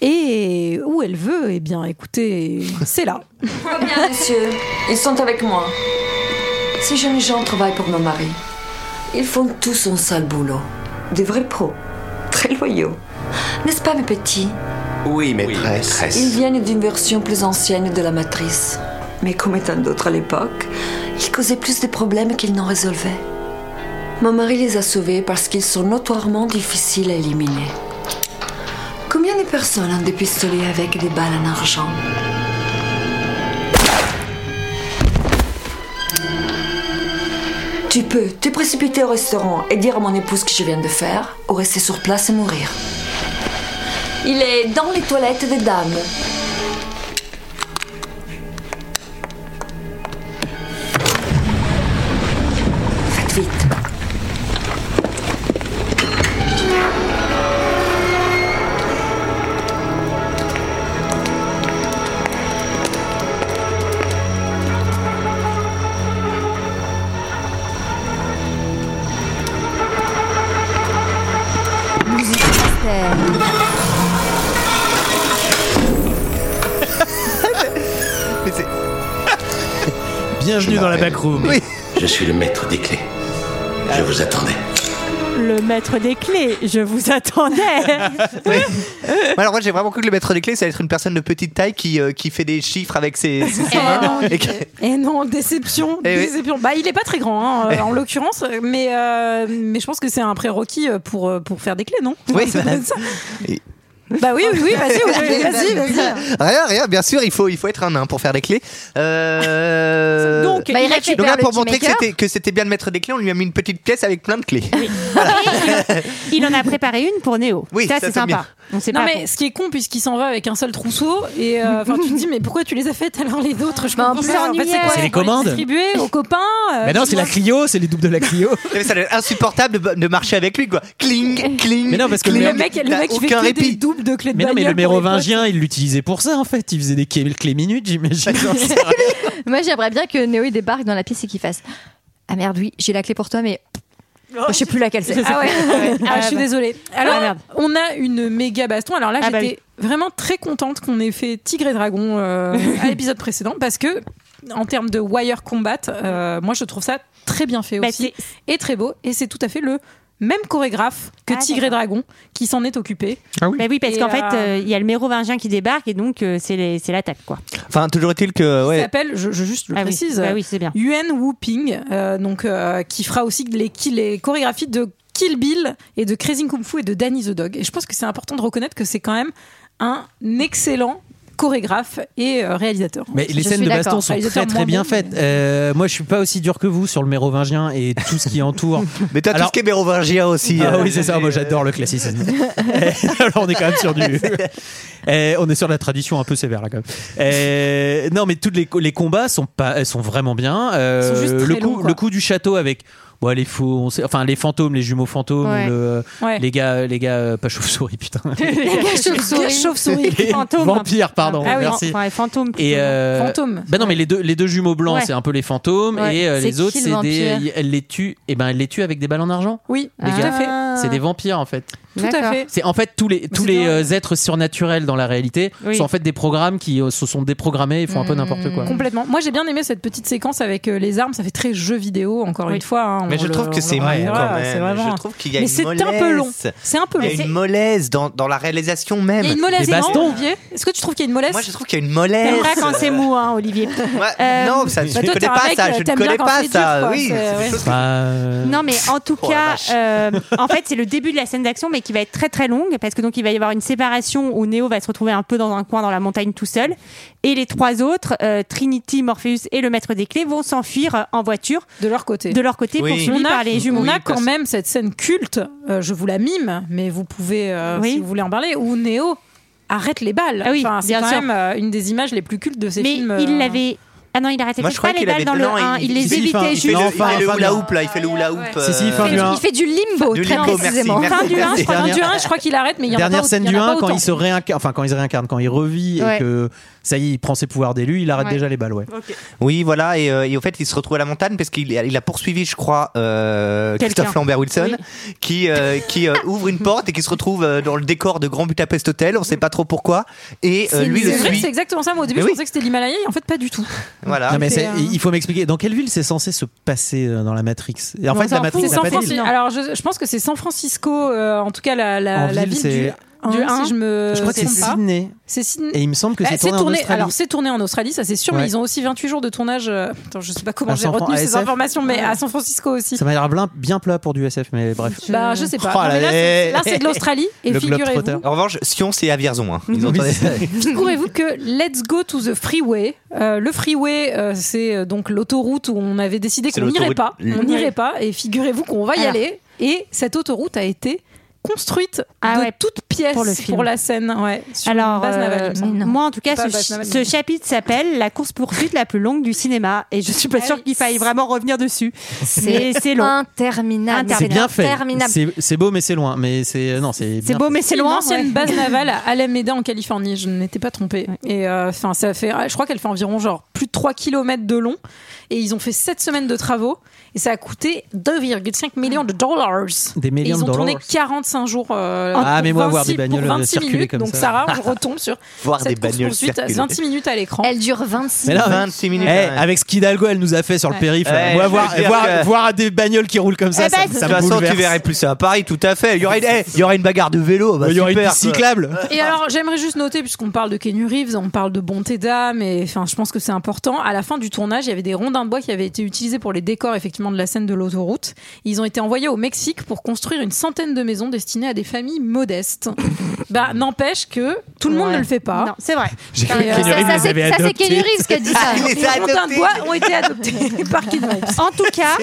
Speaker 1: Et où elle veut, eh bien, écoutez, c'est là.
Speaker 13: Très bien, monsieur. Ils sont avec moi. Ces jeunes gens travaillent pour mon mari. Ils font tous un sale boulot. Des vrais pros. Très loyaux. N'est-ce pas, mes petits
Speaker 4: Oui, maîtresse.
Speaker 13: Ils viennent d'une version plus ancienne de la matrice. Mais comme tant d'autres à l'époque, ils causaient plus de problèmes qu'ils n'en résolvaient. Mon mari les a sauvés parce qu'ils sont notoirement difficiles à éliminer. Combien de personnes ont des pistolets avec des balles en argent Tu peux te précipiter au restaurant et dire à mon épouse ce que je viens de faire, ou rester sur place et mourir. Il est dans les toilettes des dames. Faites vite.
Speaker 14: Bienvenue dans la backroom.
Speaker 15: Je suis le maître des clés. Je vous attendais.
Speaker 8: Le maître des clés, je vous attendais.
Speaker 9: Mais Alors moi j'ai vraiment cru que le maître des clés ça allait être une personne de petite taille qui, euh, qui fait des chiffres avec ses,
Speaker 1: Eh
Speaker 9: ses- ses mains. Et qui-
Speaker 1: Et non, déception,
Speaker 9: Eh oui.
Speaker 1: déception. Bah, il est pas très grand, hein, euh,
Speaker 9: Eh.
Speaker 1: en l'occurrence, mais, euh, mais je pense que c'est un prérequis euh, pour, euh, pour faire des clés, non
Speaker 9: Oui, ça-
Speaker 1: Bah oui, oui, oui, vas-y, oui, vas-y, vas-y.
Speaker 9: Rien, rien, bien sûr, il faut, il faut être un nain pour faire des clés. Euh,
Speaker 1: Donc, Bah, il récupère
Speaker 9: donc là,
Speaker 1: le
Speaker 9: pour
Speaker 1: petit
Speaker 9: montrer que
Speaker 1: maker.
Speaker 9: c'était, que c'était bien de mettre des clés, on lui a mis une petite pièce avec plein de clés.
Speaker 8: Il en a préparé une pour Néo.
Speaker 9: Oui,
Speaker 8: ça,
Speaker 9: ça,
Speaker 8: c'est
Speaker 9: c'est
Speaker 8: sympa.
Speaker 9: bien.
Speaker 8: On sait
Speaker 1: non
Speaker 8: pas.
Speaker 1: mais ce qui est con puisqu'il s'en va avec un seul trousseau et euh, enfin tu te dis mais pourquoi tu les as faites alors les autres je comprends
Speaker 8: plus,
Speaker 1: pas. Bah, En fait,
Speaker 8: s'ennuyait.
Speaker 1: quoi
Speaker 6: C'est les
Speaker 1: pour
Speaker 6: commandes.
Speaker 1: distribuer aux copains euh,
Speaker 6: Mais non, c'est la
Speaker 1: dis-moi.
Speaker 6: Clio, c'est les doubles de la Clio.
Speaker 9: Mais ça doit être insupportable de, de marcher avec lui, quoi. Cling, cling.
Speaker 6: Mais non, parce que
Speaker 9: cling.
Speaker 6: le
Speaker 1: le mec, le
Speaker 9: T'as
Speaker 1: mec qui fait
Speaker 9: aucun
Speaker 1: que
Speaker 9: répit.
Speaker 1: des doubles de clés de
Speaker 6: Mais non, mais
Speaker 1: bagnole
Speaker 6: le
Speaker 1: pour les potes.
Speaker 6: mérovingien, il l'utilisait pour ça en fait. Il faisait des clés, clés minutes, j'imagine.
Speaker 7: Moi, j'aimerais bien que Néo il débarque dans la pièce et qu'il fasse Ah merde, oui, j'ai la clé pour toi, mais Moi, je sais plus laquelle c'est.
Speaker 1: Ah ouais, Ah, je suis désolée. Alors,
Speaker 7: Ah, merde.
Speaker 1: on a une méga baston. Alors là,
Speaker 7: Ah,
Speaker 1: j'étais
Speaker 7: bah
Speaker 1: vraiment très contente qu'on ait fait Tigre et Dragon euh, à l'épisode précédent parce que, en termes de wire combat, euh, moi je trouve ça très bien
Speaker 8: Bah,
Speaker 1: fait aussi et très beau. Et c'est tout à fait le même chorégraphe que
Speaker 8: Ah,
Speaker 1: Tigre et Dragon qui s'en est occupé.
Speaker 8: Bah oui, parce
Speaker 1: Et,
Speaker 8: qu'en fait,
Speaker 1: euh,
Speaker 8: euh, il y a le mérovingien qui débarque et donc euh, c'est les- c'est l'attaque, quoi.
Speaker 9: Enfin, toujours est-il que.
Speaker 1: qui
Speaker 9: Ouais.
Speaker 1: s'appelle, je, je juste le
Speaker 8: Ah oui,
Speaker 1: précise,
Speaker 8: bah oui, c'est bien.
Speaker 1: Yuen Wu Ping, euh, donc, euh, qui fera aussi les, qui- les chorégraphies de Kill Bill et de Crazy Kung Fu et de Danny the Dog. Et je pense que c'est important de reconnaître que c'est quand même un excellent chorégraphe et euh, réalisateur.
Speaker 6: Mais les
Speaker 1: Je
Speaker 6: scènes
Speaker 1: suis
Speaker 6: de
Speaker 1: d'accord.
Speaker 6: baston sont
Speaker 1: Réalisateur
Speaker 6: très très
Speaker 1: moins
Speaker 6: bien
Speaker 1: bon,
Speaker 6: faites. Euh, moi, je suis pas aussi dur que vous sur le mérovingien et tout ce qui entoure.
Speaker 9: Mais t'as tout ce qui est mérovingien aussi.
Speaker 6: Ah
Speaker 9: euh,
Speaker 6: oui, c'est ça. Moi, j'adore le classicisme. Euh, Alors, on est quand même sur du. Eh, on est sur la tradition un peu sévère là, quand même. Eh, non, mais tous les, les combats sont pas, elles sont vraiment bien. Euh,
Speaker 1: Ils sont juste très
Speaker 6: le coup,
Speaker 1: longs, quoi.
Speaker 6: le coup du château avec. ouais, les faux, on sait- enfin les fantômes, les jumeaux fantômes,
Speaker 1: Ouais.
Speaker 6: le-
Speaker 1: Ouais.
Speaker 6: les gars, les gars, euh, pas chauve-souris, putain.
Speaker 1: Les chauves-souris.
Speaker 6: Les
Speaker 8: Fantôme.
Speaker 6: Vampires, pardon.
Speaker 8: Ah oui,
Speaker 6: merci.
Speaker 8: enfin, fantôme. plutôt.
Speaker 6: Et euh,
Speaker 8: Fantôme.
Speaker 6: Bah non, mais les deux, les deux jumeaux blancs,
Speaker 8: Ouais.
Speaker 6: c'est un peu les fantômes,
Speaker 8: Ouais.
Speaker 6: et euh,
Speaker 8: C'est
Speaker 6: les
Speaker 8: qui,
Speaker 6: autres,
Speaker 8: le
Speaker 6: c'est des.
Speaker 8: vampire
Speaker 6: Elle les tue, et ben elle les tue avec des balles en argent.
Speaker 1: Oui, Ah.
Speaker 6: les
Speaker 9: Ah,
Speaker 1: tout
Speaker 6: gars.
Speaker 1: à fait.
Speaker 6: C'est des vampires en fait.
Speaker 1: Tout à fait.
Speaker 6: C'est en fait tous les tous les euh, êtres surnaturels dans la réalité
Speaker 1: Oui. Mmh,
Speaker 6: sont en fait des programmes qui euh, se sont déprogrammés et font un peu n'importe quoi.
Speaker 1: Complètement. Moi, j'ai bien aimé cette petite séquence avec euh, les armes. Ça fait très jeu vidéo, encore une fois. hein.
Speaker 9: Mais
Speaker 1: On
Speaker 9: je
Speaker 1: le-
Speaker 9: trouve
Speaker 1: on
Speaker 9: que c'est
Speaker 1: le
Speaker 9: mou
Speaker 1: reverra,
Speaker 9: quand
Speaker 1: c'est
Speaker 9: même.
Speaker 1: vraiment-
Speaker 9: Je trouve qu'il y a
Speaker 1: Mais
Speaker 9: une
Speaker 1: c'était
Speaker 9: mollesse.
Speaker 1: un peu long. C'est un peu long.
Speaker 9: Il y a une mollesse dans, dans la réalisation même.
Speaker 1: Il y a une mollesse, non, Olivier Est-ce que tu trouves qu'il y a une mollesse
Speaker 9: Moi, je trouve qu'il y a une mollesse.
Speaker 8: T'aimes pas quand c'est mou, hein, Olivier. Euh,
Speaker 9: Non, ça, je
Speaker 8: bah,
Speaker 9: ne
Speaker 8: toi,
Speaker 9: connais
Speaker 8: t'es un
Speaker 9: pas
Speaker 8: mec,
Speaker 9: ça. Je ne
Speaker 8: t'aimes bien
Speaker 9: connais
Speaker 8: quand
Speaker 9: pas
Speaker 8: c'est
Speaker 9: ça.
Speaker 8: dur, quoi,
Speaker 9: oui,
Speaker 8: c'est-
Speaker 9: c'est des
Speaker 8: ouais.
Speaker 9: choses
Speaker 6: Bah,
Speaker 9: que-
Speaker 6: Euh,
Speaker 8: Non, mais en tout
Speaker 9: Oh, la
Speaker 8: cas,
Speaker 9: vache.
Speaker 8: euh, en fait, c'est le début de la scène d'action, mais qui va être très très longue parce que donc il va y avoir une séparation où Neo va se retrouver un peu dans un coin dans la montagne tout seul, et les trois autres, euh, Trinity, Morpheus et le maître des clés, vont s'enfuir euh, en voiture
Speaker 1: de leur côté,
Speaker 8: de leur côté, poursuivis
Speaker 1: On a-
Speaker 8: par les jumeaux.
Speaker 1: On a quand même cette scène culte, euh, je vous la mime, mais vous pouvez, euh, si vous voulez en parler, où Néo arrête les balles.
Speaker 8: Ah oui,
Speaker 1: Enfin, c'est
Speaker 8: bien
Speaker 1: quand
Speaker 8: sûr.
Speaker 1: même euh, une des images les plus cultes de ces
Speaker 8: mais
Speaker 1: films. euh,
Speaker 8: il l'avait Ah non, il arrêtait
Speaker 9: Moi,
Speaker 8: peut-être
Speaker 9: je
Speaker 8: pas
Speaker 9: croyais
Speaker 8: les
Speaker 9: qu'il
Speaker 8: balles
Speaker 9: avait
Speaker 8: dans le
Speaker 9: non,
Speaker 8: 1.
Speaker 9: il-
Speaker 8: Il les
Speaker 9: si, si, fin-
Speaker 8: évitait
Speaker 9: il fait
Speaker 8: juste.
Speaker 9: le- Il fait le
Speaker 6: fin
Speaker 9: hula
Speaker 6: du
Speaker 9: hoop là, il fait le hula hoop.
Speaker 6: Si, si,
Speaker 9: euh,
Speaker 6: fin du un.
Speaker 7: Il fait du limbo,
Speaker 9: Du
Speaker 7: très
Speaker 9: limbo, merci,
Speaker 7: précisément.
Speaker 9: merci.
Speaker 1: Fin du
Speaker 8: hein,
Speaker 1: 1, je crois. Fin
Speaker 6: Dernière-
Speaker 1: du 1, je crois qu'il arrête, mais il y en a pas
Speaker 6: Dernière
Speaker 1: autant-
Speaker 6: scène
Speaker 1: il y en
Speaker 6: du
Speaker 1: a pas
Speaker 6: 1 quand
Speaker 1: autant.
Speaker 6: il se réincarne, enfin quand il se réincarne, quand il revit
Speaker 1: Ouais.
Speaker 6: et que ça y est, il prend ses pouvoirs d'élu, il arrête
Speaker 1: Ouais.
Speaker 6: déjà les balles, ouais.
Speaker 9: Oui, voilà, et, euh, et au fait, il se retrouve à la montagne parce qu'il il a poursuivi, je crois, euh,
Speaker 6: Quelqu'un.
Speaker 9: Christophe Lambert Wilson, qui, euh, qui euh, ouvre une porte et qui se retrouve euh, dans le décor de Grand Budapest Hotel, on sait pas trop pourquoi, et euh,
Speaker 1: C'est-
Speaker 9: lui le
Speaker 1: c'est vrai que
Speaker 9: suit.
Speaker 1: c'est exactement ça. Moi, au début,
Speaker 9: Mais
Speaker 1: je
Speaker 9: oui.
Speaker 1: pensais que c'était l'Himalaya, et en fait, pas du tout.
Speaker 9: Voilà.
Speaker 6: Non, mais
Speaker 1: C'est
Speaker 6: c'est-
Speaker 1: un-
Speaker 6: il faut m'expliquer dans quelle ville c'est censé se passer euh, dans la Matrix. Et En
Speaker 1: Non,
Speaker 6: fait,
Speaker 1: c'est
Speaker 6: la Matrix
Speaker 1: c'est
Speaker 6: n'a
Speaker 1: San
Speaker 6: pas de
Speaker 1: Francisco.
Speaker 6: ville.
Speaker 1: Alors, je, je pense que c'est San Francisco, euh, en tout cas, la, la,
Speaker 6: En
Speaker 1: la
Speaker 6: ville,
Speaker 1: ville,
Speaker 6: c'est-
Speaker 1: du, du
Speaker 6: Un,
Speaker 1: 1, si je me.
Speaker 6: je crois que c'est
Speaker 1: trompe pas.
Speaker 6: Sydney.
Speaker 1: C'est Sydney.
Speaker 6: Et il me semble que
Speaker 1: Bah,
Speaker 6: c'est tourné, en Australie.
Speaker 1: alors c'est tourné en Australie, ça c'est sûr, mais
Speaker 6: Ouais.
Speaker 1: ils ont aussi 28 jours de tournage. euh, Attends, je sais pas comment
Speaker 6: À
Speaker 1: j'ai
Speaker 6: San Fran-
Speaker 1: retenu
Speaker 6: à
Speaker 1: ces
Speaker 6: SF?
Speaker 1: informations, mais à San Francisco aussi.
Speaker 6: Ça m'a l'air blin- bien plat pour du SF, mais bref.
Speaker 1: Bah, je sais pas.
Speaker 6: Oh
Speaker 1: Non, mais là,
Speaker 6: là
Speaker 1: c'est-
Speaker 6: là.
Speaker 1: là, c'est de l'australien. Et
Speaker 6: Le
Speaker 1: figurez-vous-
Speaker 6: Globetrotter.
Speaker 9: En revanche, Sion, c'est à Vierzon. hein. Ils ont entendu-
Speaker 1: Figurez-vous que Let's Go to the Freeway, euh, le freeway, euh, c'est euh, donc l'autoroute où on avait décidé
Speaker 9: C'est
Speaker 1: qu'on n'irait
Speaker 9: l'autoroute.
Speaker 1: pas. On
Speaker 9: Oui.
Speaker 1: n'irait pas, et figurez-vous qu'on va y
Speaker 8: Alors.
Speaker 1: aller. Et cette autoroute a été construite
Speaker 8: Ah
Speaker 1: de
Speaker 8: ouais,
Speaker 1: toute pièce
Speaker 8: pour
Speaker 1: pour,
Speaker 8: le film.
Speaker 1: la scène. Ouais, sur une
Speaker 8: Alors,
Speaker 1: base navale, il
Speaker 8: euh,
Speaker 1: me semble.
Speaker 8: moi en tout cas,
Speaker 1: Pas
Speaker 8: ce,
Speaker 1: base navale,
Speaker 8: ce
Speaker 1: mais-
Speaker 8: chapitre s'appelle La course poursuite la plus longue du cinéma, et je suis
Speaker 1: Ah
Speaker 8: pas sûre qu'il faille vraiment revenir dessus. Mais
Speaker 7: C'est
Speaker 8: c'est long.
Speaker 7: interminable.
Speaker 6: C'est bien fait.
Speaker 7: interminable.
Speaker 6: C'est- C'est beau, mais c'est loin. Mais c'est euh, non, c'est bien
Speaker 8: Oh,
Speaker 6: fait.
Speaker 1: C'est l'ancienne base navale à Alameda en Californie, je ne m'étais pas trompée. Et enfin, ça fait, ah, je crois qu'elle fait environ genre plus de 3 km de long. Et ils ont fait 7 semaines de travaux. Et ça a coûté 2,5 millions de dollars.
Speaker 6: Des millions
Speaker 1: et ils ont
Speaker 6: de
Speaker 1: tourné
Speaker 6: dollars.
Speaker 1: 45 jours. euh,
Speaker 6: Ah,
Speaker 1: pour
Speaker 6: mais moi, voir
Speaker 1: 26
Speaker 6: des bagnoles euh,
Speaker 1: pour 26
Speaker 6: circuler
Speaker 1: minutes.
Speaker 6: comme
Speaker 1: Donc,
Speaker 6: ça.
Speaker 1: Sarah, on retombe sur
Speaker 6: Voir
Speaker 1: cette
Speaker 6: des bagnoles
Speaker 1: course-poursuite,
Speaker 6: circuler.
Speaker 1: 26 minutes à l'écran.
Speaker 7: Elle dure 26
Speaker 6: Mais là,
Speaker 7: minutes.
Speaker 9: 26 minutes.
Speaker 6: Eh,
Speaker 9: ouais.
Speaker 6: avec ce qu'Hidalgo elle nous a fait sur le
Speaker 9: Ouais.
Speaker 6: périph',
Speaker 9: Ouais,
Speaker 6: moi,
Speaker 9: je
Speaker 6: voir,
Speaker 9: veux dire
Speaker 6: voir,
Speaker 9: que-
Speaker 6: voir des bagnoles qui roulent comme ça,
Speaker 9: Eh
Speaker 6: ça,
Speaker 9: ben,
Speaker 6: ça
Speaker 9: de
Speaker 6: me
Speaker 9: toute façon, tu
Speaker 6: bouleverse.
Speaker 9: verrais plus ça à Paris, tout à fait. Il y aura une, eh, il y aura une bagarre de vélo. bah,
Speaker 6: Il y aura une
Speaker 9: super,
Speaker 6: piste
Speaker 9: quoi.
Speaker 6: cyclable.
Speaker 1: Et alors, j'aimerais juste noter, puisqu'on parle de Kenny Reeves, on parle de bonté d'âme, et enfin, je pense que c'est important. À la fin du tournage, il y avait des rondins de bois qui avaient été utilisés pour les décors, effectivement, de la scène de l'autoroute. Ils ont été envoyés au Mexique pour construire une centaine de maisons destinées à des familles modestes. bah, n'empêche que tout le monde
Speaker 8: Ouais.
Speaker 1: ne le fait pas.
Speaker 8: Non, c'est vrai.
Speaker 6: J'ai
Speaker 1: cru que
Speaker 8: Euh,
Speaker 1: Keanu
Speaker 8: ça-
Speaker 6: Reeves
Speaker 8: ça,
Speaker 6: les
Speaker 8: c'est-
Speaker 6: avait
Speaker 8: ça, c'est
Speaker 6: adoptés.
Speaker 8: Keanu Reeves qui a dit ça.
Speaker 9: Ah, il les
Speaker 1: Les
Speaker 9: a
Speaker 1: rondins de
Speaker 9: adoptés.
Speaker 1: bois ont été adoptés par Keanu Reeves.
Speaker 8: euh, En tout cas,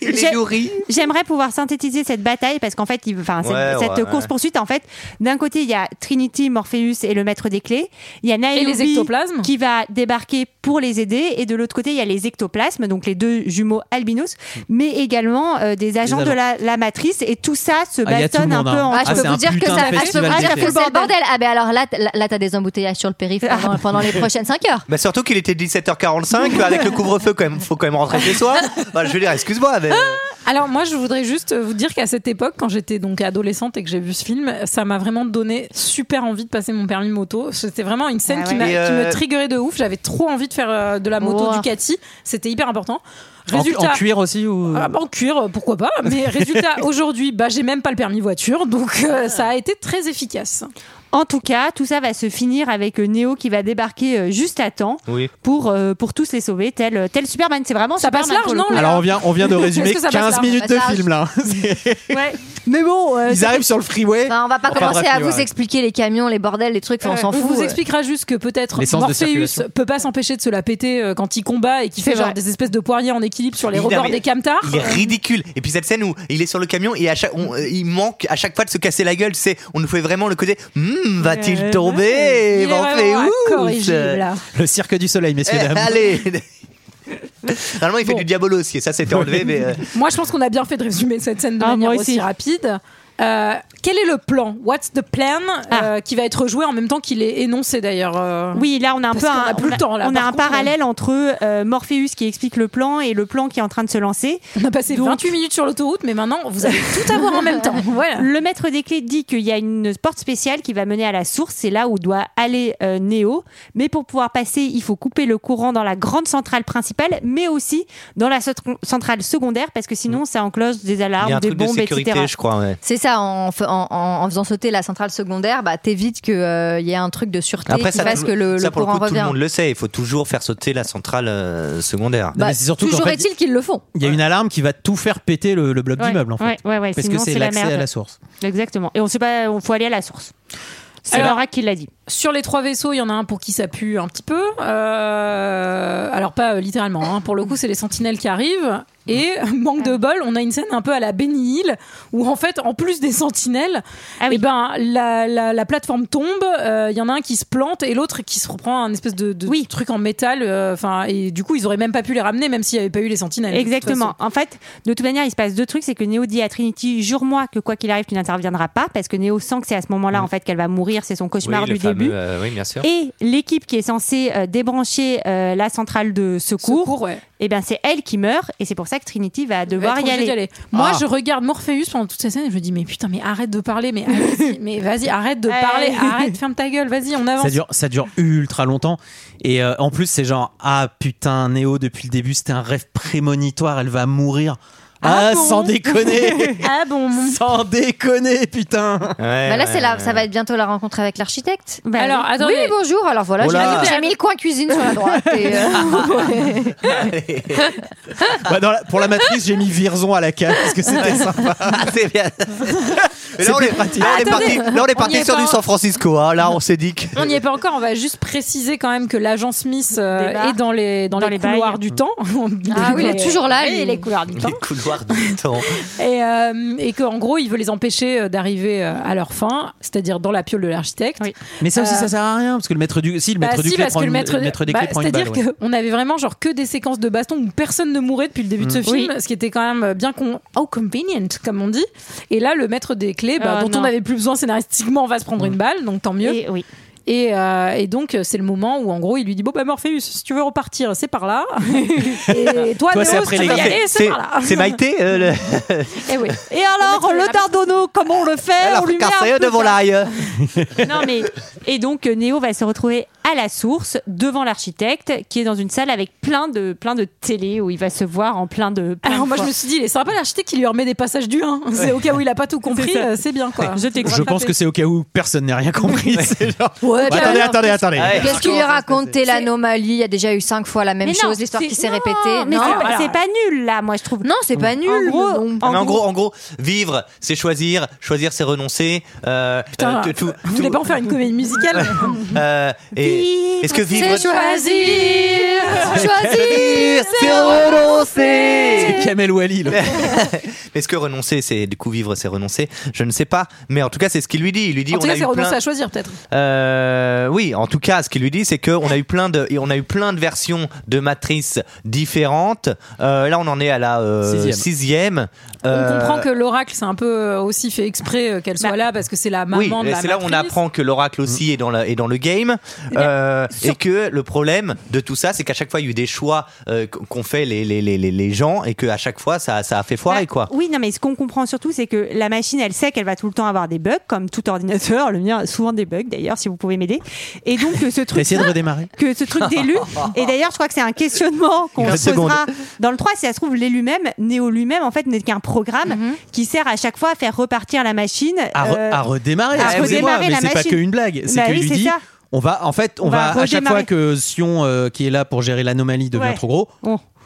Speaker 9: Il les
Speaker 8: J'ai-
Speaker 9: nourrit.
Speaker 8: J'aimerais pouvoir synthétiser cette bataille parce qu'en fait, il- enfin, cette,
Speaker 9: Ouais,
Speaker 8: cette
Speaker 9: ouais,
Speaker 8: course poursuite, en fait, d'un côté, il y a Trinity, Morpheus et le maître des clés. Il y a Niobe
Speaker 1: les ectoplasmes.
Speaker 8: qui va débarquer pour les aider, et de l'autre côté, il y a les ectoplasmes, donc les deux jumeaux albinos, mais également euh, des agents
Speaker 6: Hmm. agents.
Speaker 8: de la, la matrice, et tout ça se
Speaker 6: Ah, il y a tout le
Speaker 8: bastonne un
Speaker 6: monde,
Speaker 8: peu
Speaker 6: hein.
Speaker 8: en
Speaker 7: Ah,
Speaker 6: Ah,
Speaker 7: je
Speaker 6: c'est
Speaker 7: peux vous
Speaker 6: un
Speaker 7: dire que
Speaker 6: putain
Speaker 7: ça,
Speaker 6: de
Speaker 7: ah, je peux vous
Speaker 6: festival
Speaker 7: dire
Speaker 6: d'été.
Speaker 7: que c'est le bordel. Ah ben alors là, t- là, là, t'as des embouteillages sur le périph' pendant, pendant les prochaines 5 heures.
Speaker 9: Bah surtout qu'il était 17h45 avec le couvre-feu quand même faut quand même rentrer chez soi. Bah, je veux dire excuse-moi mais
Speaker 1: Alors moi, je voudrais juste vous dire qu'à cette époque, quand j'étais donc adolescente et que j'ai vu ce film, ça m'a vraiment donné super envie de passer mon permis moto. C'était vraiment une scène
Speaker 8: Ah
Speaker 1: qui,
Speaker 8: ouais.
Speaker 1: m'a-
Speaker 9: Et,
Speaker 1: qui
Speaker 9: euh,
Speaker 1: me triggerait de ouf. J'avais trop envie de faire euh, de la moto
Speaker 8: Wow.
Speaker 1: Ducati. C'était hyper important.
Speaker 6: En-
Speaker 1: Résultat.
Speaker 6: En, cuir aussi ou
Speaker 1: Ah bah, en cuir, euh, pourquoi pas. Mais résultat, aujourd'hui, bah, j'ai même pas le permis voiture, donc
Speaker 8: Ah.
Speaker 1: euh, ça a été très efficace.
Speaker 8: En tout cas, tout ça va se finir avec euh, Neo qui va débarquer euh, juste à temps
Speaker 9: Oui.
Speaker 8: pour, euh, pour tous les sauver, tel, euh, tel Superman. C'est vraiment
Speaker 1: Ça passe
Speaker 8: Superman,
Speaker 1: large,
Speaker 8: pour le
Speaker 1: non,
Speaker 9: bah,
Speaker 8: coup.
Speaker 1: là
Speaker 6: Alors on vient, on vient de résumer
Speaker 1: que ça passe
Speaker 6: 15
Speaker 1: large
Speaker 6: minutes de
Speaker 7: Passage.
Speaker 6: film là.
Speaker 8: Ouais. Mais bon, euh,
Speaker 6: Ils arrivent sur le freeway.
Speaker 7: Enfin, on va pas
Speaker 6: Enfin,
Speaker 7: commencer
Speaker 6: bref,
Speaker 7: à
Speaker 6: mais
Speaker 7: vous
Speaker 6: ouais.
Speaker 7: expliquer les camions, les bordels, les trucs, enfin, on
Speaker 1: Ouais,
Speaker 7: s'en fout.
Speaker 1: vous
Speaker 7: euh.
Speaker 1: expliquera juste que peut-être
Speaker 6: Les sens de circulation.
Speaker 1: Morpheus peut pas s'empêcher de se la péter euh, quand il combat et qu'il fait
Speaker 8: C'est
Speaker 1: genre
Speaker 8: vrai.
Speaker 1: des espèces de poiriers en équilibre sur les
Speaker 9: Il
Speaker 1: rebords
Speaker 9: avait-
Speaker 1: des camtars.
Speaker 9: Il est ridicule. Et puis cette scène où il est sur le camion et à chaque, on- euh, il manque à chaque fois de se casser la gueule. C'est, on nous fait vraiment le côté. Hmm, va-t-il
Speaker 1: Euh, Ouais.
Speaker 9: tomber
Speaker 1: Il est vraiment
Speaker 9: Morpheus
Speaker 1: incorrigible.
Speaker 6: Le cirque du soleil,
Speaker 9: Eh,
Speaker 6: messieurs dames.
Speaker 9: Allez. Normalement, il fait
Speaker 1: Bon.
Speaker 9: du diabolo aussi. Et ça, c'était enlevé. Mais euh,
Speaker 1: Moi, je pense qu'on a bien fait de résumer cette scène de
Speaker 8: Ah,
Speaker 1: manière
Speaker 8: moi aussi.
Speaker 1: aussi rapide. Euh, quel est le plan What's the plan euh, qui va être joué en même temps qu'il est énoncé d'ailleurs euh.
Speaker 8: Ah. Oui, là on a un
Speaker 1: Parce
Speaker 8: peu
Speaker 1: qu'on
Speaker 8: un,
Speaker 1: a plus le temps, là,
Speaker 8: on a
Speaker 1: par
Speaker 8: un
Speaker 1: contre,
Speaker 8: parallèle entre euh, Morpheus qui explique le plan et le plan qui est en train de se lancer.
Speaker 1: On a passé
Speaker 8: Donc-
Speaker 1: 28 minutes sur l'autoroute, mais maintenant vous allez tout avoir en même temps. Voilà.
Speaker 8: Le maître des clés dit qu'il y a une porte spéciale qui va mener à la source, c'est là où doit aller euh, Neo. Mais pour pouvoir passer, il faut couper le courant dans la grande centrale principale, mais aussi dans la centr- centrale secondaire, parce que sinon ça encloche des
Speaker 9: il y a
Speaker 8: alarmes,
Speaker 9: un
Speaker 8: des
Speaker 9: truc de
Speaker 8: bombes,
Speaker 9: sécurité,
Speaker 8: etc.
Speaker 9: je crois. ouais.
Speaker 7: C'est ça, en, fa- en- en- en faisant sauter la centrale secondaire, bah, t'évites qu'il y ait un truc de sûreté
Speaker 9: Après,
Speaker 7: qui
Speaker 9: ça,
Speaker 7: fasse
Speaker 9: tout-
Speaker 7: que le,
Speaker 9: ça,
Speaker 7: le
Speaker 9: pour le
Speaker 7: courant
Speaker 9: coup, tout le
Speaker 7: revient.
Speaker 9: monde le sait. Il faut toujours faire sauter la centrale euh, secondaire.
Speaker 6: Non,
Speaker 7: Bah,
Speaker 6: mais c'est surtout qu'en
Speaker 7: toujours
Speaker 6: fait,
Speaker 7: est-il qu'ils le font.
Speaker 6: Il y a une alarme qui va tout faire péter le, le bloc
Speaker 8: Ouais,
Speaker 6: d'immeuble en fait.
Speaker 8: ouais, ouais, ouais,
Speaker 6: Parce
Speaker 8: sinon,
Speaker 6: que c'est
Speaker 8: la
Speaker 6: l'accès
Speaker 8: merde.
Speaker 6: à la source.
Speaker 8: Exactement. Et on sait pas, on faut aller à la source. C'est
Speaker 1: Alors-
Speaker 8: Laura qui l'a dit.
Speaker 1: Sur les trois vaisseaux, il y en a un pour qui ça pue un petit peu. Euh, alors pas euh, littéralement, hein. pour le coup, c'est les sentinelles qui arrivent. Et manque de bol, on a une scène un peu à la Benny Hill où en fait, en plus des sentinelles,
Speaker 8: Ah
Speaker 1: eh ben la, la- la plateforme tombe. euh, Il y en a un qui se plante et l'autre qui se reprend un espèce de, de truc en métal. euh, Enfin et du coup, ils auraient même pas pu les ramener même s'il n'y avait pas eu les sentinelles. de toute
Speaker 8: Exactement.
Speaker 1: façon.
Speaker 8: En fait, de toute manière, il se passe deux trucs. C'est que Neo dit à Trinity, jure-moi que quoi qu'il arrive, tu n'interviendras pas, parce que Neo sent que c'est à ce moment-là, en fait, qu'elle va mourir. C'est son cauchemar
Speaker 9: Mm. Oui,
Speaker 8: du
Speaker 9: le fameux,
Speaker 8: début.
Speaker 9: euh, oui, bien sûr.
Speaker 8: Et l'équipe qui est censée euh, débrancher euh, la centrale de secours,
Speaker 1: Secours, ouais.
Speaker 8: eh ben c'est elle qui meurt. Et c'est pour ça que Trinity va
Speaker 1: Elle va
Speaker 8: devoir
Speaker 1: être
Speaker 8: y
Speaker 1: obligée
Speaker 8: aller.
Speaker 1: d'y aller. Moi, je regarde Morpheus pendant toute cette scène et je me dis mais putain, mais arrête de parler, mais allez-y, mais vas-y, arrête de parler, arrête, ferme ta gueule, vas-y, on avance.
Speaker 6: Ça dure, ça dure ultra longtemps. Et euh, en plus, c'est genre, ah putain, Néo, depuis le début, c'était un rêve prémonitoire, elle va mourir. Ah,
Speaker 7: bon
Speaker 6: sans déconner
Speaker 1: Ah bon
Speaker 6: Sans déconner, putain
Speaker 7: Bah là, c'est la- ça va être bientôt la rencontre avec l'architecte.
Speaker 8: Bah
Speaker 1: alors,
Speaker 8: Ah,
Speaker 7: oui.
Speaker 1: attendez.
Speaker 7: Oui, bonjour. Alors voilà,
Speaker 6: Oh là.
Speaker 7: j'ai- j'ai mis le coin cuisine sur la droite. et, euh,
Speaker 6: Bah, dans la- pour la matrice, j'ai mis Virzon à la cave parce que c'était sympa.
Speaker 9: c'est bien. Et là, on
Speaker 6: plus
Speaker 9: est,
Speaker 6: pratique.
Speaker 9: là, on est
Speaker 1: Attendez,
Speaker 9: parti, là, on est parti
Speaker 1: on y est
Speaker 9: sur
Speaker 1: pas.
Speaker 9: du San Francisco. hein. Là, on s'est dit que.
Speaker 1: On n'y est pas encore, on va juste préciser quand même que l'agent Smith euh,
Speaker 8: Débarque
Speaker 1: est dans les, dans
Speaker 8: dans
Speaker 1: les,
Speaker 8: les
Speaker 1: couloirs
Speaker 8: bails.
Speaker 1: du temps. euh,
Speaker 7: Ah oui, il est toujours là,
Speaker 1: Oui,
Speaker 7: lui.
Speaker 1: les couloirs du temps.
Speaker 9: couloirs du temps.
Speaker 1: Et, euh, et qu'en gros, il veut les empêcher euh, d'arriver euh, à leur fin, c'est-à-dire dans la piole de l'architecte.
Speaker 6: Mais ça aussi,
Speaker 1: Euh,
Speaker 6: ça sert à rien parce que le maître du. Si, le
Speaker 1: Bah
Speaker 6: maître du
Speaker 1: si,
Speaker 6: clé
Speaker 1: parce
Speaker 6: prend
Speaker 1: que le
Speaker 6: une-
Speaker 1: maître,
Speaker 6: le maître des
Speaker 1: bah,
Speaker 6: clés prend une
Speaker 1: C'est-à-dire
Speaker 6: balle. ouais.
Speaker 1: qu'on avait vraiment genre que des séquences de baston où personne ne mourait depuis le début de ce
Speaker 6: Mm.
Speaker 1: film,
Speaker 6: Oui.
Speaker 1: ce qui était quand même bien con... oh, convenient, comme on dit. Et là, le maître des clés, bah,
Speaker 8: Ah,
Speaker 1: dont
Speaker 8: non.
Speaker 1: on n'avait plus besoin scénaristiquement, va se prendre une balle, donc tant mieux.
Speaker 8: Et oui.
Speaker 1: Mm. Et, euh, et donc, c'est le moment où, en gros, il lui dit Bon, bah, Morpheus, si tu veux repartir, c'est par là. et toi, Néo,
Speaker 9: c'est
Speaker 1: si tu veux y aller, c'est par là.
Speaker 9: C'est Maïté euh, le-
Speaker 1: Et, oui.
Speaker 8: Et alors, le Dardono, comment on le fait
Speaker 9: Elle a
Speaker 8: On lui met un
Speaker 9: fracassé
Speaker 8: peu
Speaker 9: de volaille.
Speaker 8: Non mais et donc euh, Néo va se retrouver à la source devant l'architecte qui est dans une salle avec plein de plein de télé où il va se voir en plein de. plein
Speaker 1: Alors,
Speaker 8: de
Speaker 1: moi, je
Speaker 8: fois.
Speaker 1: me suis dit Il est sympa l'architecte qui lui remet des passages du 1. C'est au cas où il a pas tout compris,
Speaker 8: C'est ça.
Speaker 1: euh, c'est bien quoi.
Speaker 6: Je pense que c'est au cas où personne n'a rien compris. c'est genre-
Speaker 1: Ouais,
Speaker 6: Bah,
Speaker 1: puis
Speaker 6: attendez,
Speaker 1: alors,
Speaker 6: attendez,
Speaker 1: qu'est-ce-
Speaker 6: attendez.
Speaker 8: Ah,
Speaker 7: Qu'est-ce qu'il lui raconte T'es l'anomalie. Il y a déjà eu cinq fois la même
Speaker 8: Mais non,
Speaker 7: chose, l'histoire
Speaker 8: c'est-
Speaker 7: qui s'est
Speaker 8: non,
Speaker 7: répétée.
Speaker 8: mais
Speaker 7: Non.
Speaker 8: c'est pas, c'est pas nul là, moi je trouve.
Speaker 7: Non, c'est pas nul.
Speaker 8: En gros,
Speaker 7: mais bon.
Speaker 9: Ah, mais en, gros, en gros, vivre, c'est choisir. Choisir, c'est renoncer. Euh,
Speaker 1: Putain,
Speaker 9: euh, tout-
Speaker 1: vous
Speaker 9: tout-
Speaker 1: voulez pas en faire une comédie musicale
Speaker 9: Euh, et- Est-ce que vivre.
Speaker 1: Choisir,
Speaker 9: c'est renoncer.
Speaker 6: C'est Kamel Wally. là.
Speaker 9: Est-ce que renoncer, c'est du coup vivre, c'est renoncer Je ne sais pas, mais en tout cas, c'est ce qu'il lui dit. Il lui dit
Speaker 1: En tout
Speaker 9: on
Speaker 1: cas,
Speaker 9: a
Speaker 1: c'est
Speaker 9: eu plein.
Speaker 1: renoncer à choisir peut-être.
Speaker 9: Euh, oui, en tout cas, ce qu'il lui dit, c'est qu'on a eu plein de, et on a eu plein de versions de matrices différentes. Euh, là, on en est à la euh,
Speaker 6: Sixième.
Speaker 9: sixième.
Speaker 1: On
Speaker 9: Euh,
Speaker 1: comprend que l'oracle, c'est un peu euh, aussi fait exprès euh, qu'elle soit là parce que c'est la maman
Speaker 9: oui,
Speaker 1: de la
Speaker 9: c'est là où on
Speaker 1: matrice. Eh
Speaker 9: apprend que l'oracle aussi est dans la- est dans le game euh, et que le problème de tout ça, c'est qu'à chaque fois il y a eu des choix euh, qu'ont fait les, les, les, les- les gens et que à chaque fois ça, ça a fait foirer quoi.
Speaker 8: Bah, Oui, non, mais ce qu'on comprend surtout, c'est que la machine, elle sait qu'elle va tout le temps avoir des bugs, comme tout ordinateur. Le mien a souvent des bugs, d'ailleurs, si vous pouvez m'aider. Et donc, que ce truc.
Speaker 6: Essayez de redémarrer.
Speaker 8: Que ce truc d'élu. Et d'ailleurs, je crois que c'est un questionnement qu'on
Speaker 6: Une
Speaker 8: posera
Speaker 6: seconde.
Speaker 8: dans le 3. Si ça se trouve, l'élu même, Néo lui-même, en fait, n'est qu'un programme
Speaker 1: Mhm.
Speaker 8: qui sert à chaque fois à faire repartir la machine.
Speaker 6: à, re-
Speaker 8: euh,
Speaker 6: à redémarrer.
Speaker 8: à
Speaker 6: Excusez-moi,
Speaker 8: redémarrer
Speaker 6: mais
Speaker 8: la
Speaker 6: c'est pas
Speaker 8: machine.
Speaker 6: que une blague. C'est
Speaker 8: Bah
Speaker 6: qu'il
Speaker 8: oui,
Speaker 6: lui
Speaker 8: c'est
Speaker 6: dit.
Speaker 8: ça.
Speaker 6: On va, en fait, on,
Speaker 8: On
Speaker 6: va,
Speaker 8: va
Speaker 6: à chaque fois
Speaker 8: redémarrer.
Speaker 6: que Sion, euh, qui est là pour gérer l'anomalie, devient
Speaker 8: Ouais. Oh.
Speaker 6: trop gros,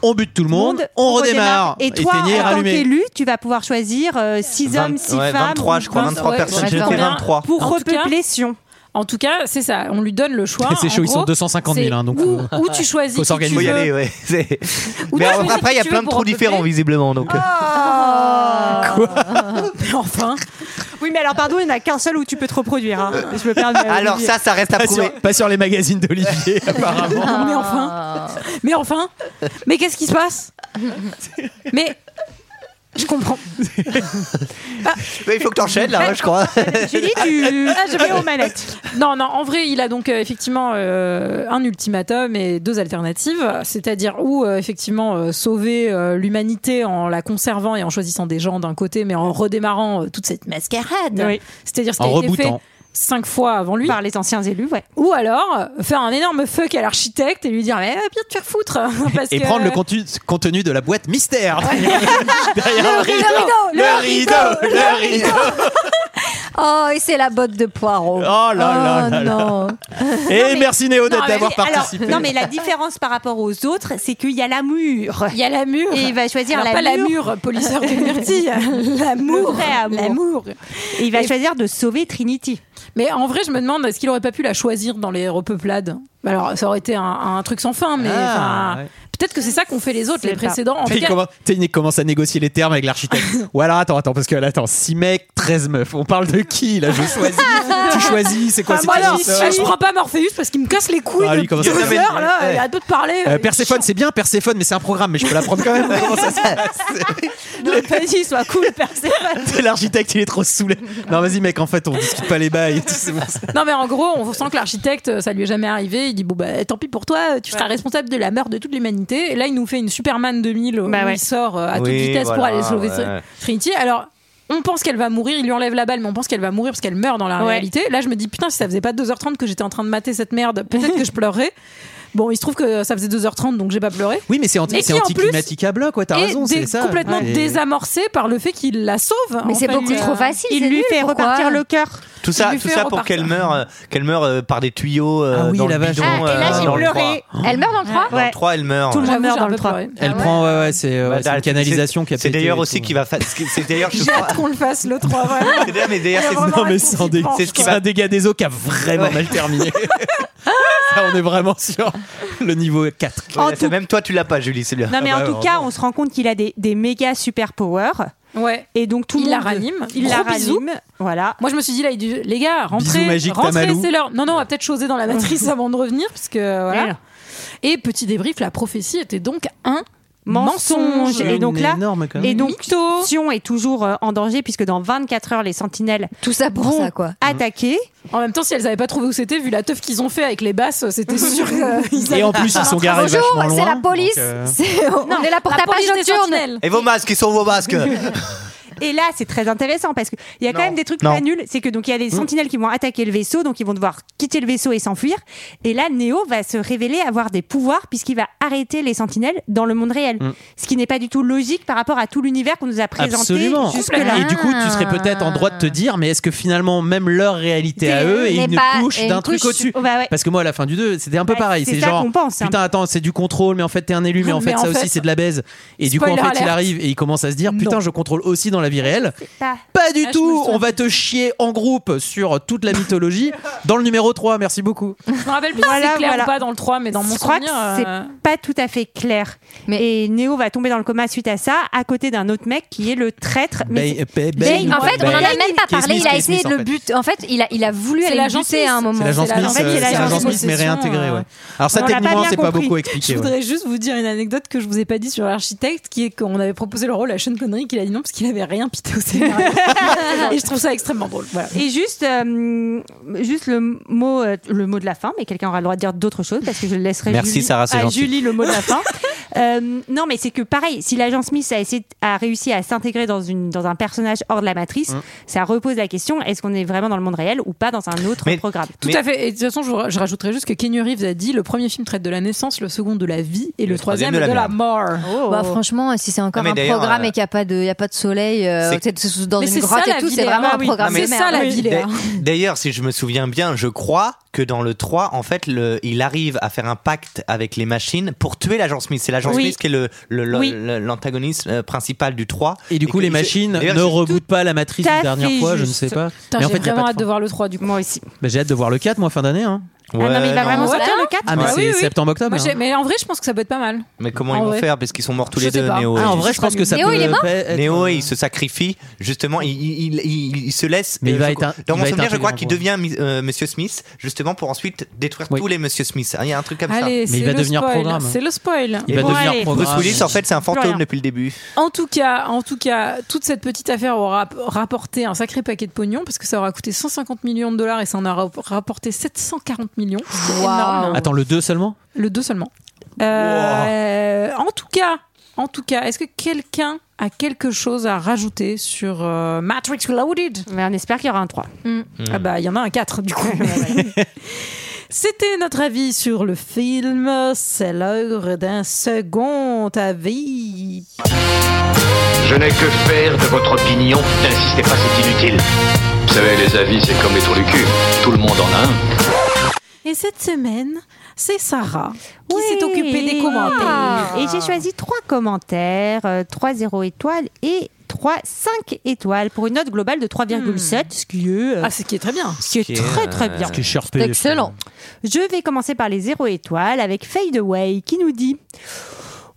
Speaker 8: on,
Speaker 6: bute tout le monde, on, redémarre.
Speaker 8: Et toi,
Speaker 6: Éteignez,
Speaker 8: en tant
Speaker 6: rallumez.
Speaker 8: qu'élu, tu vas pouvoir choisir 6
Speaker 9: Vingt-
Speaker 8: hommes, 6
Speaker 9: ouais,
Speaker 8: femmes.
Speaker 9: 23, je crois, 23 personnes. J'ai fait 23.
Speaker 8: Pour
Speaker 1: En tout cas-
Speaker 8: repeupler Sion.
Speaker 1: En tout cas, c'est ça. On lui donne le choix.
Speaker 6: C'est
Speaker 1: En
Speaker 6: chaud, ils
Speaker 1: gros,
Speaker 6: sont 250 000,
Speaker 1: c'est
Speaker 6: hein, donc,
Speaker 1: où,
Speaker 6: euh,
Speaker 1: où tu choisis
Speaker 6: faut
Speaker 1: qui
Speaker 6: s'organiser.
Speaker 1: tu
Speaker 9: Faut y
Speaker 1: veux.
Speaker 9: aller, ouais. C'est-
Speaker 1: Ou
Speaker 9: Mais
Speaker 1: tu
Speaker 9: après,
Speaker 1: choisis
Speaker 9: après,
Speaker 1: qui
Speaker 9: il y a
Speaker 1: tu
Speaker 9: plein
Speaker 1: veux
Speaker 9: de
Speaker 1: pour Ah,
Speaker 9: trous différents visiblement donc.
Speaker 1: Mais enfin.
Speaker 8: Ah. Oui, mais alors, pardon, il n'y en a qu'un seul où tu peux te reproduire. hein. Je me permets, euh,
Speaker 9: Alors
Speaker 8: Olivier.
Speaker 9: ça, ça reste à
Speaker 6: Pas sur,
Speaker 9: prouver.
Speaker 6: pas sur les magazines d'Olivier, apparemment.
Speaker 1: Mais enfin. Mais enfin. Mais qu'est-ce qui se passe Mais je comprends.
Speaker 9: Mais il faut que t'enchaînes là, hein, je crois.
Speaker 8: J'ai dit, tu
Speaker 1: Ah, j'ai pas
Speaker 8: es aux manettes.
Speaker 1: Non, non, en vrai, il a donc euh, effectivement euh, un ultimatum et deux alternatives, c'est-à-dire ou euh, effectivement euh, sauver euh, l'humanité en la conservant et en choisissant des gens d'un côté, mais en redémarrant euh, toute cette mascarade,
Speaker 8: Oui.
Speaker 1: c'est-à-dire ce qui
Speaker 6: En
Speaker 1: a été fait
Speaker 6: rebootant.
Speaker 1: cinq fois avant lui,
Speaker 8: Par les anciens élus, ouais.
Speaker 1: ou alors euh, faire un énorme fuck à l'architecte et lui dire mais va bien te faire foutre parce
Speaker 6: Et
Speaker 1: que-
Speaker 6: prendre le contenu, contenu de la boîte mystère. Derrière
Speaker 1: Le rideau, le rideau,
Speaker 6: le rideau.
Speaker 7: Oh, et c'est la botte de poireau.
Speaker 6: Oh là là
Speaker 7: Oh
Speaker 6: là là.
Speaker 7: non.
Speaker 6: Et merci Néo
Speaker 8: Non, mais-
Speaker 6: d'avoir
Speaker 8: alors,
Speaker 6: participé.
Speaker 8: non, mais la différence par rapport aux autres, c'est qu'il y a la mure.
Speaker 1: il y a la mûre
Speaker 8: Et il va choisir
Speaker 1: Alors,
Speaker 8: la
Speaker 1: pas euh, la
Speaker 8: mûre.
Speaker 1: mûre polisseur de Murti, l'amour
Speaker 8: Le vrai amour.
Speaker 1: l'amour
Speaker 8: Et il va choisir de sauver Trinity.
Speaker 1: Mais en vrai, je me demande, est-ce qu'il aurait pas pu la choisir dans les repeuplades Alors, ça aurait été un, un truc sans fin, mais
Speaker 6: Ah,
Speaker 1: enfin,
Speaker 6: ouais.
Speaker 1: peut-être que c'est ça qu'ont fait les autres, les précédents. En tout
Speaker 6: Il
Speaker 1: cas,
Speaker 6: commence, Technique commence à négocier les termes avec l'architecte. Ou alors, attends, attends, parce que là, attends, 6 mecs, 13 meufs. On parle de qui là Je choisis. tu choisis, c'est quoi
Speaker 1: Ah,
Speaker 6: c'est
Speaker 1: moi,
Speaker 6: qui,
Speaker 1: alors,
Speaker 6: ça
Speaker 1: Je prends pas Morpheus parce qu'il me casse les couilles
Speaker 6: Ah, lui,
Speaker 1: depuis
Speaker 6: comment ça
Speaker 1: deux
Speaker 6: s'appelle
Speaker 1: heures, là,
Speaker 6: Ouais.
Speaker 1: il a de parler.
Speaker 6: Euh, Perséphone, c'est bien Perséphone, mais c'est un programme, mais je peux la prendre quand même. Comment ça se passe
Speaker 1: Non, vas-y, sois cool, Perséphone.
Speaker 6: C'est L'architecte, il est trop saoulé. Non, vas-y, mec, en fait, on discute pas les bails et tout, c'est bon.
Speaker 1: Non mais en gros, on sent que l'architecte, ça lui est jamais arrivé. Il dit bon bah tant pis pour toi, tu seras responsable de la mort de toute l'humanité. Et là, il nous fait une Superman 2000 où il sort euh, à toute
Speaker 9: Oui,
Speaker 1: vitesse pour
Speaker 9: voilà,
Speaker 1: aller sauver
Speaker 9: ouais.
Speaker 1: Trinity. Alors on pense qu'elle va mourir, il lui enlève la balle, mais on pense qu'elle va mourir parce qu'elle meurt dans la
Speaker 8: Ouais.
Speaker 1: réalité. Là, je me dis putain, si ça faisait pas 2h30 que j'étais en train de mater cette merde, peut-être que je pleurerais. Bon, il se trouve que ça faisait 2h30, donc j'ai pas pleuré.
Speaker 6: Oui, mais c'est anti-
Speaker 1: Et
Speaker 6: c'est
Speaker 1: qui, en plus,
Speaker 6: anticlimatique à bloc, ouais, t'as
Speaker 1: est
Speaker 6: raison, c'est
Speaker 1: dé-
Speaker 6: ça.
Speaker 1: complètement
Speaker 6: Et-
Speaker 1: désamorcé par le fait qu'il la sauve.
Speaker 7: Mais
Speaker 1: en
Speaker 7: c'est
Speaker 1: fait. euh,
Speaker 7: beaucoup trop facile,
Speaker 1: Il
Speaker 7: c'est
Speaker 1: lui
Speaker 7: nul,
Speaker 1: fait
Speaker 7: pourquoi
Speaker 1: repartir le cœur.
Speaker 9: Tout ça, tout ça pour qu'elle meure, euh, qu'elle meure euh, par des tuyaux euh,
Speaker 6: oui,
Speaker 9: dans
Speaker 6: la
Speaker 9: le
Speaker 6: vache.
Speaker 9: bidon.
Speaker 6: Ah, et là,
Speaker 9: euh,
Speaker 6: j'ai
Speaker 9: dans le
Speaker 6: pleuré.
Speaker 9: froid.
Speaker 7: Elle meurt dans le 3
Speaker 9: Dans le 3, elle
Speaker 6: Oh,
Speaker 9: meurt.
Speaker 7: Tout le monde
Speaker 9: ouais.
Speaker 7: meurt dans le 3.
Speaker 6: Elle
Speaker 1: Ah
Speaker 6: prend, ouais, ouais, c'est euh, ouais, c'est une canalisation qui a
Speaker 9: Bah, C'est
Speaker 6: pété
Speaker 9: d'ailleurs
Speaker 6: et
Speaker 9: aussi
Speaker 6: tout.
Speaker 9: qui va faire. C'est d'ailleurs, je
Speaker 1: J'ai
Speaker 9: crois.
Speaker 1: hâte qu'on le fasse le 3 vraiment.
Speaker 9: C'est d'ailleurs- mais d'ailleurs,
Speaker 1: Il y a
Speaker 9: c'est-
Speaker 1: vraiment
Speaker 6: Non, mais
Speaker 1: un
Speaker 6: c'est
Speaker 1: coup
Speaker 6: un
Speaker 1: qui
Speaker 6: dé-
Speaker 1: penche,
Speaker 6: c'est ce qui
Speaker 1: quoi.
Speaker 6: va dégât des eaux qui a vraiment
Speaker 9: Ouais.
Speaker 6: mal terminé. ça, on est vraiment sur le niveau 4.
Speaker 8: En tout-
Speaker 9: Même toi, tu l'as pas, Julie, c'est bien.
Speaker 8: Non, mais en tout cas, on se rend compte qu'il a des, des méga super powers.
Speaker 1: Ouais.
Speaker 8: Et donc tout le
Speaker 1: Il la
Speaker 8: monde-
Speaker 1: ranime.
Speaker 8: Il la
Speaker 1: Gros bisous.
Speaker 8: ranime. Voilà.
Speaker 1: Moi, je me suis dit, là, il dit, les gars, rentrez,
Speaker 6: Bisous magique,
Speaker 1: rentrez,
Speaker 6: Tamalou.
Speaker 1: c'est l'heure. Non, non, on va peut-être choser dans la matrice avant de revenir, parce que voilà. Et petit débrief, la prophétie était donc un mensonge.
Speaker 8: mensonge. Et donc là, et donc Sion est toujours euh, en danger puisque dans 24 heures les sentinelles
Speaker 7: tout ça pour
Speaker 8: vont
Speaker 7: ça, quoi.
Speaker 8: attaquer.
Speaker 1: En même temps, si elles n'avaient pas trouvé où c'était, vu la teuf qu'ils ont fait avec les basses, c'était sûr euh, qu'ils
Speaker 6: Et en plus, ils sont garés
Speaker 7: Bonjour,
Speaker 6: vachement
Speaker 7: c'est
Speaker 6: loin.
Speaker 7: la police.
Speaker 6: donc, euh,
Speaker 7: C'est- On
Speaker 8: Non,
Speaker 7: est là pour
Speaker 8: la
Speaker 7: ta page
Speaker 8: police des
Speaker 7: nocturne.
Speaker 8: sentinelles.
Speaker 9: Et vos masques, ils sont vos masques.
Speaker 8: Et là, c'est très intéressant parce qu'il y a quand même des trucs
Speaker 9: Non.
Speaker 8: pas nuls. C'est que donc il y a les sentinelles qui vont attaquer le vaisseau, donc ils vont devoir quitter le vaisseau et s'enfuir. Et là, Neo va se révéler avoir des pouvoirs puisqu'il va arrêter les sentinelles dans le monde réel. Ce qui n'est pas du tout logique par rapport à tout l'univers qu'on nous a présenté
Speaker 6: Absolument.
Speaker 8: jusque-là.
Speaker 6: Et du coup, tu serais peut-être en droit de te dire, mais est-ce que finalement, même leur réalité à
Speaker 8: C'est-
Speaker 6: eux est
Speaker 8: n'est
Speaker 6: une
Speaker 8: pas-
Speaker 6: couche
Speaker 8: une
Speaker 6: d'un truc
Speaker 8: couche-
Speaker 6: au-dessus
Speaker 8: Oh, bah ouais.
Speaker 6: Parce que moi, à la fin du 2, c'était un peu
Speaker 8: Ouais,
Speaker 6: pareil.
Speaker 8: c'est
Speaker 6: C'est
Speaker 8: ça
Speaker 6: genre,
Speaker 8: qu'on pense, hein.
Speaker 6: putain, attends, c'est du contrôle, mais en fait, t'es un élu, mais en
Speaker 8: Mais
Speaker 6: fait,
Speaker 8: en
Speaker 6: ça
Speaker 8: fait-
Speaker 6: aussi, c'est de la baise. Et du coup, en
Speaker 8: Spoiler
Speaker 6: fait, il
Speaker 8: alert.
Speaker 6: arrive et il commence à se dire, putain, je contrôle aussi dans la vie réelle.
Speaker 8: Pas,
Speaker 6: Pas du
Speaker 8: Ah, je me
Speaker 6: tout,
Speaker 8: souviens.
Speaker 6: on va te chier en groupe sur toute la mythologie dans le numéro 3, merci beaucoup.
Speaker 1: Je me rappelle plus si
Speaker 8: Voilà,
Speaker 1: c'est clair
Speaker 8: voilà.
Speaker 1: ou pas dans le 3, mais dans mon
Speaker 8: je crois
Speaker 1: souvenir.
Speaker 8: que
Speaker 1: euh,
Speaker 8: c'est pas tout à fait clair. Et Neo va tomber dans le coma suite à ça, à côté d'un autre mec qui est le traître. mais
Speaker 6: Bane- Bane-
Speaker 7: Bane, en fait, on en a
Speaker 6: Bane-
Speaker 7: même pas
Speaker 6: Kay
Speaker 7: parlé.
Speaker 6: Smith,
Speaker 7: il a
Speaker 6: Kay
Speaker 7: essayé de
Speaker 6: Smith, en
Speaker 7: le
Speaker 6: fait.
Speaker 7: but. En fait, il a, il a voulu
Speaker 1: C'est
Speaker 7: aller le
Speaker 1: l'agent
Speaker 7: buter à un moment.
Speaker 6: C'est l'agent
Speaker 7: C'est l'agent
Speaker 6: Smith, euh,
Speaker 7: Smith,
Speaker 6: c'est
Speaker 7: l'agent
Speaker 6: l'agent
Speaker 7: Smith.
Speaker 6: Smith, mais réintégré. ouais. Alors ça,
Speaker 8: On l'a pas
Speaker 6: techniquement,
Speaker 8: bien
Speaker 6: c'est pas
Speaker 8: compris.
Speaker 6: beaucoup
Speaker 1: Je
Speaker 6: expliqué. ouais.
Speaker 1: voudrais juste vous dire une anecdote que je vous ai pas dit sur l'architecte, qui est qu'on avait proposé le rôle à Sean Connery, qu'il a dit non parce qu'il avait rien pité au scénario. et je trouve ça extrêmement drôle. Voilà.
Speaker 8: Et juste, euh, juste le mot, euh, le mot de la fin, mais quelqu'un aura le droit de dire d'autres choses parce que je le laisserai
Speaker 9: Merci,
Speaker 8: Julie,
Speaker 9: Sarah, c'est
Speaker 8: à
Speaker 9: gentil.
Speaker 8: Julie le mot de la fin. Euh, non, mais c'est que pareil, si l'agent Smith a, essayé, a réussi à s'intégrer dans, une, dans un personnage hors de la matrice,
Speaker 9: Hum.
Speaker 8: ça repose la question est-ce qu'on est vraiment dans le monde réel ou pas dans un autre programme
Speaker 1: Tout à fait. Et de toute façon, je, je rajouterais juste que Kenny Reeves a dit le premier film traite de la naissance, le second de la vie et le, troisième, de, la, mort.
Speaker 8: Oh.
Speaker 7: Bah, franchement, si c'est encore
Speaker 1: Ah, mais
Speaker 7: un
Speaker 1: d'ailleurs,
Speaker 7: programme
Speaker 1: euh,
Speaker 7: et qu'il n'y a pas de, il y a pas de soleil, euh,
Speaker 9: C'est-
Speaker 7: peut-être sous- dans
Speaker 1: Mais
Speaker 7: une
Speaker 1: c'est ça,
Speaker 7: grotte
Speaker 1: la
Speaker 7: et tout,
Speaker 1: vie,
Speaker 7: c'est
Speaker 1: Léa.
Speaker 7: vraiment
Speaker 1: Ah
Speaker 7: un
Speaker 1: oui.
Speaker 7: programme
Speaker 1: C'est
Speaker 7: de merde.
Speaker 1: ça, la vie, Léa.
Speaker 9: D'ailleurs, si je me souviens bien, je crois que dans le 3, en fait, le, il arrive à faire un pacte avec les machines pour tuer l'agent Smith. C'est l'agent
Speaker 6: Oui.
Speaker 9: Smith qui est l'antagoniste le, le-
Speaker 6: Oui.
Speaker 9: le- l'antagoniste, euh, principal du 3.
Speaker 6: Et du coup,
Speaker 9: que-
Speaker 6: les machines
Speaker 9: d'ailleurs,
Speaker 6: ne
Speaker 9: j'ai-
Speaker 6: rebootent pas la matrice
Speaker 1: Tout à
Speaker 6: une dernière
Speaker 1: fait
Speaker 6: fois, je ne
Speaker 1: juste.
Speaker 6: sais pas.
Speaker 1: Putain,
Speaker 6: Mais en
Speaker 1: j'ai
Speaker 6: fait, il y a
Speaker 1: vraiment
Speaker 6: pas
Speaker 1: hâte
Speaker 6: de
Speaker 1: de
Speaker 6: fin.
Speaker 1: voir le 3 du coup.
Speaker 8: Moi aussi. Ah
Speaker 6: Bah, J'ai hâte de voir le 4, moi, fin d'année. hein.
Speaker 9: Ouais,
Speaker 8: non, mais il va vraiment sortir le 4.
Speaker 6: Ah, mais
Speaker 1: Bah
Speaker 6: c'est
Speaker 1: oui, oui.
Speaker 6: septembre-octobre.
Speaker 1: Moi, j'ai-
Speaker 6: hein.
Speaker 1: Mais en vrai, je pense que ça peut être pas mal.
Speaker 9: Mais comment
Speaker 1: En
Speaker 9: ils vont
Speaker 1: vrai.
Speaker 9: faire Parce qu'ils sont morts tous
Speaker 1: Ah Je
Speaker 9: les
Speaker 1: sais
Speaker 9: deux,
Speaker 1: pas.
Speaker 9: Néo.
Speaker 1: Ah, en
Speaker 9: et-
Speaker 1: vrai, euh, je pense que ça Néo, peut il est mort
Speaker 6: être- euh,
Speaker 9: Néo, il se sacrifie. Justement, il, il- il- il se laisse.
Speaker 6: Mais il
Speaker 9: euh,
Speaker 6: va
Speaker 9: je
Speaker 6: être
Speaker 9: crois-
Speaker 6: un-
Speaker 9: dans mon
Speaker 6: il va être
Speaker 9: souvenir, je crois
Speaker 6: intégrant,
Speaker 9: qu'il devient
Speaker 6: ouais.
Speaker 9: mi- euh, Monsieur Smith, justement pour ensuite détruire tous les Monsieur Smith. Ah, Il y a un truc comme
Speaker 1: Allez,
Speaker 9: ça.
Speaker 1: c'est le spoil. C'est le spoil.
Speaker 9: Il va
Speaker 1: Bon,
Speaker 9: devenir
Speaker 1: allez.
Speaker 9: Bruce
Speaker 6: Ah,
Speaker 9: Willis, en fait, c'est un
Speaker 1: Plus rien.
Speaker 9: fantôme depuis le début.
Speaker 1: En tout cas, en tout cas, toute cette petite affaire aura rapporté un sacré paquet de pognon parce que ça aura coûté 150 millions de dollars et ça en a rap- rapporté 740 millions. C'est énorme.
Speaker 6: Attends, le 2 seulement
Speaker 1: Le 2 seulement. Euh, En tout cas, en tout cas, est-ce que quelqu'un a quelque chose à rajouter sur euh, Matrix Reloaded
Speaker 8: On espère qu'il y aura un 3.
Speaker 1: Ah bah, il y en a un 4 du coup. C'était notre avis sur le film. C'est l'heure d'un second avis.
Speaker 16: Je n'ai que faire de votre opinion. N'insistez pas, c'est inutile. Vous savez, les avis, c'est comme les trous du cul. Tout le monde en a un.
Speaker 1: Et cette semaine, c'est Sarah qui s'est occupée des commentaires.
Speaker 8: Et j'ai choisi trois commentaires, euh, trois zéro étoiles et 3, 5 étoiles pour une note globale de 3,7, ce qui est. euh,
Speaker 1: Ah, ce qui est très bien.
Speaker 8: Ce qui est très très bien.
Speaker 1: Excellent.
Speaker 8: Je vais commencer par les 0 étoiles avec Fade Away qui nous dit.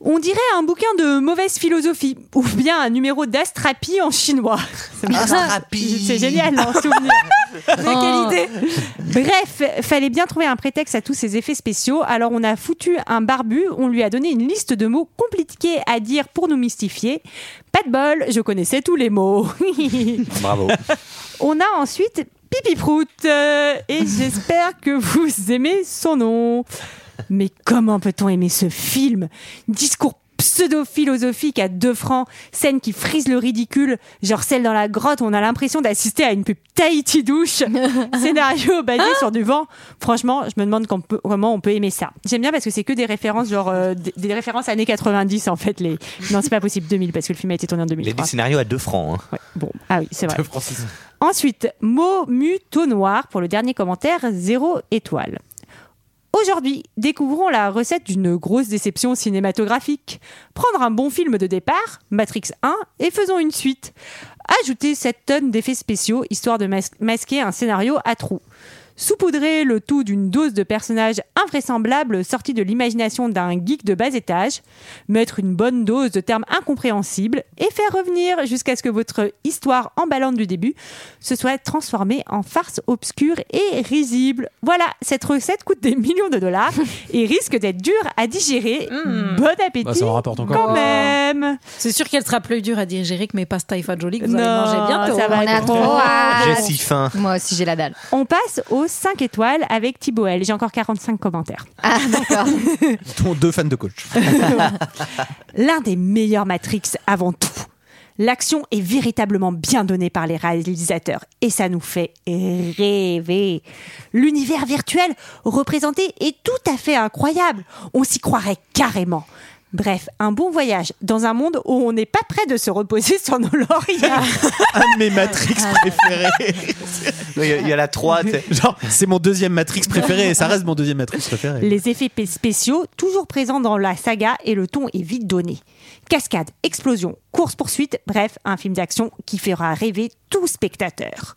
Speaker 8: On dirait un bouquin de mauvaise philosophie ou bien un numéro d'Astrapi en chinois.
Speaker 1: Ah,
Speaker 7: Ah,
Speaker 9: Astrapi.
Speaker 8: C'est génial, en souvenir. Mais quelle idée Bref, fallait bien trouver un prétexte à tous ces effets spéciaux. Alors on a foutu un barbu, on lui a donné une liste de mots compliqués à dire pour nous mystifier. Pas de bol, je connaissais tous les mots.
Speaker 9: Bravo.
Speaker 8: On a ensuite Pipi Prout euh, et j'espère que vous aimez son nom. Mais comment peut-on aimer ce film Discours pseudo-philosophique à deux francs, scène qui frise le ridicule, genre celle dans la grotte où on a l'impression d'assister à une pub Tahiti douche, scénario basé sur du vent. Franchement, je me demande qu'on peut- comment on peut aimer ça. J'aime bien parce que c'est que des références genre euh, des, des références années 90 en fait les Non, c'est pas possible 2000 parce que le film a été tourné en
Speaker 9: Il y a
Speaker 8: 2003.
Speaker 9: des scénarios à 2 francs. hein.
Speaker 8: Bon, ah oui, c'est vrai.
Speaker 9: Deux francs six.
Speaker 8: Ensuite, mot mu taux noir pour le dernier commentaire, 0 étoile. Aujourd'hui, découvrons la recette d'une grosse déception cinématographique. Prendre un bon film de départ, Matrix 1, et faisons une suite. Ajouter 7 tonnes d'effets spéciaux, histoire de mas- masquer un scénario à trous. Saupoudrer le tout d'une dose de personnages invraisemblables sortis de l'imagination d'un geek de bas étage, mettre une bonne dose de termes incompréhensibles et faire revenir jusqu'à ce que votre histoire emballante du début se soit transformée en farce obscure et risible. Voilà, cette recette coûte des millions de dollars et risque d'être dure à digérer.
Speaker 1: Hmm.
Speaker 8: Bon appétit
Speaker 6: Bah, ça en rapporte encore.
Speaker 1: Oh.
Speaker 8: quand même
Speaker 1: C'est sûr qu'elle sera plus dure à digérer que mes pastas Jolie que vous allez
Speaker 8: Non,
Speaker 1: manger bientôt. hein.
Speaker 8: ça va
Speaker 7: On a
Speaker 8: être
Speaker 7: trop
Speaker 1: Ah,
Speaker 7: hâte.
Speaker 9: J'ai si faim.
Speaker 7: Moi aussi, j'ai la dalle.
Speaker 8: On passe aux 5 étoiles avec Thibaut L. J'ai encore 45 commentaires.
Speaker 7: Ah, d'accord.
Speaker 6: Ton deux fans de coach.
Speaker 8: L'un des meilleurs Matrix avant tout. L'action est véritablement bien donnée par les réalisateurs et ça nous fait rêver. L'univers virtuel représenté est tout à fait incroyable. On s'y croirait carrément. Bref, un bon voyage dans un monde où on n'est pas prêt de se reposer sur nos lauriers.
Speaker 6: Un de mes Matrix
Speaker 1: Ah,
Speaker 6: préférés.
Speaker 9: Il y, a- il y a la 3.
Speaker 6: Genre, c'est mon deuxième Matrix préféré et ça reste mon deuxième Matrix préféré.
Speaker 8: Les effets p- spéciaux, toujours présents dans la saga et le ton est vite donné. Cascades, explosions, course-poursuite, bref, un film d'action qui fera rêver tout spectateur.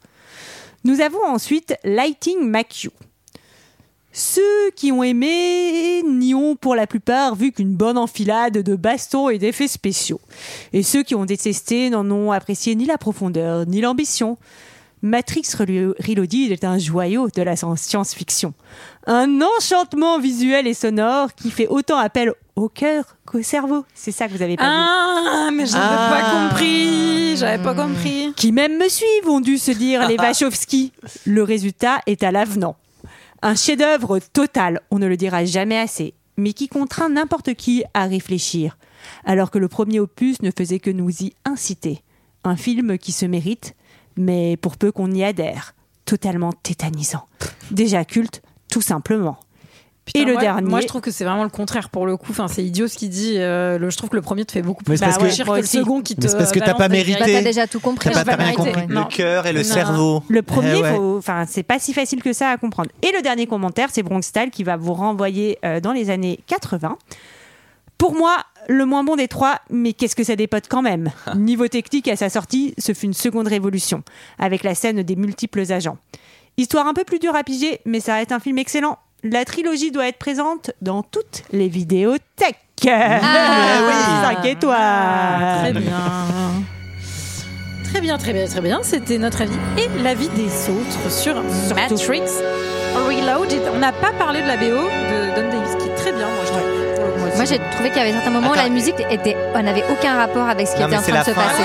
Speaker 8: Nous avons ensuite Lighting McHugh. Ceux qui ont aimé n'y ont pour la plupart vu qu'une bonne enfilade de bastons et d'effets spéciaux. Et ceux qui ont détesté n'en ont apprécié ni la profondeur, ni l'ambition. Matrix Relu- Reloaded est un joyau de la science-fiction. Un enchantement visuel et sonore qui fait autant appel au cœur qu'au cerveau. C'est ça que vous avez pas vu
Speaker 1: Ah, mais j'avais pas compris. J'avais pas compris.
Speaker 8: qui même me suivent ont dû se dire les Wachowski. Le résultat est à l'avenant. Un chef-d'œuvre total, on ne le dira jamais assez, mais qui contraint n'importe qui à réfléchir, alors que le premier opus ne faisait que nous y inciter. Un film qui se mérite, mais pour peu qu'on y adhère, totalement tétanisant. Déjà culte, tout simplement. Et
Speaker 1: Putain,
Speaker 8: le
Speaker 1: moi-
Speaker 8: dernier.
Speaker 1: Moi, je trouve que c'est vraiment le contraire pour le coup. Enfin, c'est idiot ce qu'il dit. euh, le- je trouve que le premier te fait beaucoup plus
Speaker 9: Mais c'est parce
Speaker 1: bah ouais,
Speaker 9: que-
Speaker 1: chier
Speaker 9: moi
Speaker 1: le
Speaker 9: aussi.
Speaker 1: second qui
Speaker 9: Mais
Speaker 1: te.
Speaker 9: c'est parce que t'as
Speaker 1: balance
Speaker 9: pas
Speaker 1: des
Speaker 9: mérité.
Speaker 1: directs.
Speaker 9: T'as déjà
Speaker 7: Bah, tout
Speaker 9: T'as
Speaker 1: J'ai
Speaker 9: pas, t'as rien
Speaker 1: mérité.
Speaker 9: compris.
Speaker 1: Non.
Speaker 9: Le cœur et le
Speaker 1: Non.
Speaker 9: cerveau.
Speaker 8: Le premier,
Speaker 9: Eh ouais.
Speaker 8: faut- enfin, c'est pas si facile que ça à comprendre. Et le dernier commentaire, c'est Bronx Style qui va vous renvoyer euh, dans les années 80. Pour moi, le moins bon des trois, mais qu'est-ce que ça dépote quand même Niveau technique, à sa sortie, ce fut une seconde révolution, avec la scène des multiples agents. Histoire un peu plus dure à piger, mais ça reste un film excellent. La trilogie doit être présente dans toutes les vidéothèques.
Speaker 1: Ah.
Speaker 8: 5 étoiles
Speaker 1: Très bien. Très bien, très bien, très bien. C'était notre avis et l'avis des autres sur Matrix Reloaded. On n'a pas parlé de la BO de Don Davis, qui est très bien, moi je trouve. aussi.
Speaker 7: Moi, j'ai trouvé qu'il y avait certains moments où la musique était, on n'avait aucun rapport avec ce qui
Speaker 9: Non,
Speaker 7: était
Speaker 9: mais
Speaker 7: en
Speaker 9: c'est
Speaker 7: train
Speaker 9: la
Speaker 7: de se
Speaker 9: fin.
Speaker 7: passer.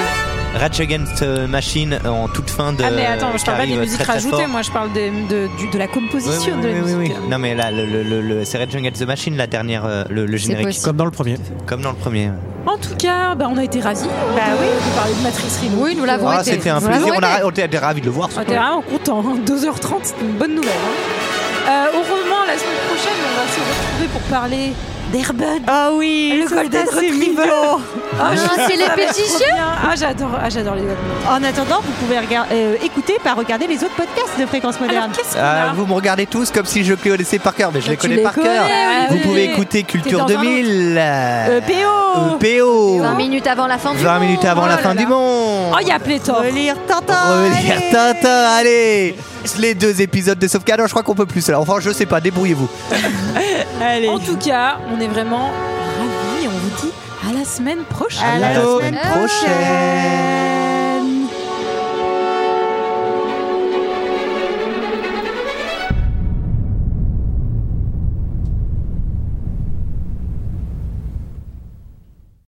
Speaker 9: Rage Against euh, Machine euh, en toute fin de.
Speaker 1: Ah mais attends, je
Speaker 9: qui
Speaker 1: parle pas des
Speaker 9: arrive
Speaker 1: musiques
Speaker 9: très, très
Speaker 1: rajoutées,
Speaker 9: fort.
Speaker 1: moi je parle des- de, du- de la composition
Speaker 9: Oui,
Speaker 1: de la
Speaker 9: oui, oui,
Speaker 1: musique.
Speaker 9: oui. Non mais là, le, le, le, le- c'est Red Jungle The Machine, la dernière, euh, le, le générique.
Speaker 1: possible. Comme
Speaker 9: dans le premier. Comme dans le premier.
Speaker 1: En tout cas, bah, on a été ravis. Bah oui, de parler de Matrix Reloaded.
Speaker 7: Oui, nous l'avons
Speaker 9: Ah, c'était un plaisir, on a- on était ravis de le voir.
Speaker 1: On était vraiment contents. hein. 2h30, c'est une bonne nouvelle. hein. Euh, au roman, la semaine prochaine, on va se retrouver pour parler d'Airbud.
Speaker 8: Ah oui,
Speaker 1: le
Speaker 8: ça,
Speaker 1: Golden
Speaker 8: c'est
Speaker 1: Retriever.
Speaker 8: mignon.
Speaker 1: Ah, je
Speaker 7: Oh, c'est
Speaker 1: sais
Speaker 7: les
Speaker 1: pas, mais
Speaker 7: petits
Speaker 1: trop
Speaker 7: chiens.
Speaker 1: bien. Ah, j'adore, ah, j'adore les Walkman.
Speaker 8: En attendant, vous pouvez regarder- euh, écouter par regarder les autres podcasts de Fréquence Moderne.
Speaker 9: Ah, vous me regardez tous comme si je les connaissais par cœur, mais je les
Speaker 8: Tu
Speaker 9: connais
Speaker 8: les
Speaker 9: par
Speaker 8: connais,
Speaker 1: Eh
Speaker 9: cœur.
Speaker 8: Olivier.
Speaker 1: Ah,
Speaker 9: Vous pouvez écouter
Speaker 8: dans
Speaker 9: Culture
Speaker 8: un
Speaker 9: 2000. euh,
Speaker 8: EPO.
Speaker 9: EPO.
Speaker 7: 20 minutes avant la fin du
Speaker 9: 20
Speaker 7: monde.
Speaker 9: minutes avant la
Speaker 7: Oh là
Speaker 9: fin du
Speaker 7: là.
Speaker 9: monde.
Speaker 1: Oh, il y a pléthore.
Speaker 8: Relire Tintin.
Speaker 9: Relire Tintin, allez Les deux épisodes de Sauvegarde, je crois qu'on peut plus là. Enfin, je sais pas, débrouillez-vous.
Speaker 1: En tout cas, on est vraiment ravis et on vous dit à la semaine prochaine.
Speaker 9: À la semaine prochaine.